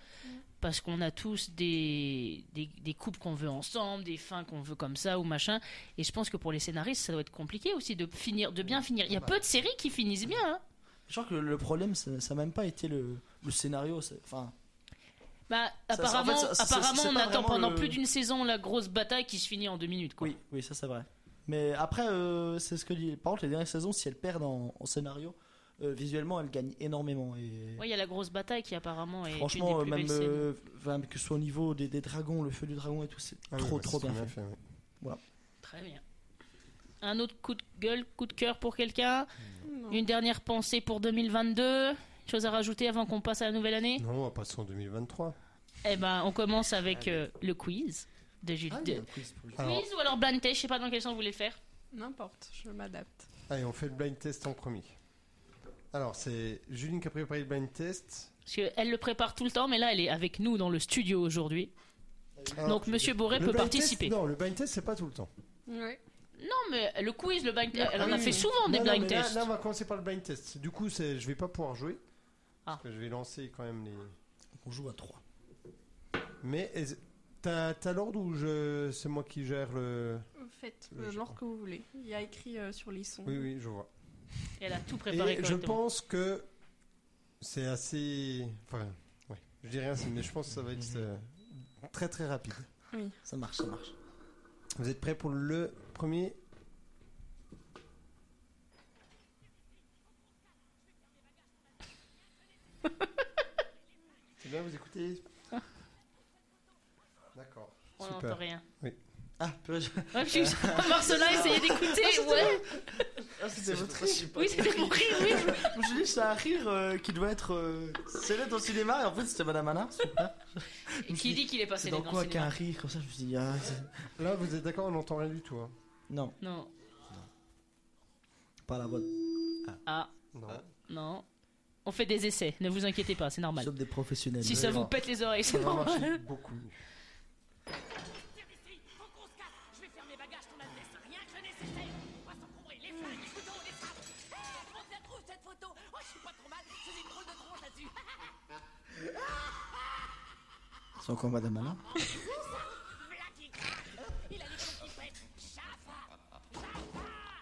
S4: Parce qu'on a tous des, des, des coupes qu'on veut ensemble, des fins qu'on veut comme ça ou machin. Et je pense que pour les scénaristes, ça doit être compliqué aussi de, finir, de bien finir. Il y a peu de séries qui finissent bien. hein.
S3: Je crois que le, le problème, ça ça n'a même pas été le, le scénario. c'est- Enfin,
S4: Bah,
S3: Ça, c'est- en
S4: apparemment,
S3: fait, ça, c'est-
S4: apparemment
S3: c'est
S4: on
S3: pas
S4: attend
S3: vraiment
S4: pendant
S3: le-
S4: plus d'une saison la grosse bataille qui se finit en deux minutes. Quoi.
S3: oui, oui, ça c'est vrai. Mais après, euh, c'est ce que dit. Par contre, les dernières saisons, si elles perdent en, en scénario, euh, visuellement, elles gagnent énormément. Et...
S4: Ouais, il y a la grosse bataille qui apparemment est
S3: Franchement, euh,
S4: une des plus
S3: même
S4: belles scènes.
S3: euh, enfin, que ce soit au niveau des, des dragons, le feu du dragon et tout, c'est
S1: Ah oui,
S3: trop
S1: ouais,
S3: trop
S1: c'est
S3: bien fait.
S1: ouais.
S4: Très bien. Un autre coup de gueule, coup de cœur pour quelqu'un.
S2: Non.
S4: Une dernière pensée pour 2022. Chose à rajouter avant qu'on passe à la nouvelle année
S1: Non, on va passer en 2023.
S4: Eh ben, on commence avec euh, le quiz de Julie.
S3: Ah, il y a
S4: de-
S3: un quiz pour le-
S1: Alors,
S4: Quiz ou alors blind test, je sais pas dans quel sens vous voulez le faire.
S2: N'importe, je m'adapte.
S1: allez, on fait le blind test en premier. Alors, c'est Juline qui a préparé le blind test.
S4: Parce qu'elle le prépare tout le temps, mais là, elle est avec nous dans le studio aujourd'hui.
S1: Alors,
S4: Donc, Monsieur Boré
S1: le
S4: peut
S1: blind
S4: participer.
S1: test- non, le blind test, c'est pas tout le temps.
S2: Ouais.
S4: Non, mais le quiz, le blind test, elle en
S1: Ah
S4: a
S1: oui,
S4: fait
S1: oui.
S4: souvent des
S1: Non, non,
S4: blind
S1: mais là-
S4: tests.
S1: Là, on va commencer par le blind test. Du coup, c'est- je vais pas pouvoir jouer. Parce
S4: Ah.
S1: que je vais lancer quand même les.
S3: On joue à 3.
S1: Mais est-ce- t'as t'as l'ordre ou je... c'est moi qui gère le.
S2: Faites
S1: Euh,
S2: euh,
S1: je
S2: l'or que vous voulez. Il y a écrit euh, sur les sons.
S1: Oui, oui, je vois.
S4: Elle a tout préparé
S1: Et je
S4: correctement.
S1: pense que c'est assez. Enfin, ouais. Je dis rien, c'est- mais je pense que ça va être
S4: Mhm.
S1: euh, très très rapide.
S3: Ça marche, ça marche.
S1: Vous êtes prêts pour le premier C'est bien, vous écoutez D'accord.
S4: On
S1: Super.
S4: n'entend rien.
S3: Ah, purée, je-
S4: Ouais, puis Marcela a essayé d'écouter. ouais.
S3: ah, c'était votre rire.
S4: Oui, c'était mon cri, oui.
S3: Je me suis dit, c'est un rire euh, qui doit être euh, célèbre au cinéma, et en fait, c'était Madame Anna. super.
S4: Et Qui dit qu'il est passé
S3: C'est
S4: dans
S3: dans
S4: le
S3: quoi
S4: cinéma
S3: qu'un rire comme ça Je me suis dit, ah, c'est-
S1: Là, vous êtes d'accord, on n'entend rien du tout. hein.
S3: non,
S4: Non.
S3: pas la bonne.
S4: Ah,
S1: Non.
S5: Ah.
S4: non. On fait des essais, ne vous inquiétez pas, c'est normal.
S3: Sauf des professionnels.
S4: Si
S3: vous
S4: ça
S3: allez
S4: vous
S3: voir.
S4: pète les oreilles,
S1: Ça
S4: c'est
S1: va marcher
S4: normal.
S1: beaucoup mieux.
S3: C'est encore Madame Anna.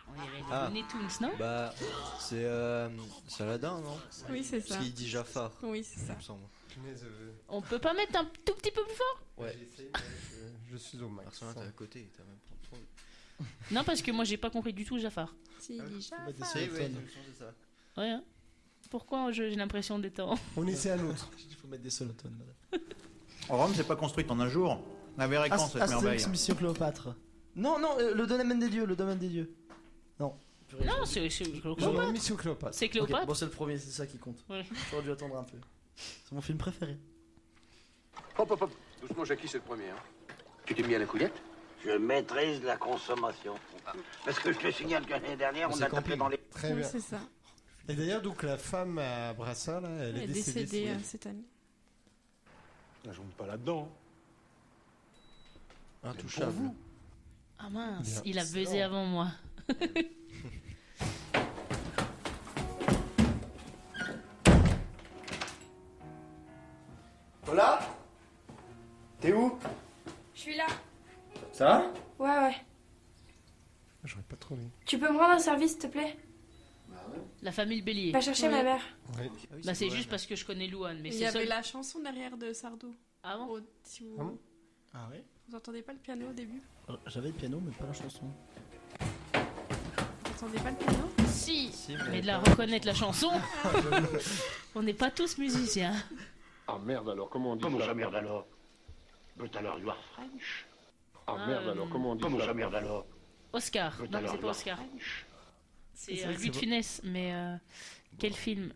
S4: On dirait des
S5: Ah.
S4: Looney Tunes, non
S5: Bah, c'est euh, Saladin, non
S2: Oui, c'est
S5: Parce
S2: ça.
S5: qu'il dit Jafar,
S2: Oui, c'est
S5: il
S2: ça.
S5: me semble.
S1: Punaise, euh,
S4: On peut pas mettre un tout petit peu plus fort
S5: Ouais.
S1: j'essaie, mais je, je suis au max.
S5: Marcelin, t'es à côté, t'as même pas entendu.
S4: Non, parce que moi j'ai pas compris du tout Jafar.
S2: Si, il dit
S3: Bah, des
S5: Si, oui,
S3: sonophones.
S5: j'ai changé ça.
S4: Ouais. hein. Pourquoi je- j'ai l'impression d'être en.
S1: On essaie un autre.
S3: Il faut mettre des sonotones. madame.
S6: Rome, c'est pas construite en un jour. La verre est quand, cette merveille
S3: Astérix, Ah, Mission Cléopâtre. Non, non, euh, le domaine des dieux, le domaine des dieux. Non. Purée,
S4: Non,
S3: je-
S4: c'est c'est Cléopâtre.
S1: J'aurais mis sur Cléopâtre.
S4: C'est
S3: Ok,
S4: Cléopâtre.
S3: bon, c'est le premier, c'est ça qui compte.
S4: Ouais.
S3: J'aurais dû attendre un peu. C'est mon film préféré.
S7: Hop, hop, hop. Doucement, Jackie, c'est le premier. hein. Tu t'es mis à la coulette
S8: Je maîtrise la consommation. Parce que je te signale que l'année dernière, on
S5: C'est
S8: a tapé
S5: camping.
S8: dans les...
S1: Très
S2: Oui,
S1: bien.
S2: c'est ça.
S1: Et d'ailleurs, donc la femme à Brassa, là, elle,
S2: Elle est décédée euh, cette année.
S7: Là, je rentre pas là-dedans.
S5: Intouchable.
S4: Ah mince,
S1: Bien.
S4: il a buzzé
S1: Non.
S4: avant moi.
S6: Voilà T'es où
S9: Je suis là.
S6: Ça va
S9: Ouais, ouais.
S1: J'aurais pas trouvé.
S9: Tu peux me rendre un service, s'il te plaît
S4: La famille Bélier.
S9: Va chercher
S2: Ouais.
S9: ma mère.
S1: Ouais.
S5: Ah oui,
S4: Bah, c'est
S5: Loane.
S4: juste parce que je connais Louane, mais
S2: Bah, Il y
S4: c'est
S2: avait
S4: seul.
S2: la chanson derrière de Sardou.
S4: Ah bon
S2: Oh, si vous...
S1: Ah bon
S3: Ah ouais
S2: vous entendez pas le piano au début
S3: J'avais le piano, mais pas la chanson.
S2: Vous entendez pas le piano
S4: Si
S5: Si,
S4: Mais de la
S5: pas-
S4: reconnaître la chanson On n'est pas tous musiciens.
S7: Ah merde alors, comment on dit
S10: Comment
S7: ça
S10: ça merde alors But alors you are French.
S7: Ah merde
S4: Euh,
S7: alors, comment on dit
S10: Comment
S7: ça
S10: ça merde alors
S4: Oscar.
S10: But
S4: Non,
S10: alors
S4: c'est
S10: you
S4: pas
S10: are
S4: Oscar.
S10: French.
S4: C'est
S1: C'est
S4: euh,
S1: vrai que
S4: Louis de
S1: c'est
S4: Funès, mais euh, quel film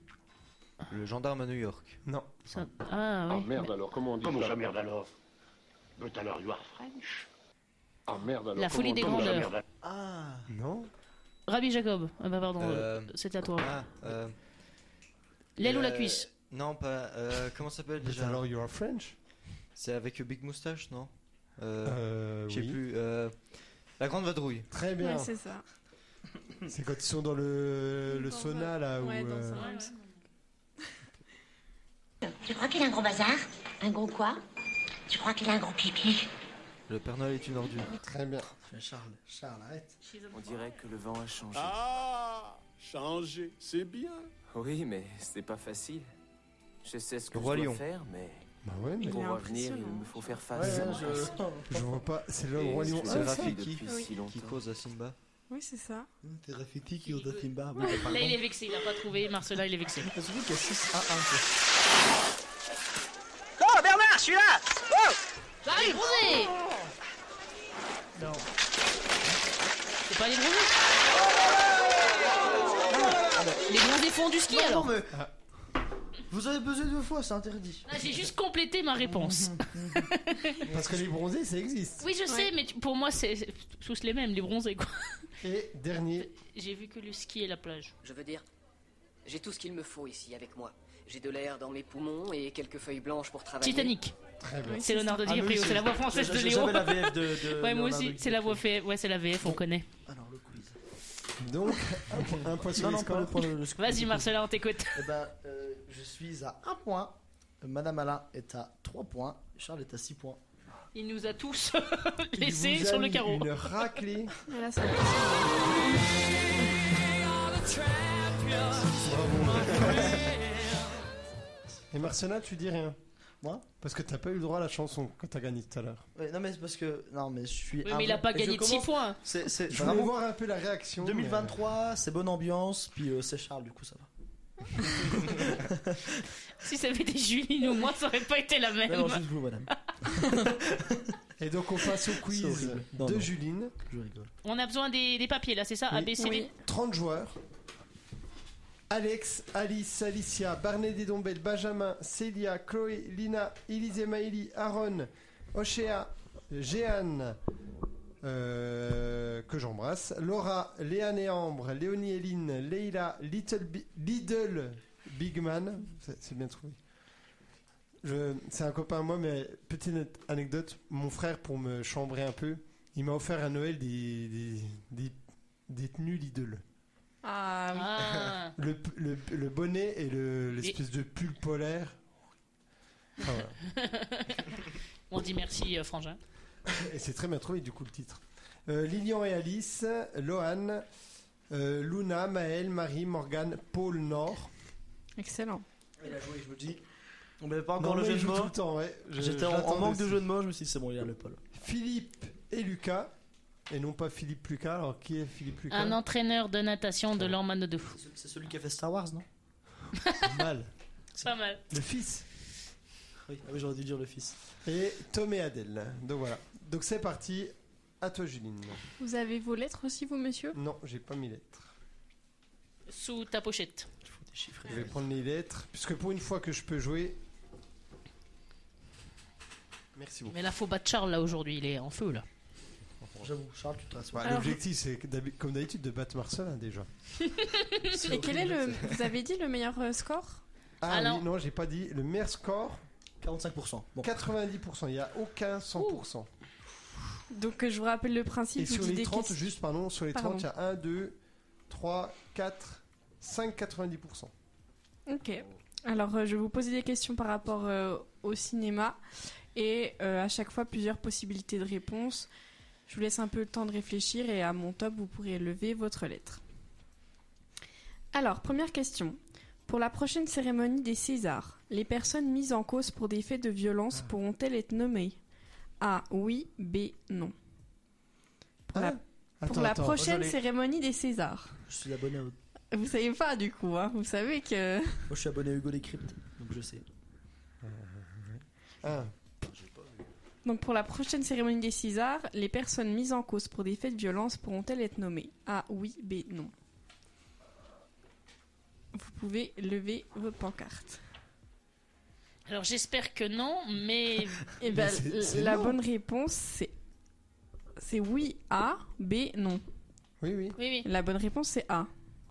S5: Le gendarme à New York.
S1: Non.
S4: Ça- Ah
S7: Ah
S4: oui.
S7: merde alors, comment on dit
S10: Comment
S7: ça
S10: ça merde alors But alors you are French.
S7: Ah merde alors,
S4: La
S7: comment
S4: folie
S7: on
S4: des
S7: dit
S10: Comment ça
S4: grandeurs.
S10: merde alors
S5: Ah
S1: Non
S4: Rabbi Jacob. Ah bah pardon,
S5: Euh,
S4: euh, c'était à toi.
S5: Ah, euh,
S4: L'aile ou la
S5: euh,
S4: cuisse
S5: Non, pas. euh, comment ça s'appelle
S1: Déjà,
S5: déjà
S1: Bah, alors, you are French
S5: C'est avec Big Moustache, non Euh,
S1: Euh,
S5: Je sais
S1: oui.
S5: plus. euh, la grande vadrouille.
S1: Très bien.
S2: Ouais, c'est ça.
S1: c'est quand ils sont dans le, le
S2: Dans
S1: sauna, là,
S2: Ouais,
S1: où...
S2: dans
S1: euh,
S2: un- ouais,
S11: Tu crois qu'il a un gros bazar Un gros quoi Tu crois qu'il a un gros pipi
S5: Le Père Noël est une ordure.
S1: Très bien.
S3: Charles, Charles, arrête.
S8: On dirait que le vent a changé.
S10: Ah Changer, c'est bien.
S8: Oui, mais c'est pas facile. Je sais ce
S5: que Le Roi je dois Lion.
S8: faire, mais...
S1: Bah ouais, mais.
S12: Il Pour est revenir, impressionnant. il me faut faire face.
S1: Ouais, ouais, je...
S12: je-
S1: je vois pas. C'est le roi lion.
S5: C'est
S1: un, ça
S5: Rafiki
S2: Oui. si
S5: qui
S2: longtemps.
S5: cause à Simba.
S2: Oui, c'est ça.
S3: Mmh, C'est Rafiki qui ose à Timba.
S4: Là, il est vexé, il a pas trouvé. Marcela, il est vexé.
S3: Surtout qu'il y a 6 à 1.
S13: Oh, Bernard, je suis là Oh
S4: J'arrive, bronzé
S3: Non.
S4: C'est pas les bronzés Les bronzés font du ski
S3: Non, non,
S4: alors
S3: mais- Vous avez buzzé deux fois, c'est interdit.
S4: Ah, J'ai juste complété ma réponse.
S1: Parce que les bronzés, ça existe.
S4: Oui, je sais, mais tu- pour moi, c'est c'est tous les mêmes, les bronzés, quoi.
S1: Et dernier.
S4: J'ai vu que le ski et la plage.
S14: Je veux dire, j'ai tout ce qu'il me faut ici avec moi. J'ai de l'air dans mes poumons et quelques feuilles blanches pour travailler.
S4: Titanic.
S14: Très bien.
S4: C'est Leonardo
S14: Ah, mais oui,
S4: DiCaprio,
S14: c'est-
S4: c'est la voix française de
S14: j'avais
S4: Léo.
S14: la VF de- de
S4: ouais,
S14: Leonardo
S4: moi aussi, c'est la voix fait. Ouais, c'est la VF, on connaît.
S1: Donc, un, un point sur
S3: Non,
S1: les
S3: non, pas
S1: scores.
S3: le point, le- le score.
S4: Vas-y, Marcela, on t'écoute.
S3: Eh ben, euh, je suis à 1 point. Madame Alain est à 3 points. Charles est à 6 points.
S4: Il nous a tous
S3: Il
S4: laissés
S3: vous a
S4: sur le
S3: mis
S4: carreau.
S3: une
S1: raclée. Et Marcella, tu dis rien.
S3: Moi
S1: Parce que t'as pas eu le droit à la chanson que t'as gagnée tout à l'heure.
S3: Ouais, non, mais c'est parce que. Non, mais je suis.
S4: Oui, mais il a
S3: humble.
S4: pas
S3: Et je
S4: gagné de
S3: commence-
S4: six points.
S3: C'est, c'est
S1: Je voulais voir un peu la réaction,
S3: euh, 2023, c'est bonne ambiance, puis euh, c'est Charles, du coup, ça va.
S4: Si ça avait été Julie ou moi, ça aurait pas été la même.
S3: Non, non, juste vous, madame.
S1: Et donc on passe au quiz
S3: horrible. Non,
S1: de
S3: non.
S1: Juline.
S3: Je rigole.
S4: On a besoin des, des papiers là, c'est ça A, B, C, D.
S1: 30 joueurs. Alex, Alice, Alicia, Barney Dédombel, Benjamin, Célia, Chloé, Lina, Élise Maïli, Aaron, Ochea, Jeanne, euh, que j'embrasse, Laura, Léane et Ambre, Léonie et Lynn, Leila, Little, Bi- Lidl, Big Man, c'est c'est bien trouvé. Je- C'est un copain à moi, mais petite net- anecdote, mon frère, pour me chambrer un peu, il m'a offert à Noël des, des, des, des tenues Lidl.
S2: Ah oui.
S4: Ah.
S1: Le, p- le, le bonnet et le- l'espèce de pull polaire. Enfin, voilà.
S4: On dit merci, euh, Frangin.
S1: Et c'est très bien trouvé du coup le titre. Euh, Lilian et Alice, Lohan, euh, Luna, Maël, Marie, Morgane, Pôle Nord.
S2: Excellent.
S3: Il a joué, je me dis. On n'avait pas encore
S1: Non, mais
S3: le jeu
S1: il
S3: de
S1: joue
S3: mots.
S1: tout le temps, ouais. Je-
S3: J'étais
S1: je
S3: en, en
S1: l'attendais
S3: manque de
S1: aussi.
S3: jeu de mots, je me suis dit, c'est bon, il a le pôle.
S1: Philippe et Lucas. Et non pas Philippe Lucas. Alors qui est Philippe Lucas
S4: Un entraîneur de natation de l'Ormano 2.
S3: C'est celui qui a fait Star Wars, non
S1: Mal.
S4: C'est pas mal.
S1: Le fils.
S3: Oui, ah oui, j'aurais dû dire le fils.
S1: Et Tom et Adèle. Donc voilà. Donc c'est parti. À toi Juline.
S2: Vous avez vos lettres aussi, vous, monsieur
S1: Non, j'ai pas mes lettres.
S4: Sous ta pochette.
S1: Je vais prendre les lettres. Puisque pour une fois que je peux jouer. Merci beaucoup.
S4: Mais là, faut battre Charles là aujourd'hui, il est en feu là.
S3: J'avoue, Charles,
S5: Ah,
S3: tu te
S4: Ah,
S1: Bah,
S3: rassois.
S1: L'objectif, c'est que d'habi- comme d'habitude de battre Marcel hein, déjà.
S2: Et quel est le. Vous avez dit le meilleur euh, score
S1: Ah
S2: Alors-
S1: oui, non, j'ai pas dit. Le meilleur score
S3: 45%. Bon.
S1: 90%. Il n'y a aucun 100%.
S2: Donc euh, je vous rappelle le principe.
S1: Et
S2: vous
S1: sur
S2: dites
S1: les
S2: des
S1: 30,
S2: questions-
S1: juste, pardon, sur les 30, il y a 1, 2, 3, 4, 5, 90%.
S2: Ok. Alors euh, je vais vous poser des questions par rapport euh, au cinéma et euh, à chaque fois plusieurs possibilités de réponse. Je vous laisse un peu le temps de réfléchir et à mon top vous pourrez lever votre lettre. Alors première question. Pour la prochaine cérémonie des Césars, les personnes mises en cause pour des faits de violence pourront-elles être nommées A. Oui. B. Non. Pour la, pour
S3: Attends,
S2: la
S3: attends.
S2: prochaine
S3: Moi, j'en ai-
S2: cérémonie des Césars.
S3: Je suis abonné à... Moi,
S2: Vous savez pas du coup, hein. vous savez que.
S3: je suis abonné à Hugo les Cryptes, donc je sais.
S2: Donc pour la prochaine cérémonie des Césars, les personnes mises en cause pour des faits de violence pourront-elles être nommées A oui, B non. Vous pouvez lever vos pancartes.
S4: Alors j'espère que non, mais.
S2: Et ben, la bonne réponse c'est c'est oui A, B non.
S1: Oui oui.
S4: Oui oui.
S2: La bonne réponse c'est A.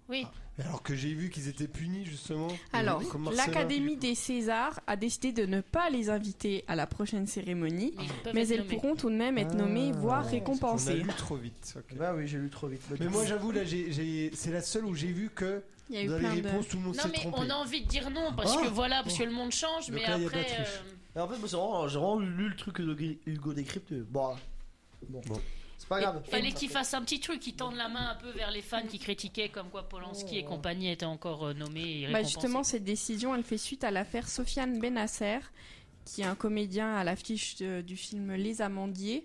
S4: Oui.
S1: Mais Alors que j'ai vu qu'ils étaient punis justement. euh,
S2: Alors,
S1: comme Marcella.
S2: l'Académie des Césars a décidé de ne pas les inviter à la prochaine cérémonie,
S4: peuvent
S2: mais
S4: être
S2: elles
S4: nommées.
S2: pourront tout de
S1: hein.
S2: même être nommées, voire
S1: Ah, On a
S2: récompensées.
S1: lu trop vite. ok.
S3: Bah oui, j'ai lu trop vite.
S1: Mais moi j'avoue là, j'ai- j'ai- c'est la seule où j'ai vu que
S2: Il y a eu
S1: dans les
S2: plein de-
S1: réponses tout le monde
S4: Non
S1: s'est
S4: mais
S1: trompé.
S4: on a envie de dire non parce
S3: Ah.
S4: que voilà, parce que le monde change,
S3: Donc
S4: mais
S3: là, il y a
S4: après.
S3: pas de triche.
S4: euh,
S3: Mais en fait, moi, c'est vraiment- j'ai vraiment lu le truc de Gu- Hugo Décrypte. Bon, bon. c'est pas grave.
S4: Il fallait qu'il fasse un petit truc, qu'il tende la main un peu vers les fans qui critiquaient comme quoi Polanski et compagnie étaient encore euh, nommés et
S2: Bah
S4: récompensés.
S2: justement, cette décision, elle fait suite à l'affaire Sofiane Benasser, qui est un comédien à l'affiche de- du film Les Amandiers,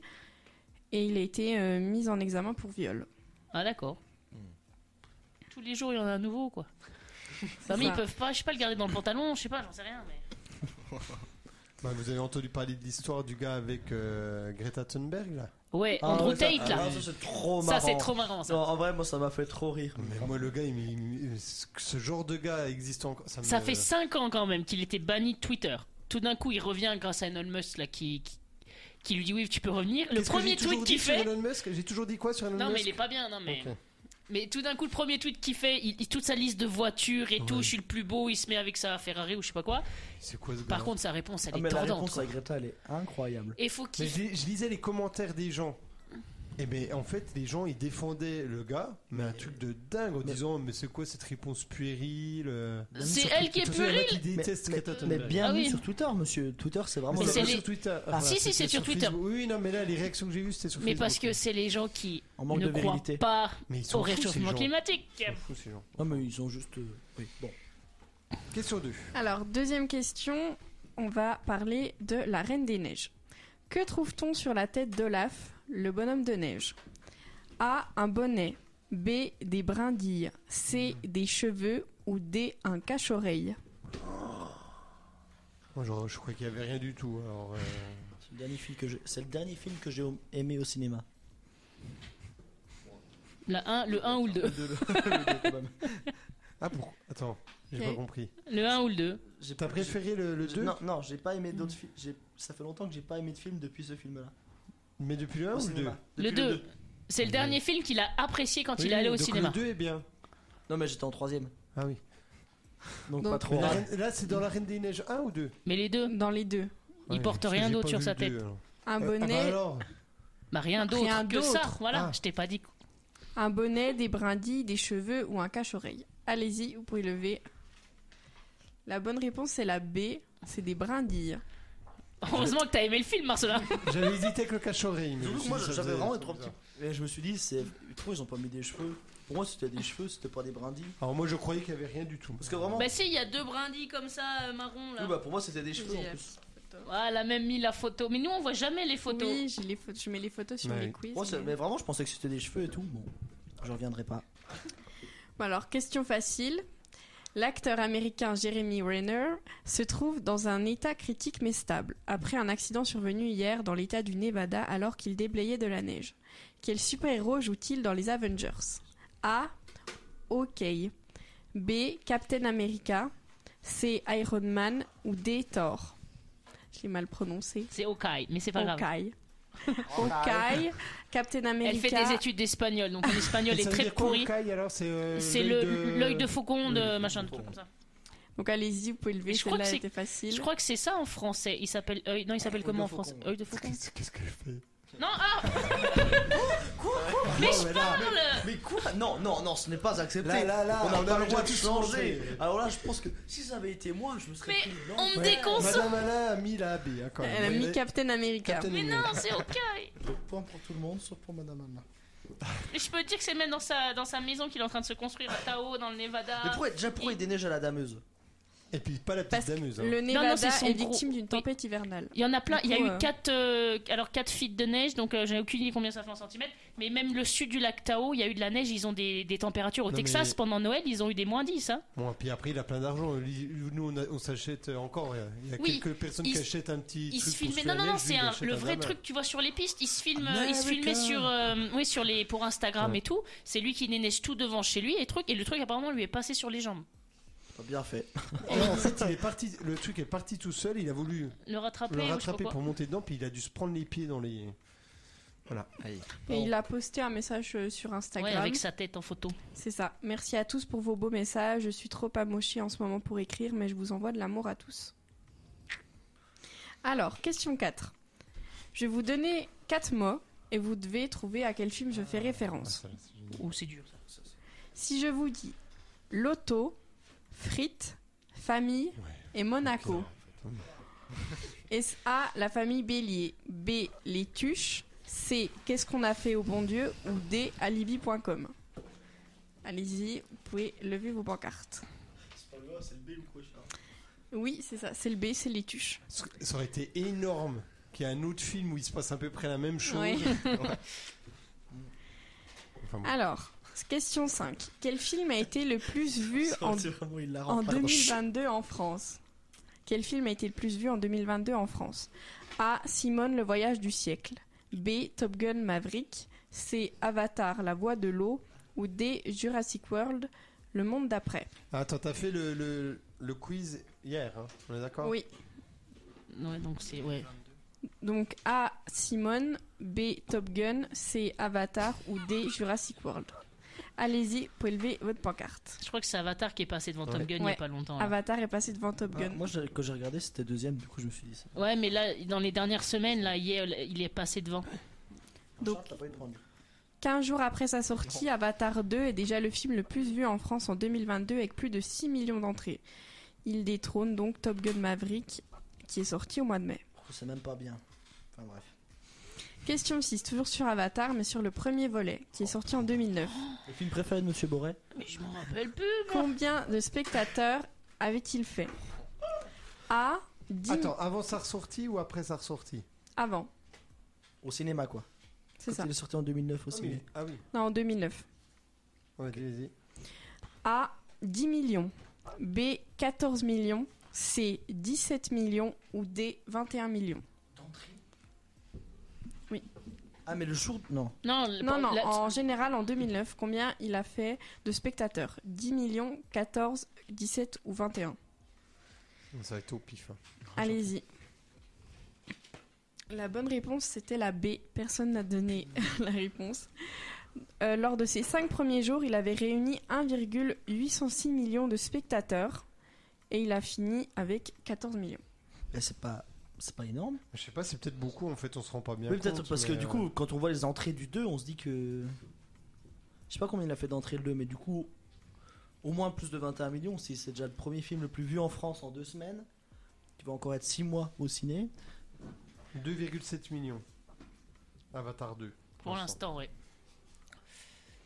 S2: et il a été euh, mis en examen pour viol.
S4: Ah d'accord. Tous les jours, il y en a un nouveau, quoi. Non, Bah, mais
S2: ça.
S4: ils peuvent pas, je sais pas, le garder dans le pantalon, je sais pas, j'en sais rien, mais.
S1: Bah, vous avez entendu parler de l'histoire du gars avec euh, Greta Thunberg là
S4: Ouais,
S1: Ah,
S4: Andrew
S1: ouais, ça-
S4: Tate, là.
S1: ah,
S3: Ça, c'est trop
S4: Ça,
S3: marrant.
S4: c'est trop marrant, ça.
S3: Non, en vrai, moi, ça m'a fait trop rire.
S1: Mais moi, le gars, il, il- il- ce genre de gars existe encore. Ça, me-
S4: Ça fait 5 ans quand même qu'il était banni de Twitter. Tout d'un coup, il revient grâce à Elon Musk là, qui, qui, qui lui dit oui, tu peux revenir. Le
S1: Qu'est-ce que
S4: premier
S1: j'ai toujours
S4: tweet qu'il
S1: dit sur
S4: fait.
S1: Elon Musk J'ai toujours dit quoi sur Elon
S4: Non, mais
S1: Musk
S4: il est pas bien, non, mais.
S1: Ok.
S4: Mais tout d'un coup, le premier tweet qu'il fait, il, il- toute sa liste de voitures et tout, je suis le plus beau, il se met avec sa Ferrari ou je sais pas quoi.
S1: C'est quoi ce gars
S4: Par contre, sa réponse, elle
S3: Ah,
S4: est
S3: mais la
S4: tordante.
S3: réponse
S4: quoi.
S3: à Greta, elle est incroyable.
S4: Et faut qu'il.
S1: Mais je, lis- je lisais les commentaires des gens. Et ben en fait les gens ils défendaient le gars mais un truc de dingue en disant mais c'est quoi cette réponse puérile euh.
S4: C'est Surtout- elle qui est
S1: De toute façon, il y en a qui
S4: puérile
S1: détestent
S3: mais,
S1: Greta
S3: mais
S1: Thunberg.
S4: Ah
S3: bienvenue sur Twitter, monsieur. Twitter, c'est vraiment.
S1: Mais
S3: le-
S1: c'est les- sur Twitter. Ah,
S4: si, si, c'est sur Twitter.
S1: Facebook. Oui, oui, non, mais là, les réactions que j'ai vues, c'était sur
S4: Mais
S1: Facebook.
S4: parce que c'est les gens qui
S3: En manque
S4: ne
S3: de
S4: croient
S3: virilité.
S4: pas
S1: Mais ils sont
S4: au
S1: fous, ces
S4: réchauffement
S1: gens.
S4: climatique.
S3: Non, mais ils ont juste. euh, oui, bon.
S1: Question 2.
S2: Alors, deuxième question, on va parler de la Reine des Neiges. Que trouve-t-on sur la tête d'Olaf, le bonhomme de neige A. Un bonnet. B. Des brindilles. C. Des cheveux. Ou D. Un cache-oreille.
S1: Moi, genre, je crois qu'il y avait rien du tout. Alors, euh,
S3: C'est le dernier film que j'ai- c'est le dernier film que j'ai aimé au cinéma.
S4: La un- le 1 ou le 2
S1: Ah, pour... Attends, j'ai
S3: Ok.
S1: pas compris.
S4: Le 1 ou le 2
S3: J'ai
S1: T'as préféré le, le 2
S3: Non, non, j'ai pas aimé d'autres films. j'ai- Ça fait longtemps que j'ai pas aimé de film depuis ce film-là.
S1: Mais depuis le 1 Ah,
S3: Au
S1: ou le 2
S3: cinéma.
S4: Le
S3: Depuis
S4: 2. C'est le dernier film qu'il a apprécié quand
S3: Oui,
S4: il est allé au
S3: donc
S4: cinéma.
S1: Le 2 est bien.
S3: Non, mais j'étais en troisième.
S1: Ah oui.
S3: Donc,
S4: Donc,
S3: pas trop.
S1: Mais la
S3: grave.
S1: Reine- Là, c'est dans La Reine des Neiges 1 ou 2
S4: Mais les deux
S2: Dans les deux.
S4: Il porte
S1: parce que
S4: rien
S1: j'ai
S4: d'autre
S1: pas
S4: sur
S1: vu
S4: sa
S1: le deux,
S4: tête.
S1: alors.
S2: Un
S1: Euh,
S2: bonnet.
S1: Ah bah alors
S4: Bah, rien d'autre
S2: Rien
S4: que ça,
S2: d'autre.
S4: voilà,
S2: Ah.
S4: je t'ai pas dit.
S2: Un bonnet, des brindilles, des cheveux ou un cache-oreille. Allez-y, vous pouvez lever. La bonne réponse, c'est la B. C'est des brindilles.
S4: Heureusement que t'as aimé le film, Marcelin.
S1: J'avais hésité avec le cache-oreille. mais je me
S3: Surtout que
S1: suis
S3: moi
S1: dit, ça
S3: j'avais
S1: faisait-
S3: vraiment
S1: ça
S3: des trop
S1: faisait
S3: petit. Et je me suis dit, c'est. Pourquoi ils ont pas mis des cheveux Pour moi c'était des cheveux, c'était pas des brindilles.
S1: Alors moi je croyais qu'il y avait rien du tout. Parce
S3: que vraiment.
S4: Bah si, il y a deux brindilles comme ça, euh, marron là.
S3: Oui, bah, pour moi c'était des cheveux en
S4: J'ai la
S3: plus.
S4: Ah, elle a même mis la photo. Mais nous, on voit jamais les photos.
S2: Oui, j'ai les photos- je mets les photos sur les quiz.
S3: Moi, c'est-
S2: mais-
S3: mais vraiment je pensais que c'était des cheveux et tout. Bon, je reviendrai pas.
S2: Bon, alors, question facile. L'acteur américain Jeremy Renner se trouve dans un état critique mais stable, après un accident survenu hier dans l'état du Nevada alors qu'il déblayait de la neige. Quel super-héros joue-t-il dans les Avengers A. OK. B. Captain America. C. Iron Man. Ou D. Thor. Je l'ai mal prononcé.
S4: C'est Okai, mais c'est pas grave.
S2: Okai. Okai, Captain America.
S4: Elle fait des études d'espagnol, donc l'espagnol
S1: Ça
S4: est
S1: veut
S4: très
S1: dire quoi,
S4: pourri.
S1: Hawkeye, alors c'est euh,
S4: C'est le- l'œil de... faucon, de machin, de truc comme ça.
S2: Donc allez-y, vous pouvez lever,
S4: Je crois que
S2: celle-là
S4: c'est-
S2: était facile.
S4: Je crois que c'est ça en français. Il s'appelle œil. Non, il s'appelle comment en français Œil de faucon.
S1: Qu'est-ce que je fais
S4: Non, ah
S3: Mais
S4: je parle
S3: Mais quoi Non, non, non, ce n'est pas accepté.
S1: Là, là, là,
S3: on n'a
S1: on
S3: pas
S1: a
S3: le droit de
S1: déjà
S3: changer.
S1: changé.
S3: Alors là, je pense que si ça avait été moi, je me serais. Mais
S4: on me déconcentre.
S1: Madame Alain a mis la B, hein, quand même.
S2: Elle a
S1: Ouais,
S2: mis
S1: mais-
S2: Captain America.
S1: Captain
S4: Mais non, c'est Okai.
S3: Euh, Point pour tout le monde, sauf pour Madame Anna.
S4: Et je peux te dire que c'est même dans sa, dans sa maison qu'il est en train de se construire à Tao, dans le Nevada.
S3: Mais pourquoi déjà
S2: Ah,
S3: pourquoi il déneige à la dameuse
S1: Et puis pas la petite dameuse. hein.
S2: Le
S4: Non, non,
S2: Nevada
S4: c'est son
S2: est
S4: gros-
S2: victime d'une tempête hivernale.
S4: Il y en a plein,
S2: Du
S4: il y a
S2: coup,
S4: eu
S2: euh,
S4: 4 alors 4 feet de neige, donc euh, j'ai aucune idée combien ça fait en centimètres, mais même le sud du lac Tao, il y a eu de la neige, ils ont des, des températures au
S1: Non,
S4: Texas
S1: mais-
S4: pendant Noël, ils ont eu des moins 10 hein.
S1: Bon, et puis après, il a plein d'argent. Lui- Nous, on, a- on s'achète encore. Il y a
S4: Oui,
S1: quelques personnes
S4: il
S1: qui
S4: s-
S1: achètent un petit.
S4: Ils
S1: truc
S4: se
S1: pour
S4: filmaient
S1: faire
S4: non non non,
S1: neige, lui,
S4: c'est
S1: il
S4: un-
S1: achète
S4: le
S1: un
S4: vrai
S1: drama.
S4: truc, tu vois sur les pistes, ils se filment
S1: America.
S4: ils se filmaient sur euh, oui, sur les pour Instagram
S1: Ouais.
S4: et tout, c'est lui qui déneige tout devant chez lui et truc et le truc apparemment lui est passé sur les jambes.
S3: T'as bien fait.
S1: Non, en fait, il est parti, le truc est parti tout seul. Il a voulu
S4: Le rattraper,
S1: le
S4: ou je sais pas
S1: rattraper
S4: quoi.
S1: pour monter dedans, puis il a dû se prendre les pieds dans les. Voilà.
S2: Et il a posté un message euh, sur Instagram.
S4: Ouais, avec sa tête en photo.
S2: C'est ça. Merci à tous pour vos beaux messages. Je suis trop amochée en ce moment pour écrire, mais je vous envoie de l'amour à tous. Alors, question 4. Je vais vous donner 4 mots et vous devez trouver à quel film je fais référence.
S4: Oh, c'est dur ça.
S2: Si je vous dis loto, frites, famille et Monaco. Est-ce A, la famille Bélier B, les tuches C, qu'est-ce qu'on a fait au bon Dieu Ou D, alibi.com Allez-y, vous pouvez lever vos pancartes.
S3: C'est pas grave, c'est le B ou quoi
S2: Oui, c'est ça. C'est le B, c'est les tuches.
S1: Ça aurait été énorme qu'il y ait un autre film où il se passe à peu près la même chose.
S2: Ouais.
S1: Enfin, bon.
S2: Alors, question 5. Quel film a été le plus vu
S3: Ça
S2: en,
S3: aurait été vraiment hilarant,
S2: en
S3: pardon.
S2: 2022 en France Quel film a été le plus vu en 2022 en France A. Simone, le voyage du siècle. B. Top Gun Maverick. C. Avatar, la voix de l'eau. Ou D. Jurassic World, le monde d'après.
S1: Ah, Attends, t'as fait le, le, le quiz hier, hein on est d'accord
S2: Oui.
S4: Ouais, donc c'est. Ouais.
S2: Donc A. Simone, B. Top Gun, C. Avatar ou D. Jurassic World. Allez-y, vous pouvez lever votre pancarte.
S4: Je crois que c'est Avatar qui est passé devant Top Gun il y a
S2: Ouais.
S4: pas longtemps. hein. là.
S2: Avatar est passé devant Top
S3: Ah,
S2: Gun.
S3: moi, j'ai- quand j'ai regardé, c'était deuxième, du coup, je me suis dit ça.
S4: Ouais, mais là, dans les dernières semaines, là, il est, il est passé devant.
S2: Donc, 15 jours après sa sortie, Avatar 2 est déjà le film le plus vu en France en 2022 avec plus de 6 millions d'entrées. Il détrône donc Top Gun Maverick qui est sorti au mois de mai.
S3: Je trouve ça même pas bien. Enfin, bref.
S2: Question 6, toujours sur Avatar mais sur le premier volet qui est sorti en 2009.
S3: Le film préféré de Monsieur Boré
S4: Mais je m'en rappelle plus.
S2: Combien de spectateurs avait-il fait A. 10
S1: Attends, avant sa ressortie ou après sa ressortie
S2: Avant,
S3: Au cinéma, quoi.
S2: c'est
S3: Quand
S2: ça.
S3: Il est sorti en 2009 au
S1: Ah
S3: cinéma.
S1: oui. Ah oui.
S2: Non, en 2009.
S1: Ouais, vas-y.
S2: A. 10 millions. B. 14 millions. C. 17 millions. Ou D. 21 millions.
S3: Ah, mais le jour. Non.
S4: Non,
S2: Non, non,
S4: la-
S2: en général, en 2009, combien il a fait de spectateurs 10 millions, 14, 17 ou 21
S1: Ça va être au pif. hein.
S2: Allez-y. La bonne réponse, c'était la B. Personne n'a donné la réponse. Euh, lors de ses cinq premiers jours, il avait réuni 1,806 millions de spectateurs et il a fini avec 14 millions.
S3: Mais c'est pas. C'est pas énorme.
S1: Je sais pas, c'est peut-être beaucoup en fait, on se rend pas bien
S3: Oui,
S1: compte.
S3: peut-être parce que
S1: mais,
S3: du
S1: euh,
S3: coup, quand on voit les entrées du 2, on se dit que. Je sais pas combien il a fait d'entrées le 2, mais du coup, au moins plus de 21 millions. Si c'est déjà le premier film le plus vu en France en deux semaines, qui va encore être 6 mois au ciné.
S1: 2,7 millions. Avatar 2.
S4: Pour l'instant, ouais.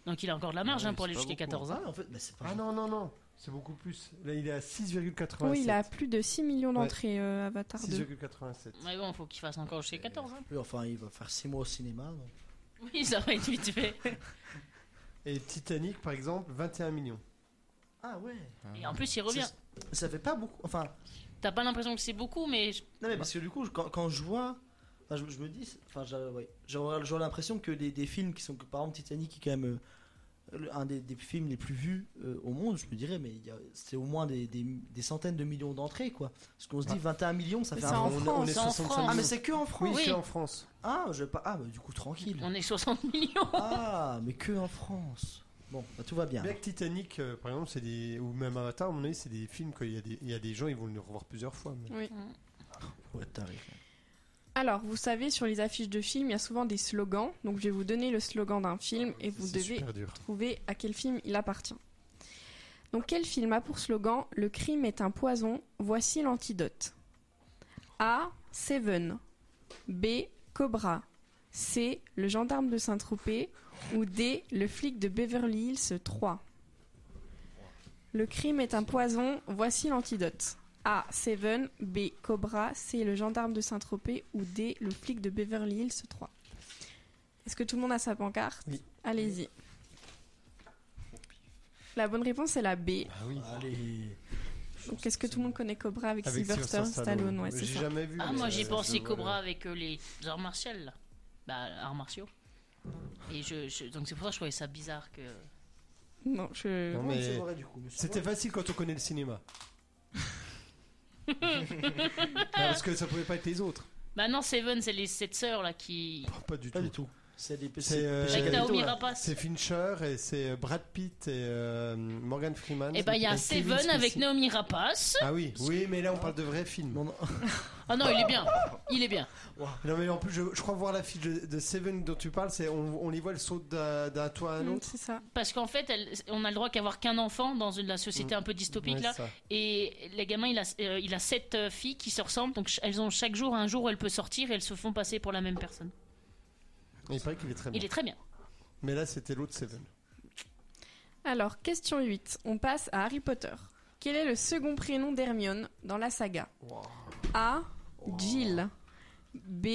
S4: Donc il a encore de la marge hein, pour aller jusqu'à 14 ans.
S1: Ah,
S3: en fait, mais c'est pas
S1: Ah non, non, non, c'est beaucoup plus. Là, il est à 6,87.
S2: Oui, il a plus de 6 millions
S1: Ouais.
S2: d'entrées, euh, Avatar 2.
S1: 6,87.
S4: Mais bon, faut qu'il fasse encore jusqu'à 14 ans.
S3: Oui, enfin, il va faire 6 mois au cinéma. donc.
S4: Oui, ça va être vite fait.
S1: Et Titanic, par exemple, 21 millions.
S3: Ah ouais.
S4: Et en plus, il revient.
S3: Ça, ça fait pas beaucoup. Enfin,
S4: T'as pas l'impression que c'est beaucoup, mais. je-
S3: Non mais parce que du coup, je- quand, quand je vois, enfin, je, je me dis, c'est- enfin, j'ai ouais, j'ai- j'ai l'impression que des, des films qui sont, que, par exemple, Titanic, qui est quand même euh, le- un des, des films les plus vus euh, au monde, je me dirais, mais il y a- c'est au moins des, des- des centaines de millions d'entrées, quoi. Parce qu'on se dit 21 millions, ça
S2: Mais
S3: fait
S2: c'est
S3: un
S1: Ah,
S2: en
S3: on est-
S2: France,
S3: on est
S2: c'est en
S3: 65
S2: France.
S3: Ah mais c'est que en France.
S1: Oui, c'est en France.
S3: Ah, je vais pas. Ah, bah, du coup, tranquille.
S4: On est 60 millions.
S3: Ah, mais que en France. Bon, bah, tout va bien.
S1: Bien que Titanic, euh, par exemple, c'est des. Ou même Avatar, à mon avis, c'est des films qu'il y, a des- il y a des gens, ils vont le revoir plusieurs fois. mais-
S2: Oui.
S3: Ouais, t'arrives.
S2: Alors, vous savez, sur les affiches de films, il y a souvent des slogans. Donc, je vais vous donner le slogan d'un film et vous
S1: c'est
S2: devez
S1: super dur.
S2: trouver à quel film il appartient. Donc, quel film a pour slogan Le crime est un poison, voici l'antidote A. Seven. B. Cobra. C. Le gendarme de Saint-Tropez. Ou D. Le flic de Beverly Hills 3. Le crime est un poison, voici l'antidote. A. Seven, B. Cobra, C. Le gendarme de Saint-Tropez ou D. Le flic de Beverly Hills 3. Est-ce que tout le monde a sa pancarte
S1: Oui.
S2: Allez-y. La bonne réponse est la B.
S1: Ah oui.
S3: Allez.
S2: Donc est-ce que tout le monde connaît Cobra avec, Sylvester
S1: Sylvester
S2: Stallone Ouais, c'est
S1: J'ai
S2: ça.
S1: jamais vu.
S4: Ah,
S1: mais
S4: moi
S1: ça-
S4: j'ai
S1: ça
S4: pensé
S1: se voit,
S4: Cobra
S1: là.
S4: avec euh, les arts martiaux là. Bah, arts martiaux. Et je, je- donc c'est pour ça que je trouvais ça bizarre que.
S2: Non, je.
S1: Non,
S3: Bon,
S1: mais-
S3: Monsieur Boré, du coup, Monsieur
S1: C'était
S3: Boré.
S1: facile quand on connaît le cinéma. Non, parce que ça pouvait pas être les autres.
S4: Bah, non, Seven, c'est les 7 sœurs là qui.
S1: Oh, Pas du
S3: Pas
S1: tout.
S3: du tout. C'est des
S1: C'est euh,
S4: Avec Naomi
S1: là.
S4: Rapace.
S1: C'est Fincher et c'est Brad Pitt et euh, Morgan Freeman.
S4: Et bah, il y
S1: Et
S4: a
S1: Ah, Kevin
S4: Seven avec
S1: Spacey.
S4: Naomi Rapace.
S1: Ah oui, oui, mais là on parle de vrais films.
S3: Non, non.
S4: Ah non, il est bien. Il est bien.
S1: Non, mais en plus, je, je crois voir la fiche de, de Seven dont tu parles, c'est on, on les voit le saut d'un d'un toit à un
S2: Mm,
S1: autre.
S2: C'est ça.
S4: Parce qu'en fait, elle- on a le droit qu'avoir qu'un enfant dans une, la société un peu dystopique
S1: Mm. Ouais,
S4: Hmm, là.
S1: c'est ça.
S4: Et les gamins, il a, euh, il a sept euh, filles qui se ressemblent. Donc ch- elles ont chaque jour un jour où elles peuvent sortir et elles se font passer pour la même personne.
S1: Il paraît qu'il est très bien.
S4: Il est très bien.
S1: Mais là, c'était l'autre Seven.
S2: Alors, question 8. On passe à Harry Potter. Quel est le second prénom d'Hermione dans la saga A. Jill. B.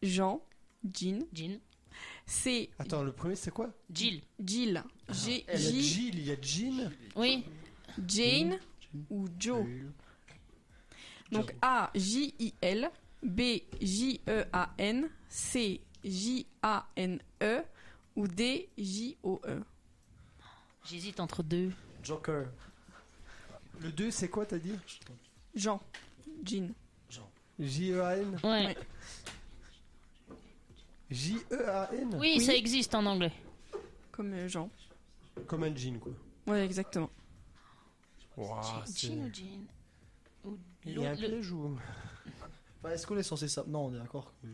S2: Jean. Jean.
S4: Jean.
S2: C.
S1: Attends, le premier c'est quoi
S4: Jill.
S2: Jill. G.
S1: Il y
S4: Euh,
S1: a
S2: J-
S1: Jill, il y a Jean.
S2: Oui. Jane ou Joe. Donc A J I L, B J E A N, C J A N E ou D J O E.
S4: J'hésite entre deux.
S3: Joker.
S1: Le 2 c'est quoi t'as dit
S2: Jean, Jean.
S1: J-E-A-N
S4: Ouais.
S1: E J-E-A-N
S4: Oui, ça existe en anglais.
S2: Comme euh, Jean.
S1: Comme un jean quoi.
S2: Ouais, exactement.
S1: Ouah, Ah, c'est-
S4: Jean ou Jean Ou
S3: Il y a un
S4: le-
S3: piège ou. Bah, Est-ce qu'on est censé ça Non, on est d'accord. que-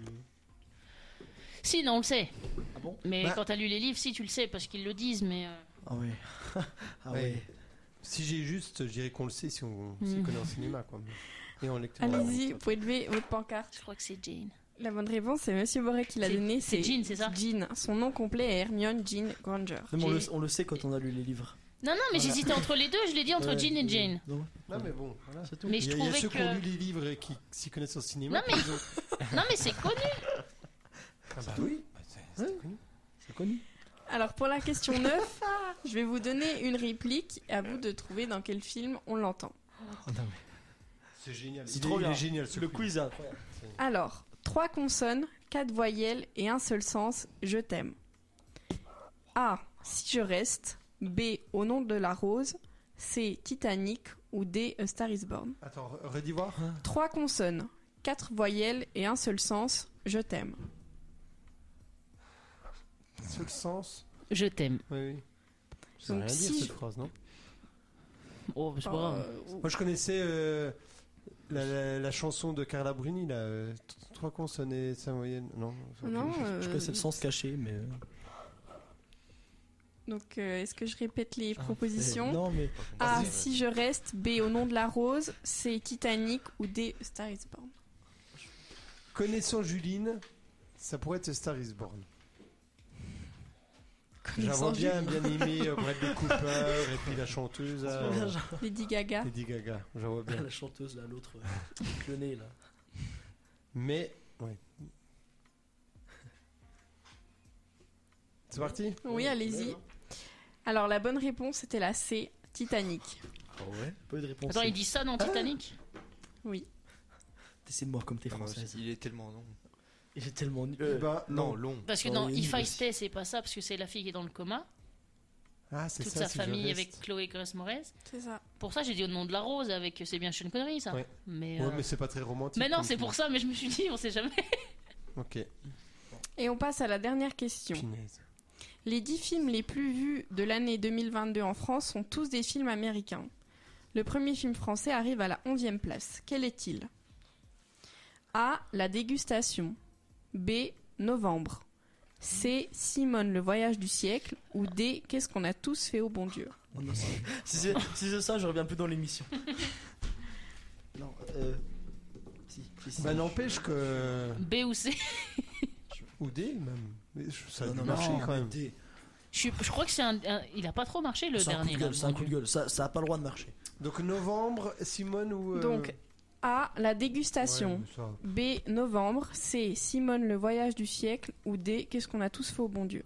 S4: Si, non, on le sait.
S3: Ah bon
S4: Mais
S3: Bah-
S4: quand t'as lu les livres, si tu le sais, parce qu'ils le disent, mais. euh,
S3: Ah oui. ah oui.
S1: Ouais. Si j'ai juste, je dirais qu'on le sait si on s'y
S4: Mm.
S1: connaît en cinéma quoi. Et en lecture.
S2: Allez-y, vous pouvez lever votre pancarte.
S4: Je crois que c'est Jane.
S2: La bonne réponse, c'est Monsieur Boré qui l'a donné. C'est
S4: Jean, c'est ça
S2: Jean. Son nom complet est Hermione Jean Granger.
S3: Non, mais on, le, on le sait quand on a lu les livres.
S4: Non, non, mais
S3: Voilà.
S4: j'hésitais entre les deux, je l'ai dit entre
S3: Ouais,
S4: Jean et
S3: oui.
S4: Jane.
S3: Non,
S1: Non mais bon, voilà.
S3: c'est
S4: Mais je
S1: il y a, il y a
S4: trouvais
S1: ceux qui ont
S4: que-
S1: lu les livres et qui s'y connaissent en cinéma.
S4: Non, mais-
S1: puis ils ont-
S4: Non, mais c'est connu
S1: Ah bah oui, bah, c'est c'est connu.
S3: C'est connu.
S2: Alors pour la question 9, je vais vous donner une réplique à vous de trouver dans quel film on l'entend.
S1: C'est génial.
S3: C'est
S1: Il est-
S3: trop
S1: il
S3: bien.
S1: est génial ce
S3: Le quiz est incroyable.
S2: Alors, trois consonnes, quatre voyelles et un seul sens, je t'aime. A, si je reste. B, au nom de la rose. C, Titanic. Ou D, A Star is Born.
S1: Attends, re- redis voir.
S2: Trois consonnes, quatre voyelles et un seul sens, je t'aime.
S1: Seul sens.
S4: Je t'aime.
S1: Oui, oui. Ça veut
S2: Donc
S1: rien dire
S2: Ah, si
S1: cette
S2: je-
S1: phrase, non
S4: Oh, c'est pas
S1: Ah.
S4: grave.
S1: Moi je connaissais euh, la, la- la chanson de Carla Bruni, là. euh, t- trois consonnes et cinq voyelles. Non. c'est ok.
S2: Non,
S3: Je
S2: euh,
S3: connaissais le sens caché, mais. euh,
S2: Donc, euh, est-ce que je répète
S4: Ah,
S2: les propositions
S3: euh, Non, mais.
S1: Ah,
S2: A,
S3: Vas-y.
S2: si je reste. B, au nom de la rose. C, Titanic. Ou D, A Star is Born.
S1: Connaissant Juline, ça pourrait être Star is Born. J'avais bien, bien aimé euh, Bradley Cooper et puis la chanteuse. là,
S3: bien,
S1: euh,
S3: genre.
S2: Lady Gaga.
S1: Lady Gaga, j'en vois bien.
S3: La chanteuse, là, l'autre. euh, avec le nez, là.
S1: Mais, ouais. C'est parti
S2: Oui, allez-y. Alors, la bonne réponse était la C, Titanic.
S3: Ah ouais Pas eu de réponse.
S4: Attends, il dit ça dans
S3: Ah
S4: Titanic
S2: Oui.
S3: T'essaies de moi comme t'es française.
S5: Il est tellement long.
S3: Il est tellement nul.
S1: Eh ben,
S5: non,
S1: non.
S5: long.
S4: Parce que
S3: Oh,
S4: dans
S3: il est
S4: If I
S3: nul
S4: Stay, c'est pas ça, parce que c'est la fille qui est dans le coma.
S1: Ah, c'est
S4: Toute
S1: ça,
S4: sa
S1: si je
S4: famille
S1: reste.
S4: avec Chloé Grace Moretz.
S2: C'est ça.
S4: Pour ça, j'ai dit au nom de la rose avec c'est bien Sean Connery, ça.
S1: Ouais.
S4: Mais,
S1: Ouais,
S4: euh,
S1: mais c'est pas très romantique.
S4: mais non,
S1: comme
S4: c'est
S1: film.
S4: pour ça, mais je me suis dit, on sait jamais.
S1: Ok.
S2: Et on passe à la dernière question.
S1: Punaise.
S2: Les 10 films les plus vus de l'année 2022 en France sont tous des films américains. Le premier film français arrive à la 11e place. Quel est-il A. La dégustation. B. Novembre. C. Simone, le voyage du siècle. Ou D. Qu'est-ce qu'on a tous fait au bon Dieu
S3: Oh non, si si c'est si c'est ça, je reviens plus dans l'émission. non, euh. Si, si, si.
S1: Bah, n'empêche que.
S4: B ou C.
S1: Ou D, même. Mais je- Ça a
S3: Non,
S1: dû
S3: non,
S1: marcher
S3: non,
S1: quand même.
S3: arrêtez.
S4: Je, suis- je crois que c'est un, un- Il a pas trop marché le
S3: C'est un coup
S4: dernier.
S3: de
S4: là,
S3: gueule, c'est un coup de
S4: donc.
S3: gueule. Ça, ça a pas le droit de marcher.
S1: Donc, novembre, Simone ou. euh,
S2: Donc, A. La
S1: ouais,
S2: dégustation.
S1: mais ça-
S2: B. Novembre. C. Simone, le voyage du siècle. Ou D. Qu'est-ce qu'on a tous fait au bon Dieu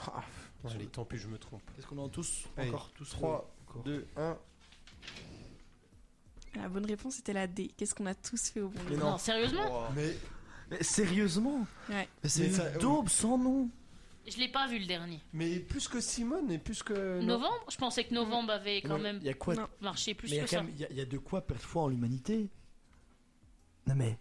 S1: Ah, ouais, allez, tant pis, je me trompe.
S3: Qu'est-ce qu'on en tous
S1: Allez,
S3: Encore tous
S1: 3,
S3: encore.
S1: 2, 1.
S2: La bonne réponse était la D. Qu'est-ce qu'on a tous fait au bon Dieu
S3: Mais
S4: Non,
S3: non.
S4: sérieusement
S1: Mais.
S3: Mais sérieusement
S2: Ouais.
S3: Mais c'est
S1: Mais ça-
S3: une daube sans nom.
S4: Je l'ai pas vu le dernier.
S1: Mais plus que Simone et plus que. non.
S4: Novembre Je pensais que novembre avait quand
S3: Non,
S4: même
S3: Il y a quoi
S2: Non.
S4: marché plus
S3: Mais il y a
S4: que
S3: quand
S4: ça.
S3: même- il y a- il y a de quoi perdre foi en l'humanité. Non mais.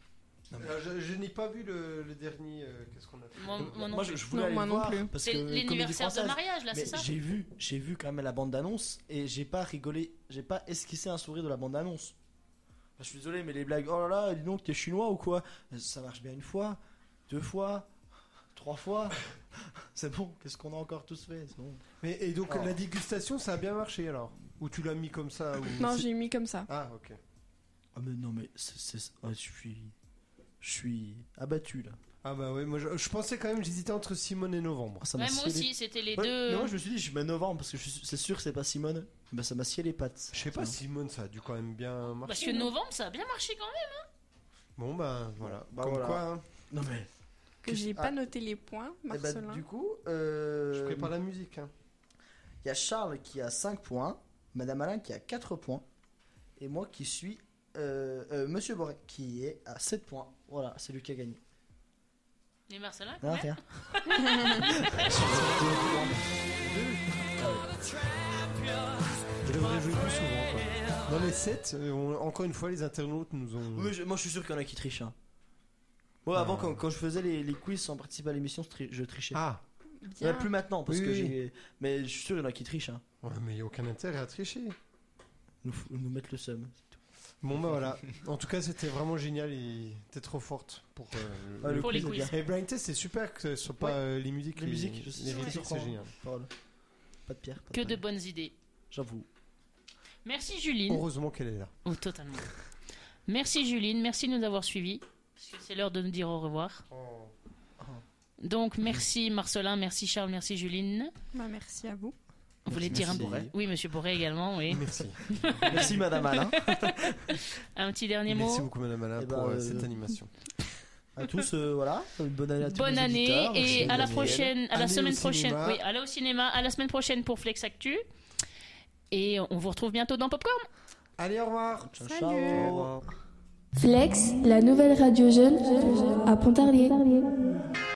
S1: Euh, Je, je n'ai pas vu le, le dernier. euh, Qu'est-ce qu'on a fait
S4: Moi, moi non
S3: moi,
S4: plus.
S3: je, je voulais
S2: Non,
S3: aller
S2: moi
S3: le
S2: non
S3: voir
S2: plus.
S3: parce
S4: C'est
S3: que comédie
S4: l'anniversaire de
S3: française.
S4: mariage, là,
S3: Mais
S4: c'est ça
S3: J'ai vu, j'ai vu quand même la bande annonce et j'ai pas rigolé, j'ai pas esquissé un sourire de la bande annonce. je suis désolé, mais les blagues, oh là là, dis donc t'es chinois ou quoi Ça marche bien une fois, deux fois, trois fois. c'est bon. Qu'est-ce qu'on a encore tous fait C'est bon.
S1: Mais et donc
S3: Oh.
S1: la dégustation, ça a bien marché alors Ou tu l'as mis comme ça ou...
S2: Non,
S1: C'est-
S2: j'ai mis comme ça.
S1: Ah, ok.
S3: Ah mais non mais c'est, c'est- ah, je suis, je suis abattu là.
S1: Ah bah oui, moi je, je pensais quand même, j'hésitais entre Simone et
S3: Oh,
S1: Novembre.
S4: Ouais, moi aussi, c'était les deux.
S3: Mais moi je me suis dit, je mets novembre parce que je suis- c'est sûr que c'est pas Simone. Bah ça m'a scié les pattes.
S1: Je sais pas, Simone ça a dû quand même bien marcher.
S4: Parce que novembre, ça a bien marché quand même. hein.
S1: Bon bah voilà, comme
S3: voilà.
S1: quoi. hein.
S3: Non mais.
S2: Que j'ai
S3: Ah.
S2: pas noté les points,
S3: Eh ben,
S2: Marcelin.
S3: du coup, euh,
S1: Je prépare la musique. hein.
S3: il y a Charles qui a 5 points, Madame Alain qui a 4 points, et moi qui suis euh, euh, Monsieur Boré qui est à 7 points. Voilà, c'est lui qui a gagné.
S4: Les Marcelins,
S3: Non,
S4: ouais.
S3: rien.
S1: Je devrais jouer plus souvent. Quoi. Dans les 7, encore une fois, les internautes nous ont.
S3: Mais je- moi je suis sûr qu'il y en a qui trichent. hein. Moi avant quand, quand je faisais les, les quiz sans participer à l'émission, je tri- je trichais.
S1: Euh. Ah.
S3: Ouais, plus maintenant parce
S1: Oui,
S3: que
S1: oui.
S3: j'ai. Mais je suis sûr qu'il y en a qui trichent. hein.
S1: Ouais, mais il n'y a aucun intérêt à tricher.
S3: Nous, f- nous mettre le seum.
S1: Bon bah voilà. En tout cas, c'était vraiment génial. et T'es trop forte pour, euh,
S3: Ah, le Pour quiz, les quiz.
S1: bien. Et Blind Test, c'est super que ce soit pas
S3: Ouais.
S1: euh, les musiques.
S3: Les musiques, je sais
S1: les
S3: c'est
S1: répliques, c'est
S3: surprenant.
S1: génial.
S3: Parole. Pas de pierre. pas
S4: Que de
S3: palme.
S4: bonnes idées.
S3: J'avoue.
S4: Merci Juline.
S1: Heureusement qu'elle est là.
S4: Oh, totalement. Merci Juline, merci de nous avoir suivis. Parce que c'est l'heure de nous dire au revoir.
S3: Oh.
S4: Donc merci Marcelin, merci Charles, merci Juline.
S2: Bah, merci à vous.
S4: Vous voulez dire un
S3: Merci.
S4: Boré Oui, Monsieur Boré également, oui.
S1: Merci.
S3: Merci Madame Alain.
S4: Un petit dernier mot.
S1: Merci beaucoup Madame Alain
S3: Eh
S1: pour
S3: ben,
S1: euh,
S3: euh,
S1: cette animation.
S3: À tous, euh, voilà. Une bonne année à tous.
S4: Bonne
S3: nos
S4: année
S3: auditeurs.
S4: et à la
S3: Daniel.
S4: prochaine, à la
S1: Allez au
S4: semaine prochaine.
S1: cinéma.
S4: Oui, allez au cinéma, à la semaine prochaine pour Flex Actu. Et on vous retrouve bientôt dans Popcorn.
S1: Allez, au revoir.
S3: Ciao, ciao. Au revoir.
S15: Flex, la nouvelle radio jeune à Pontarlier.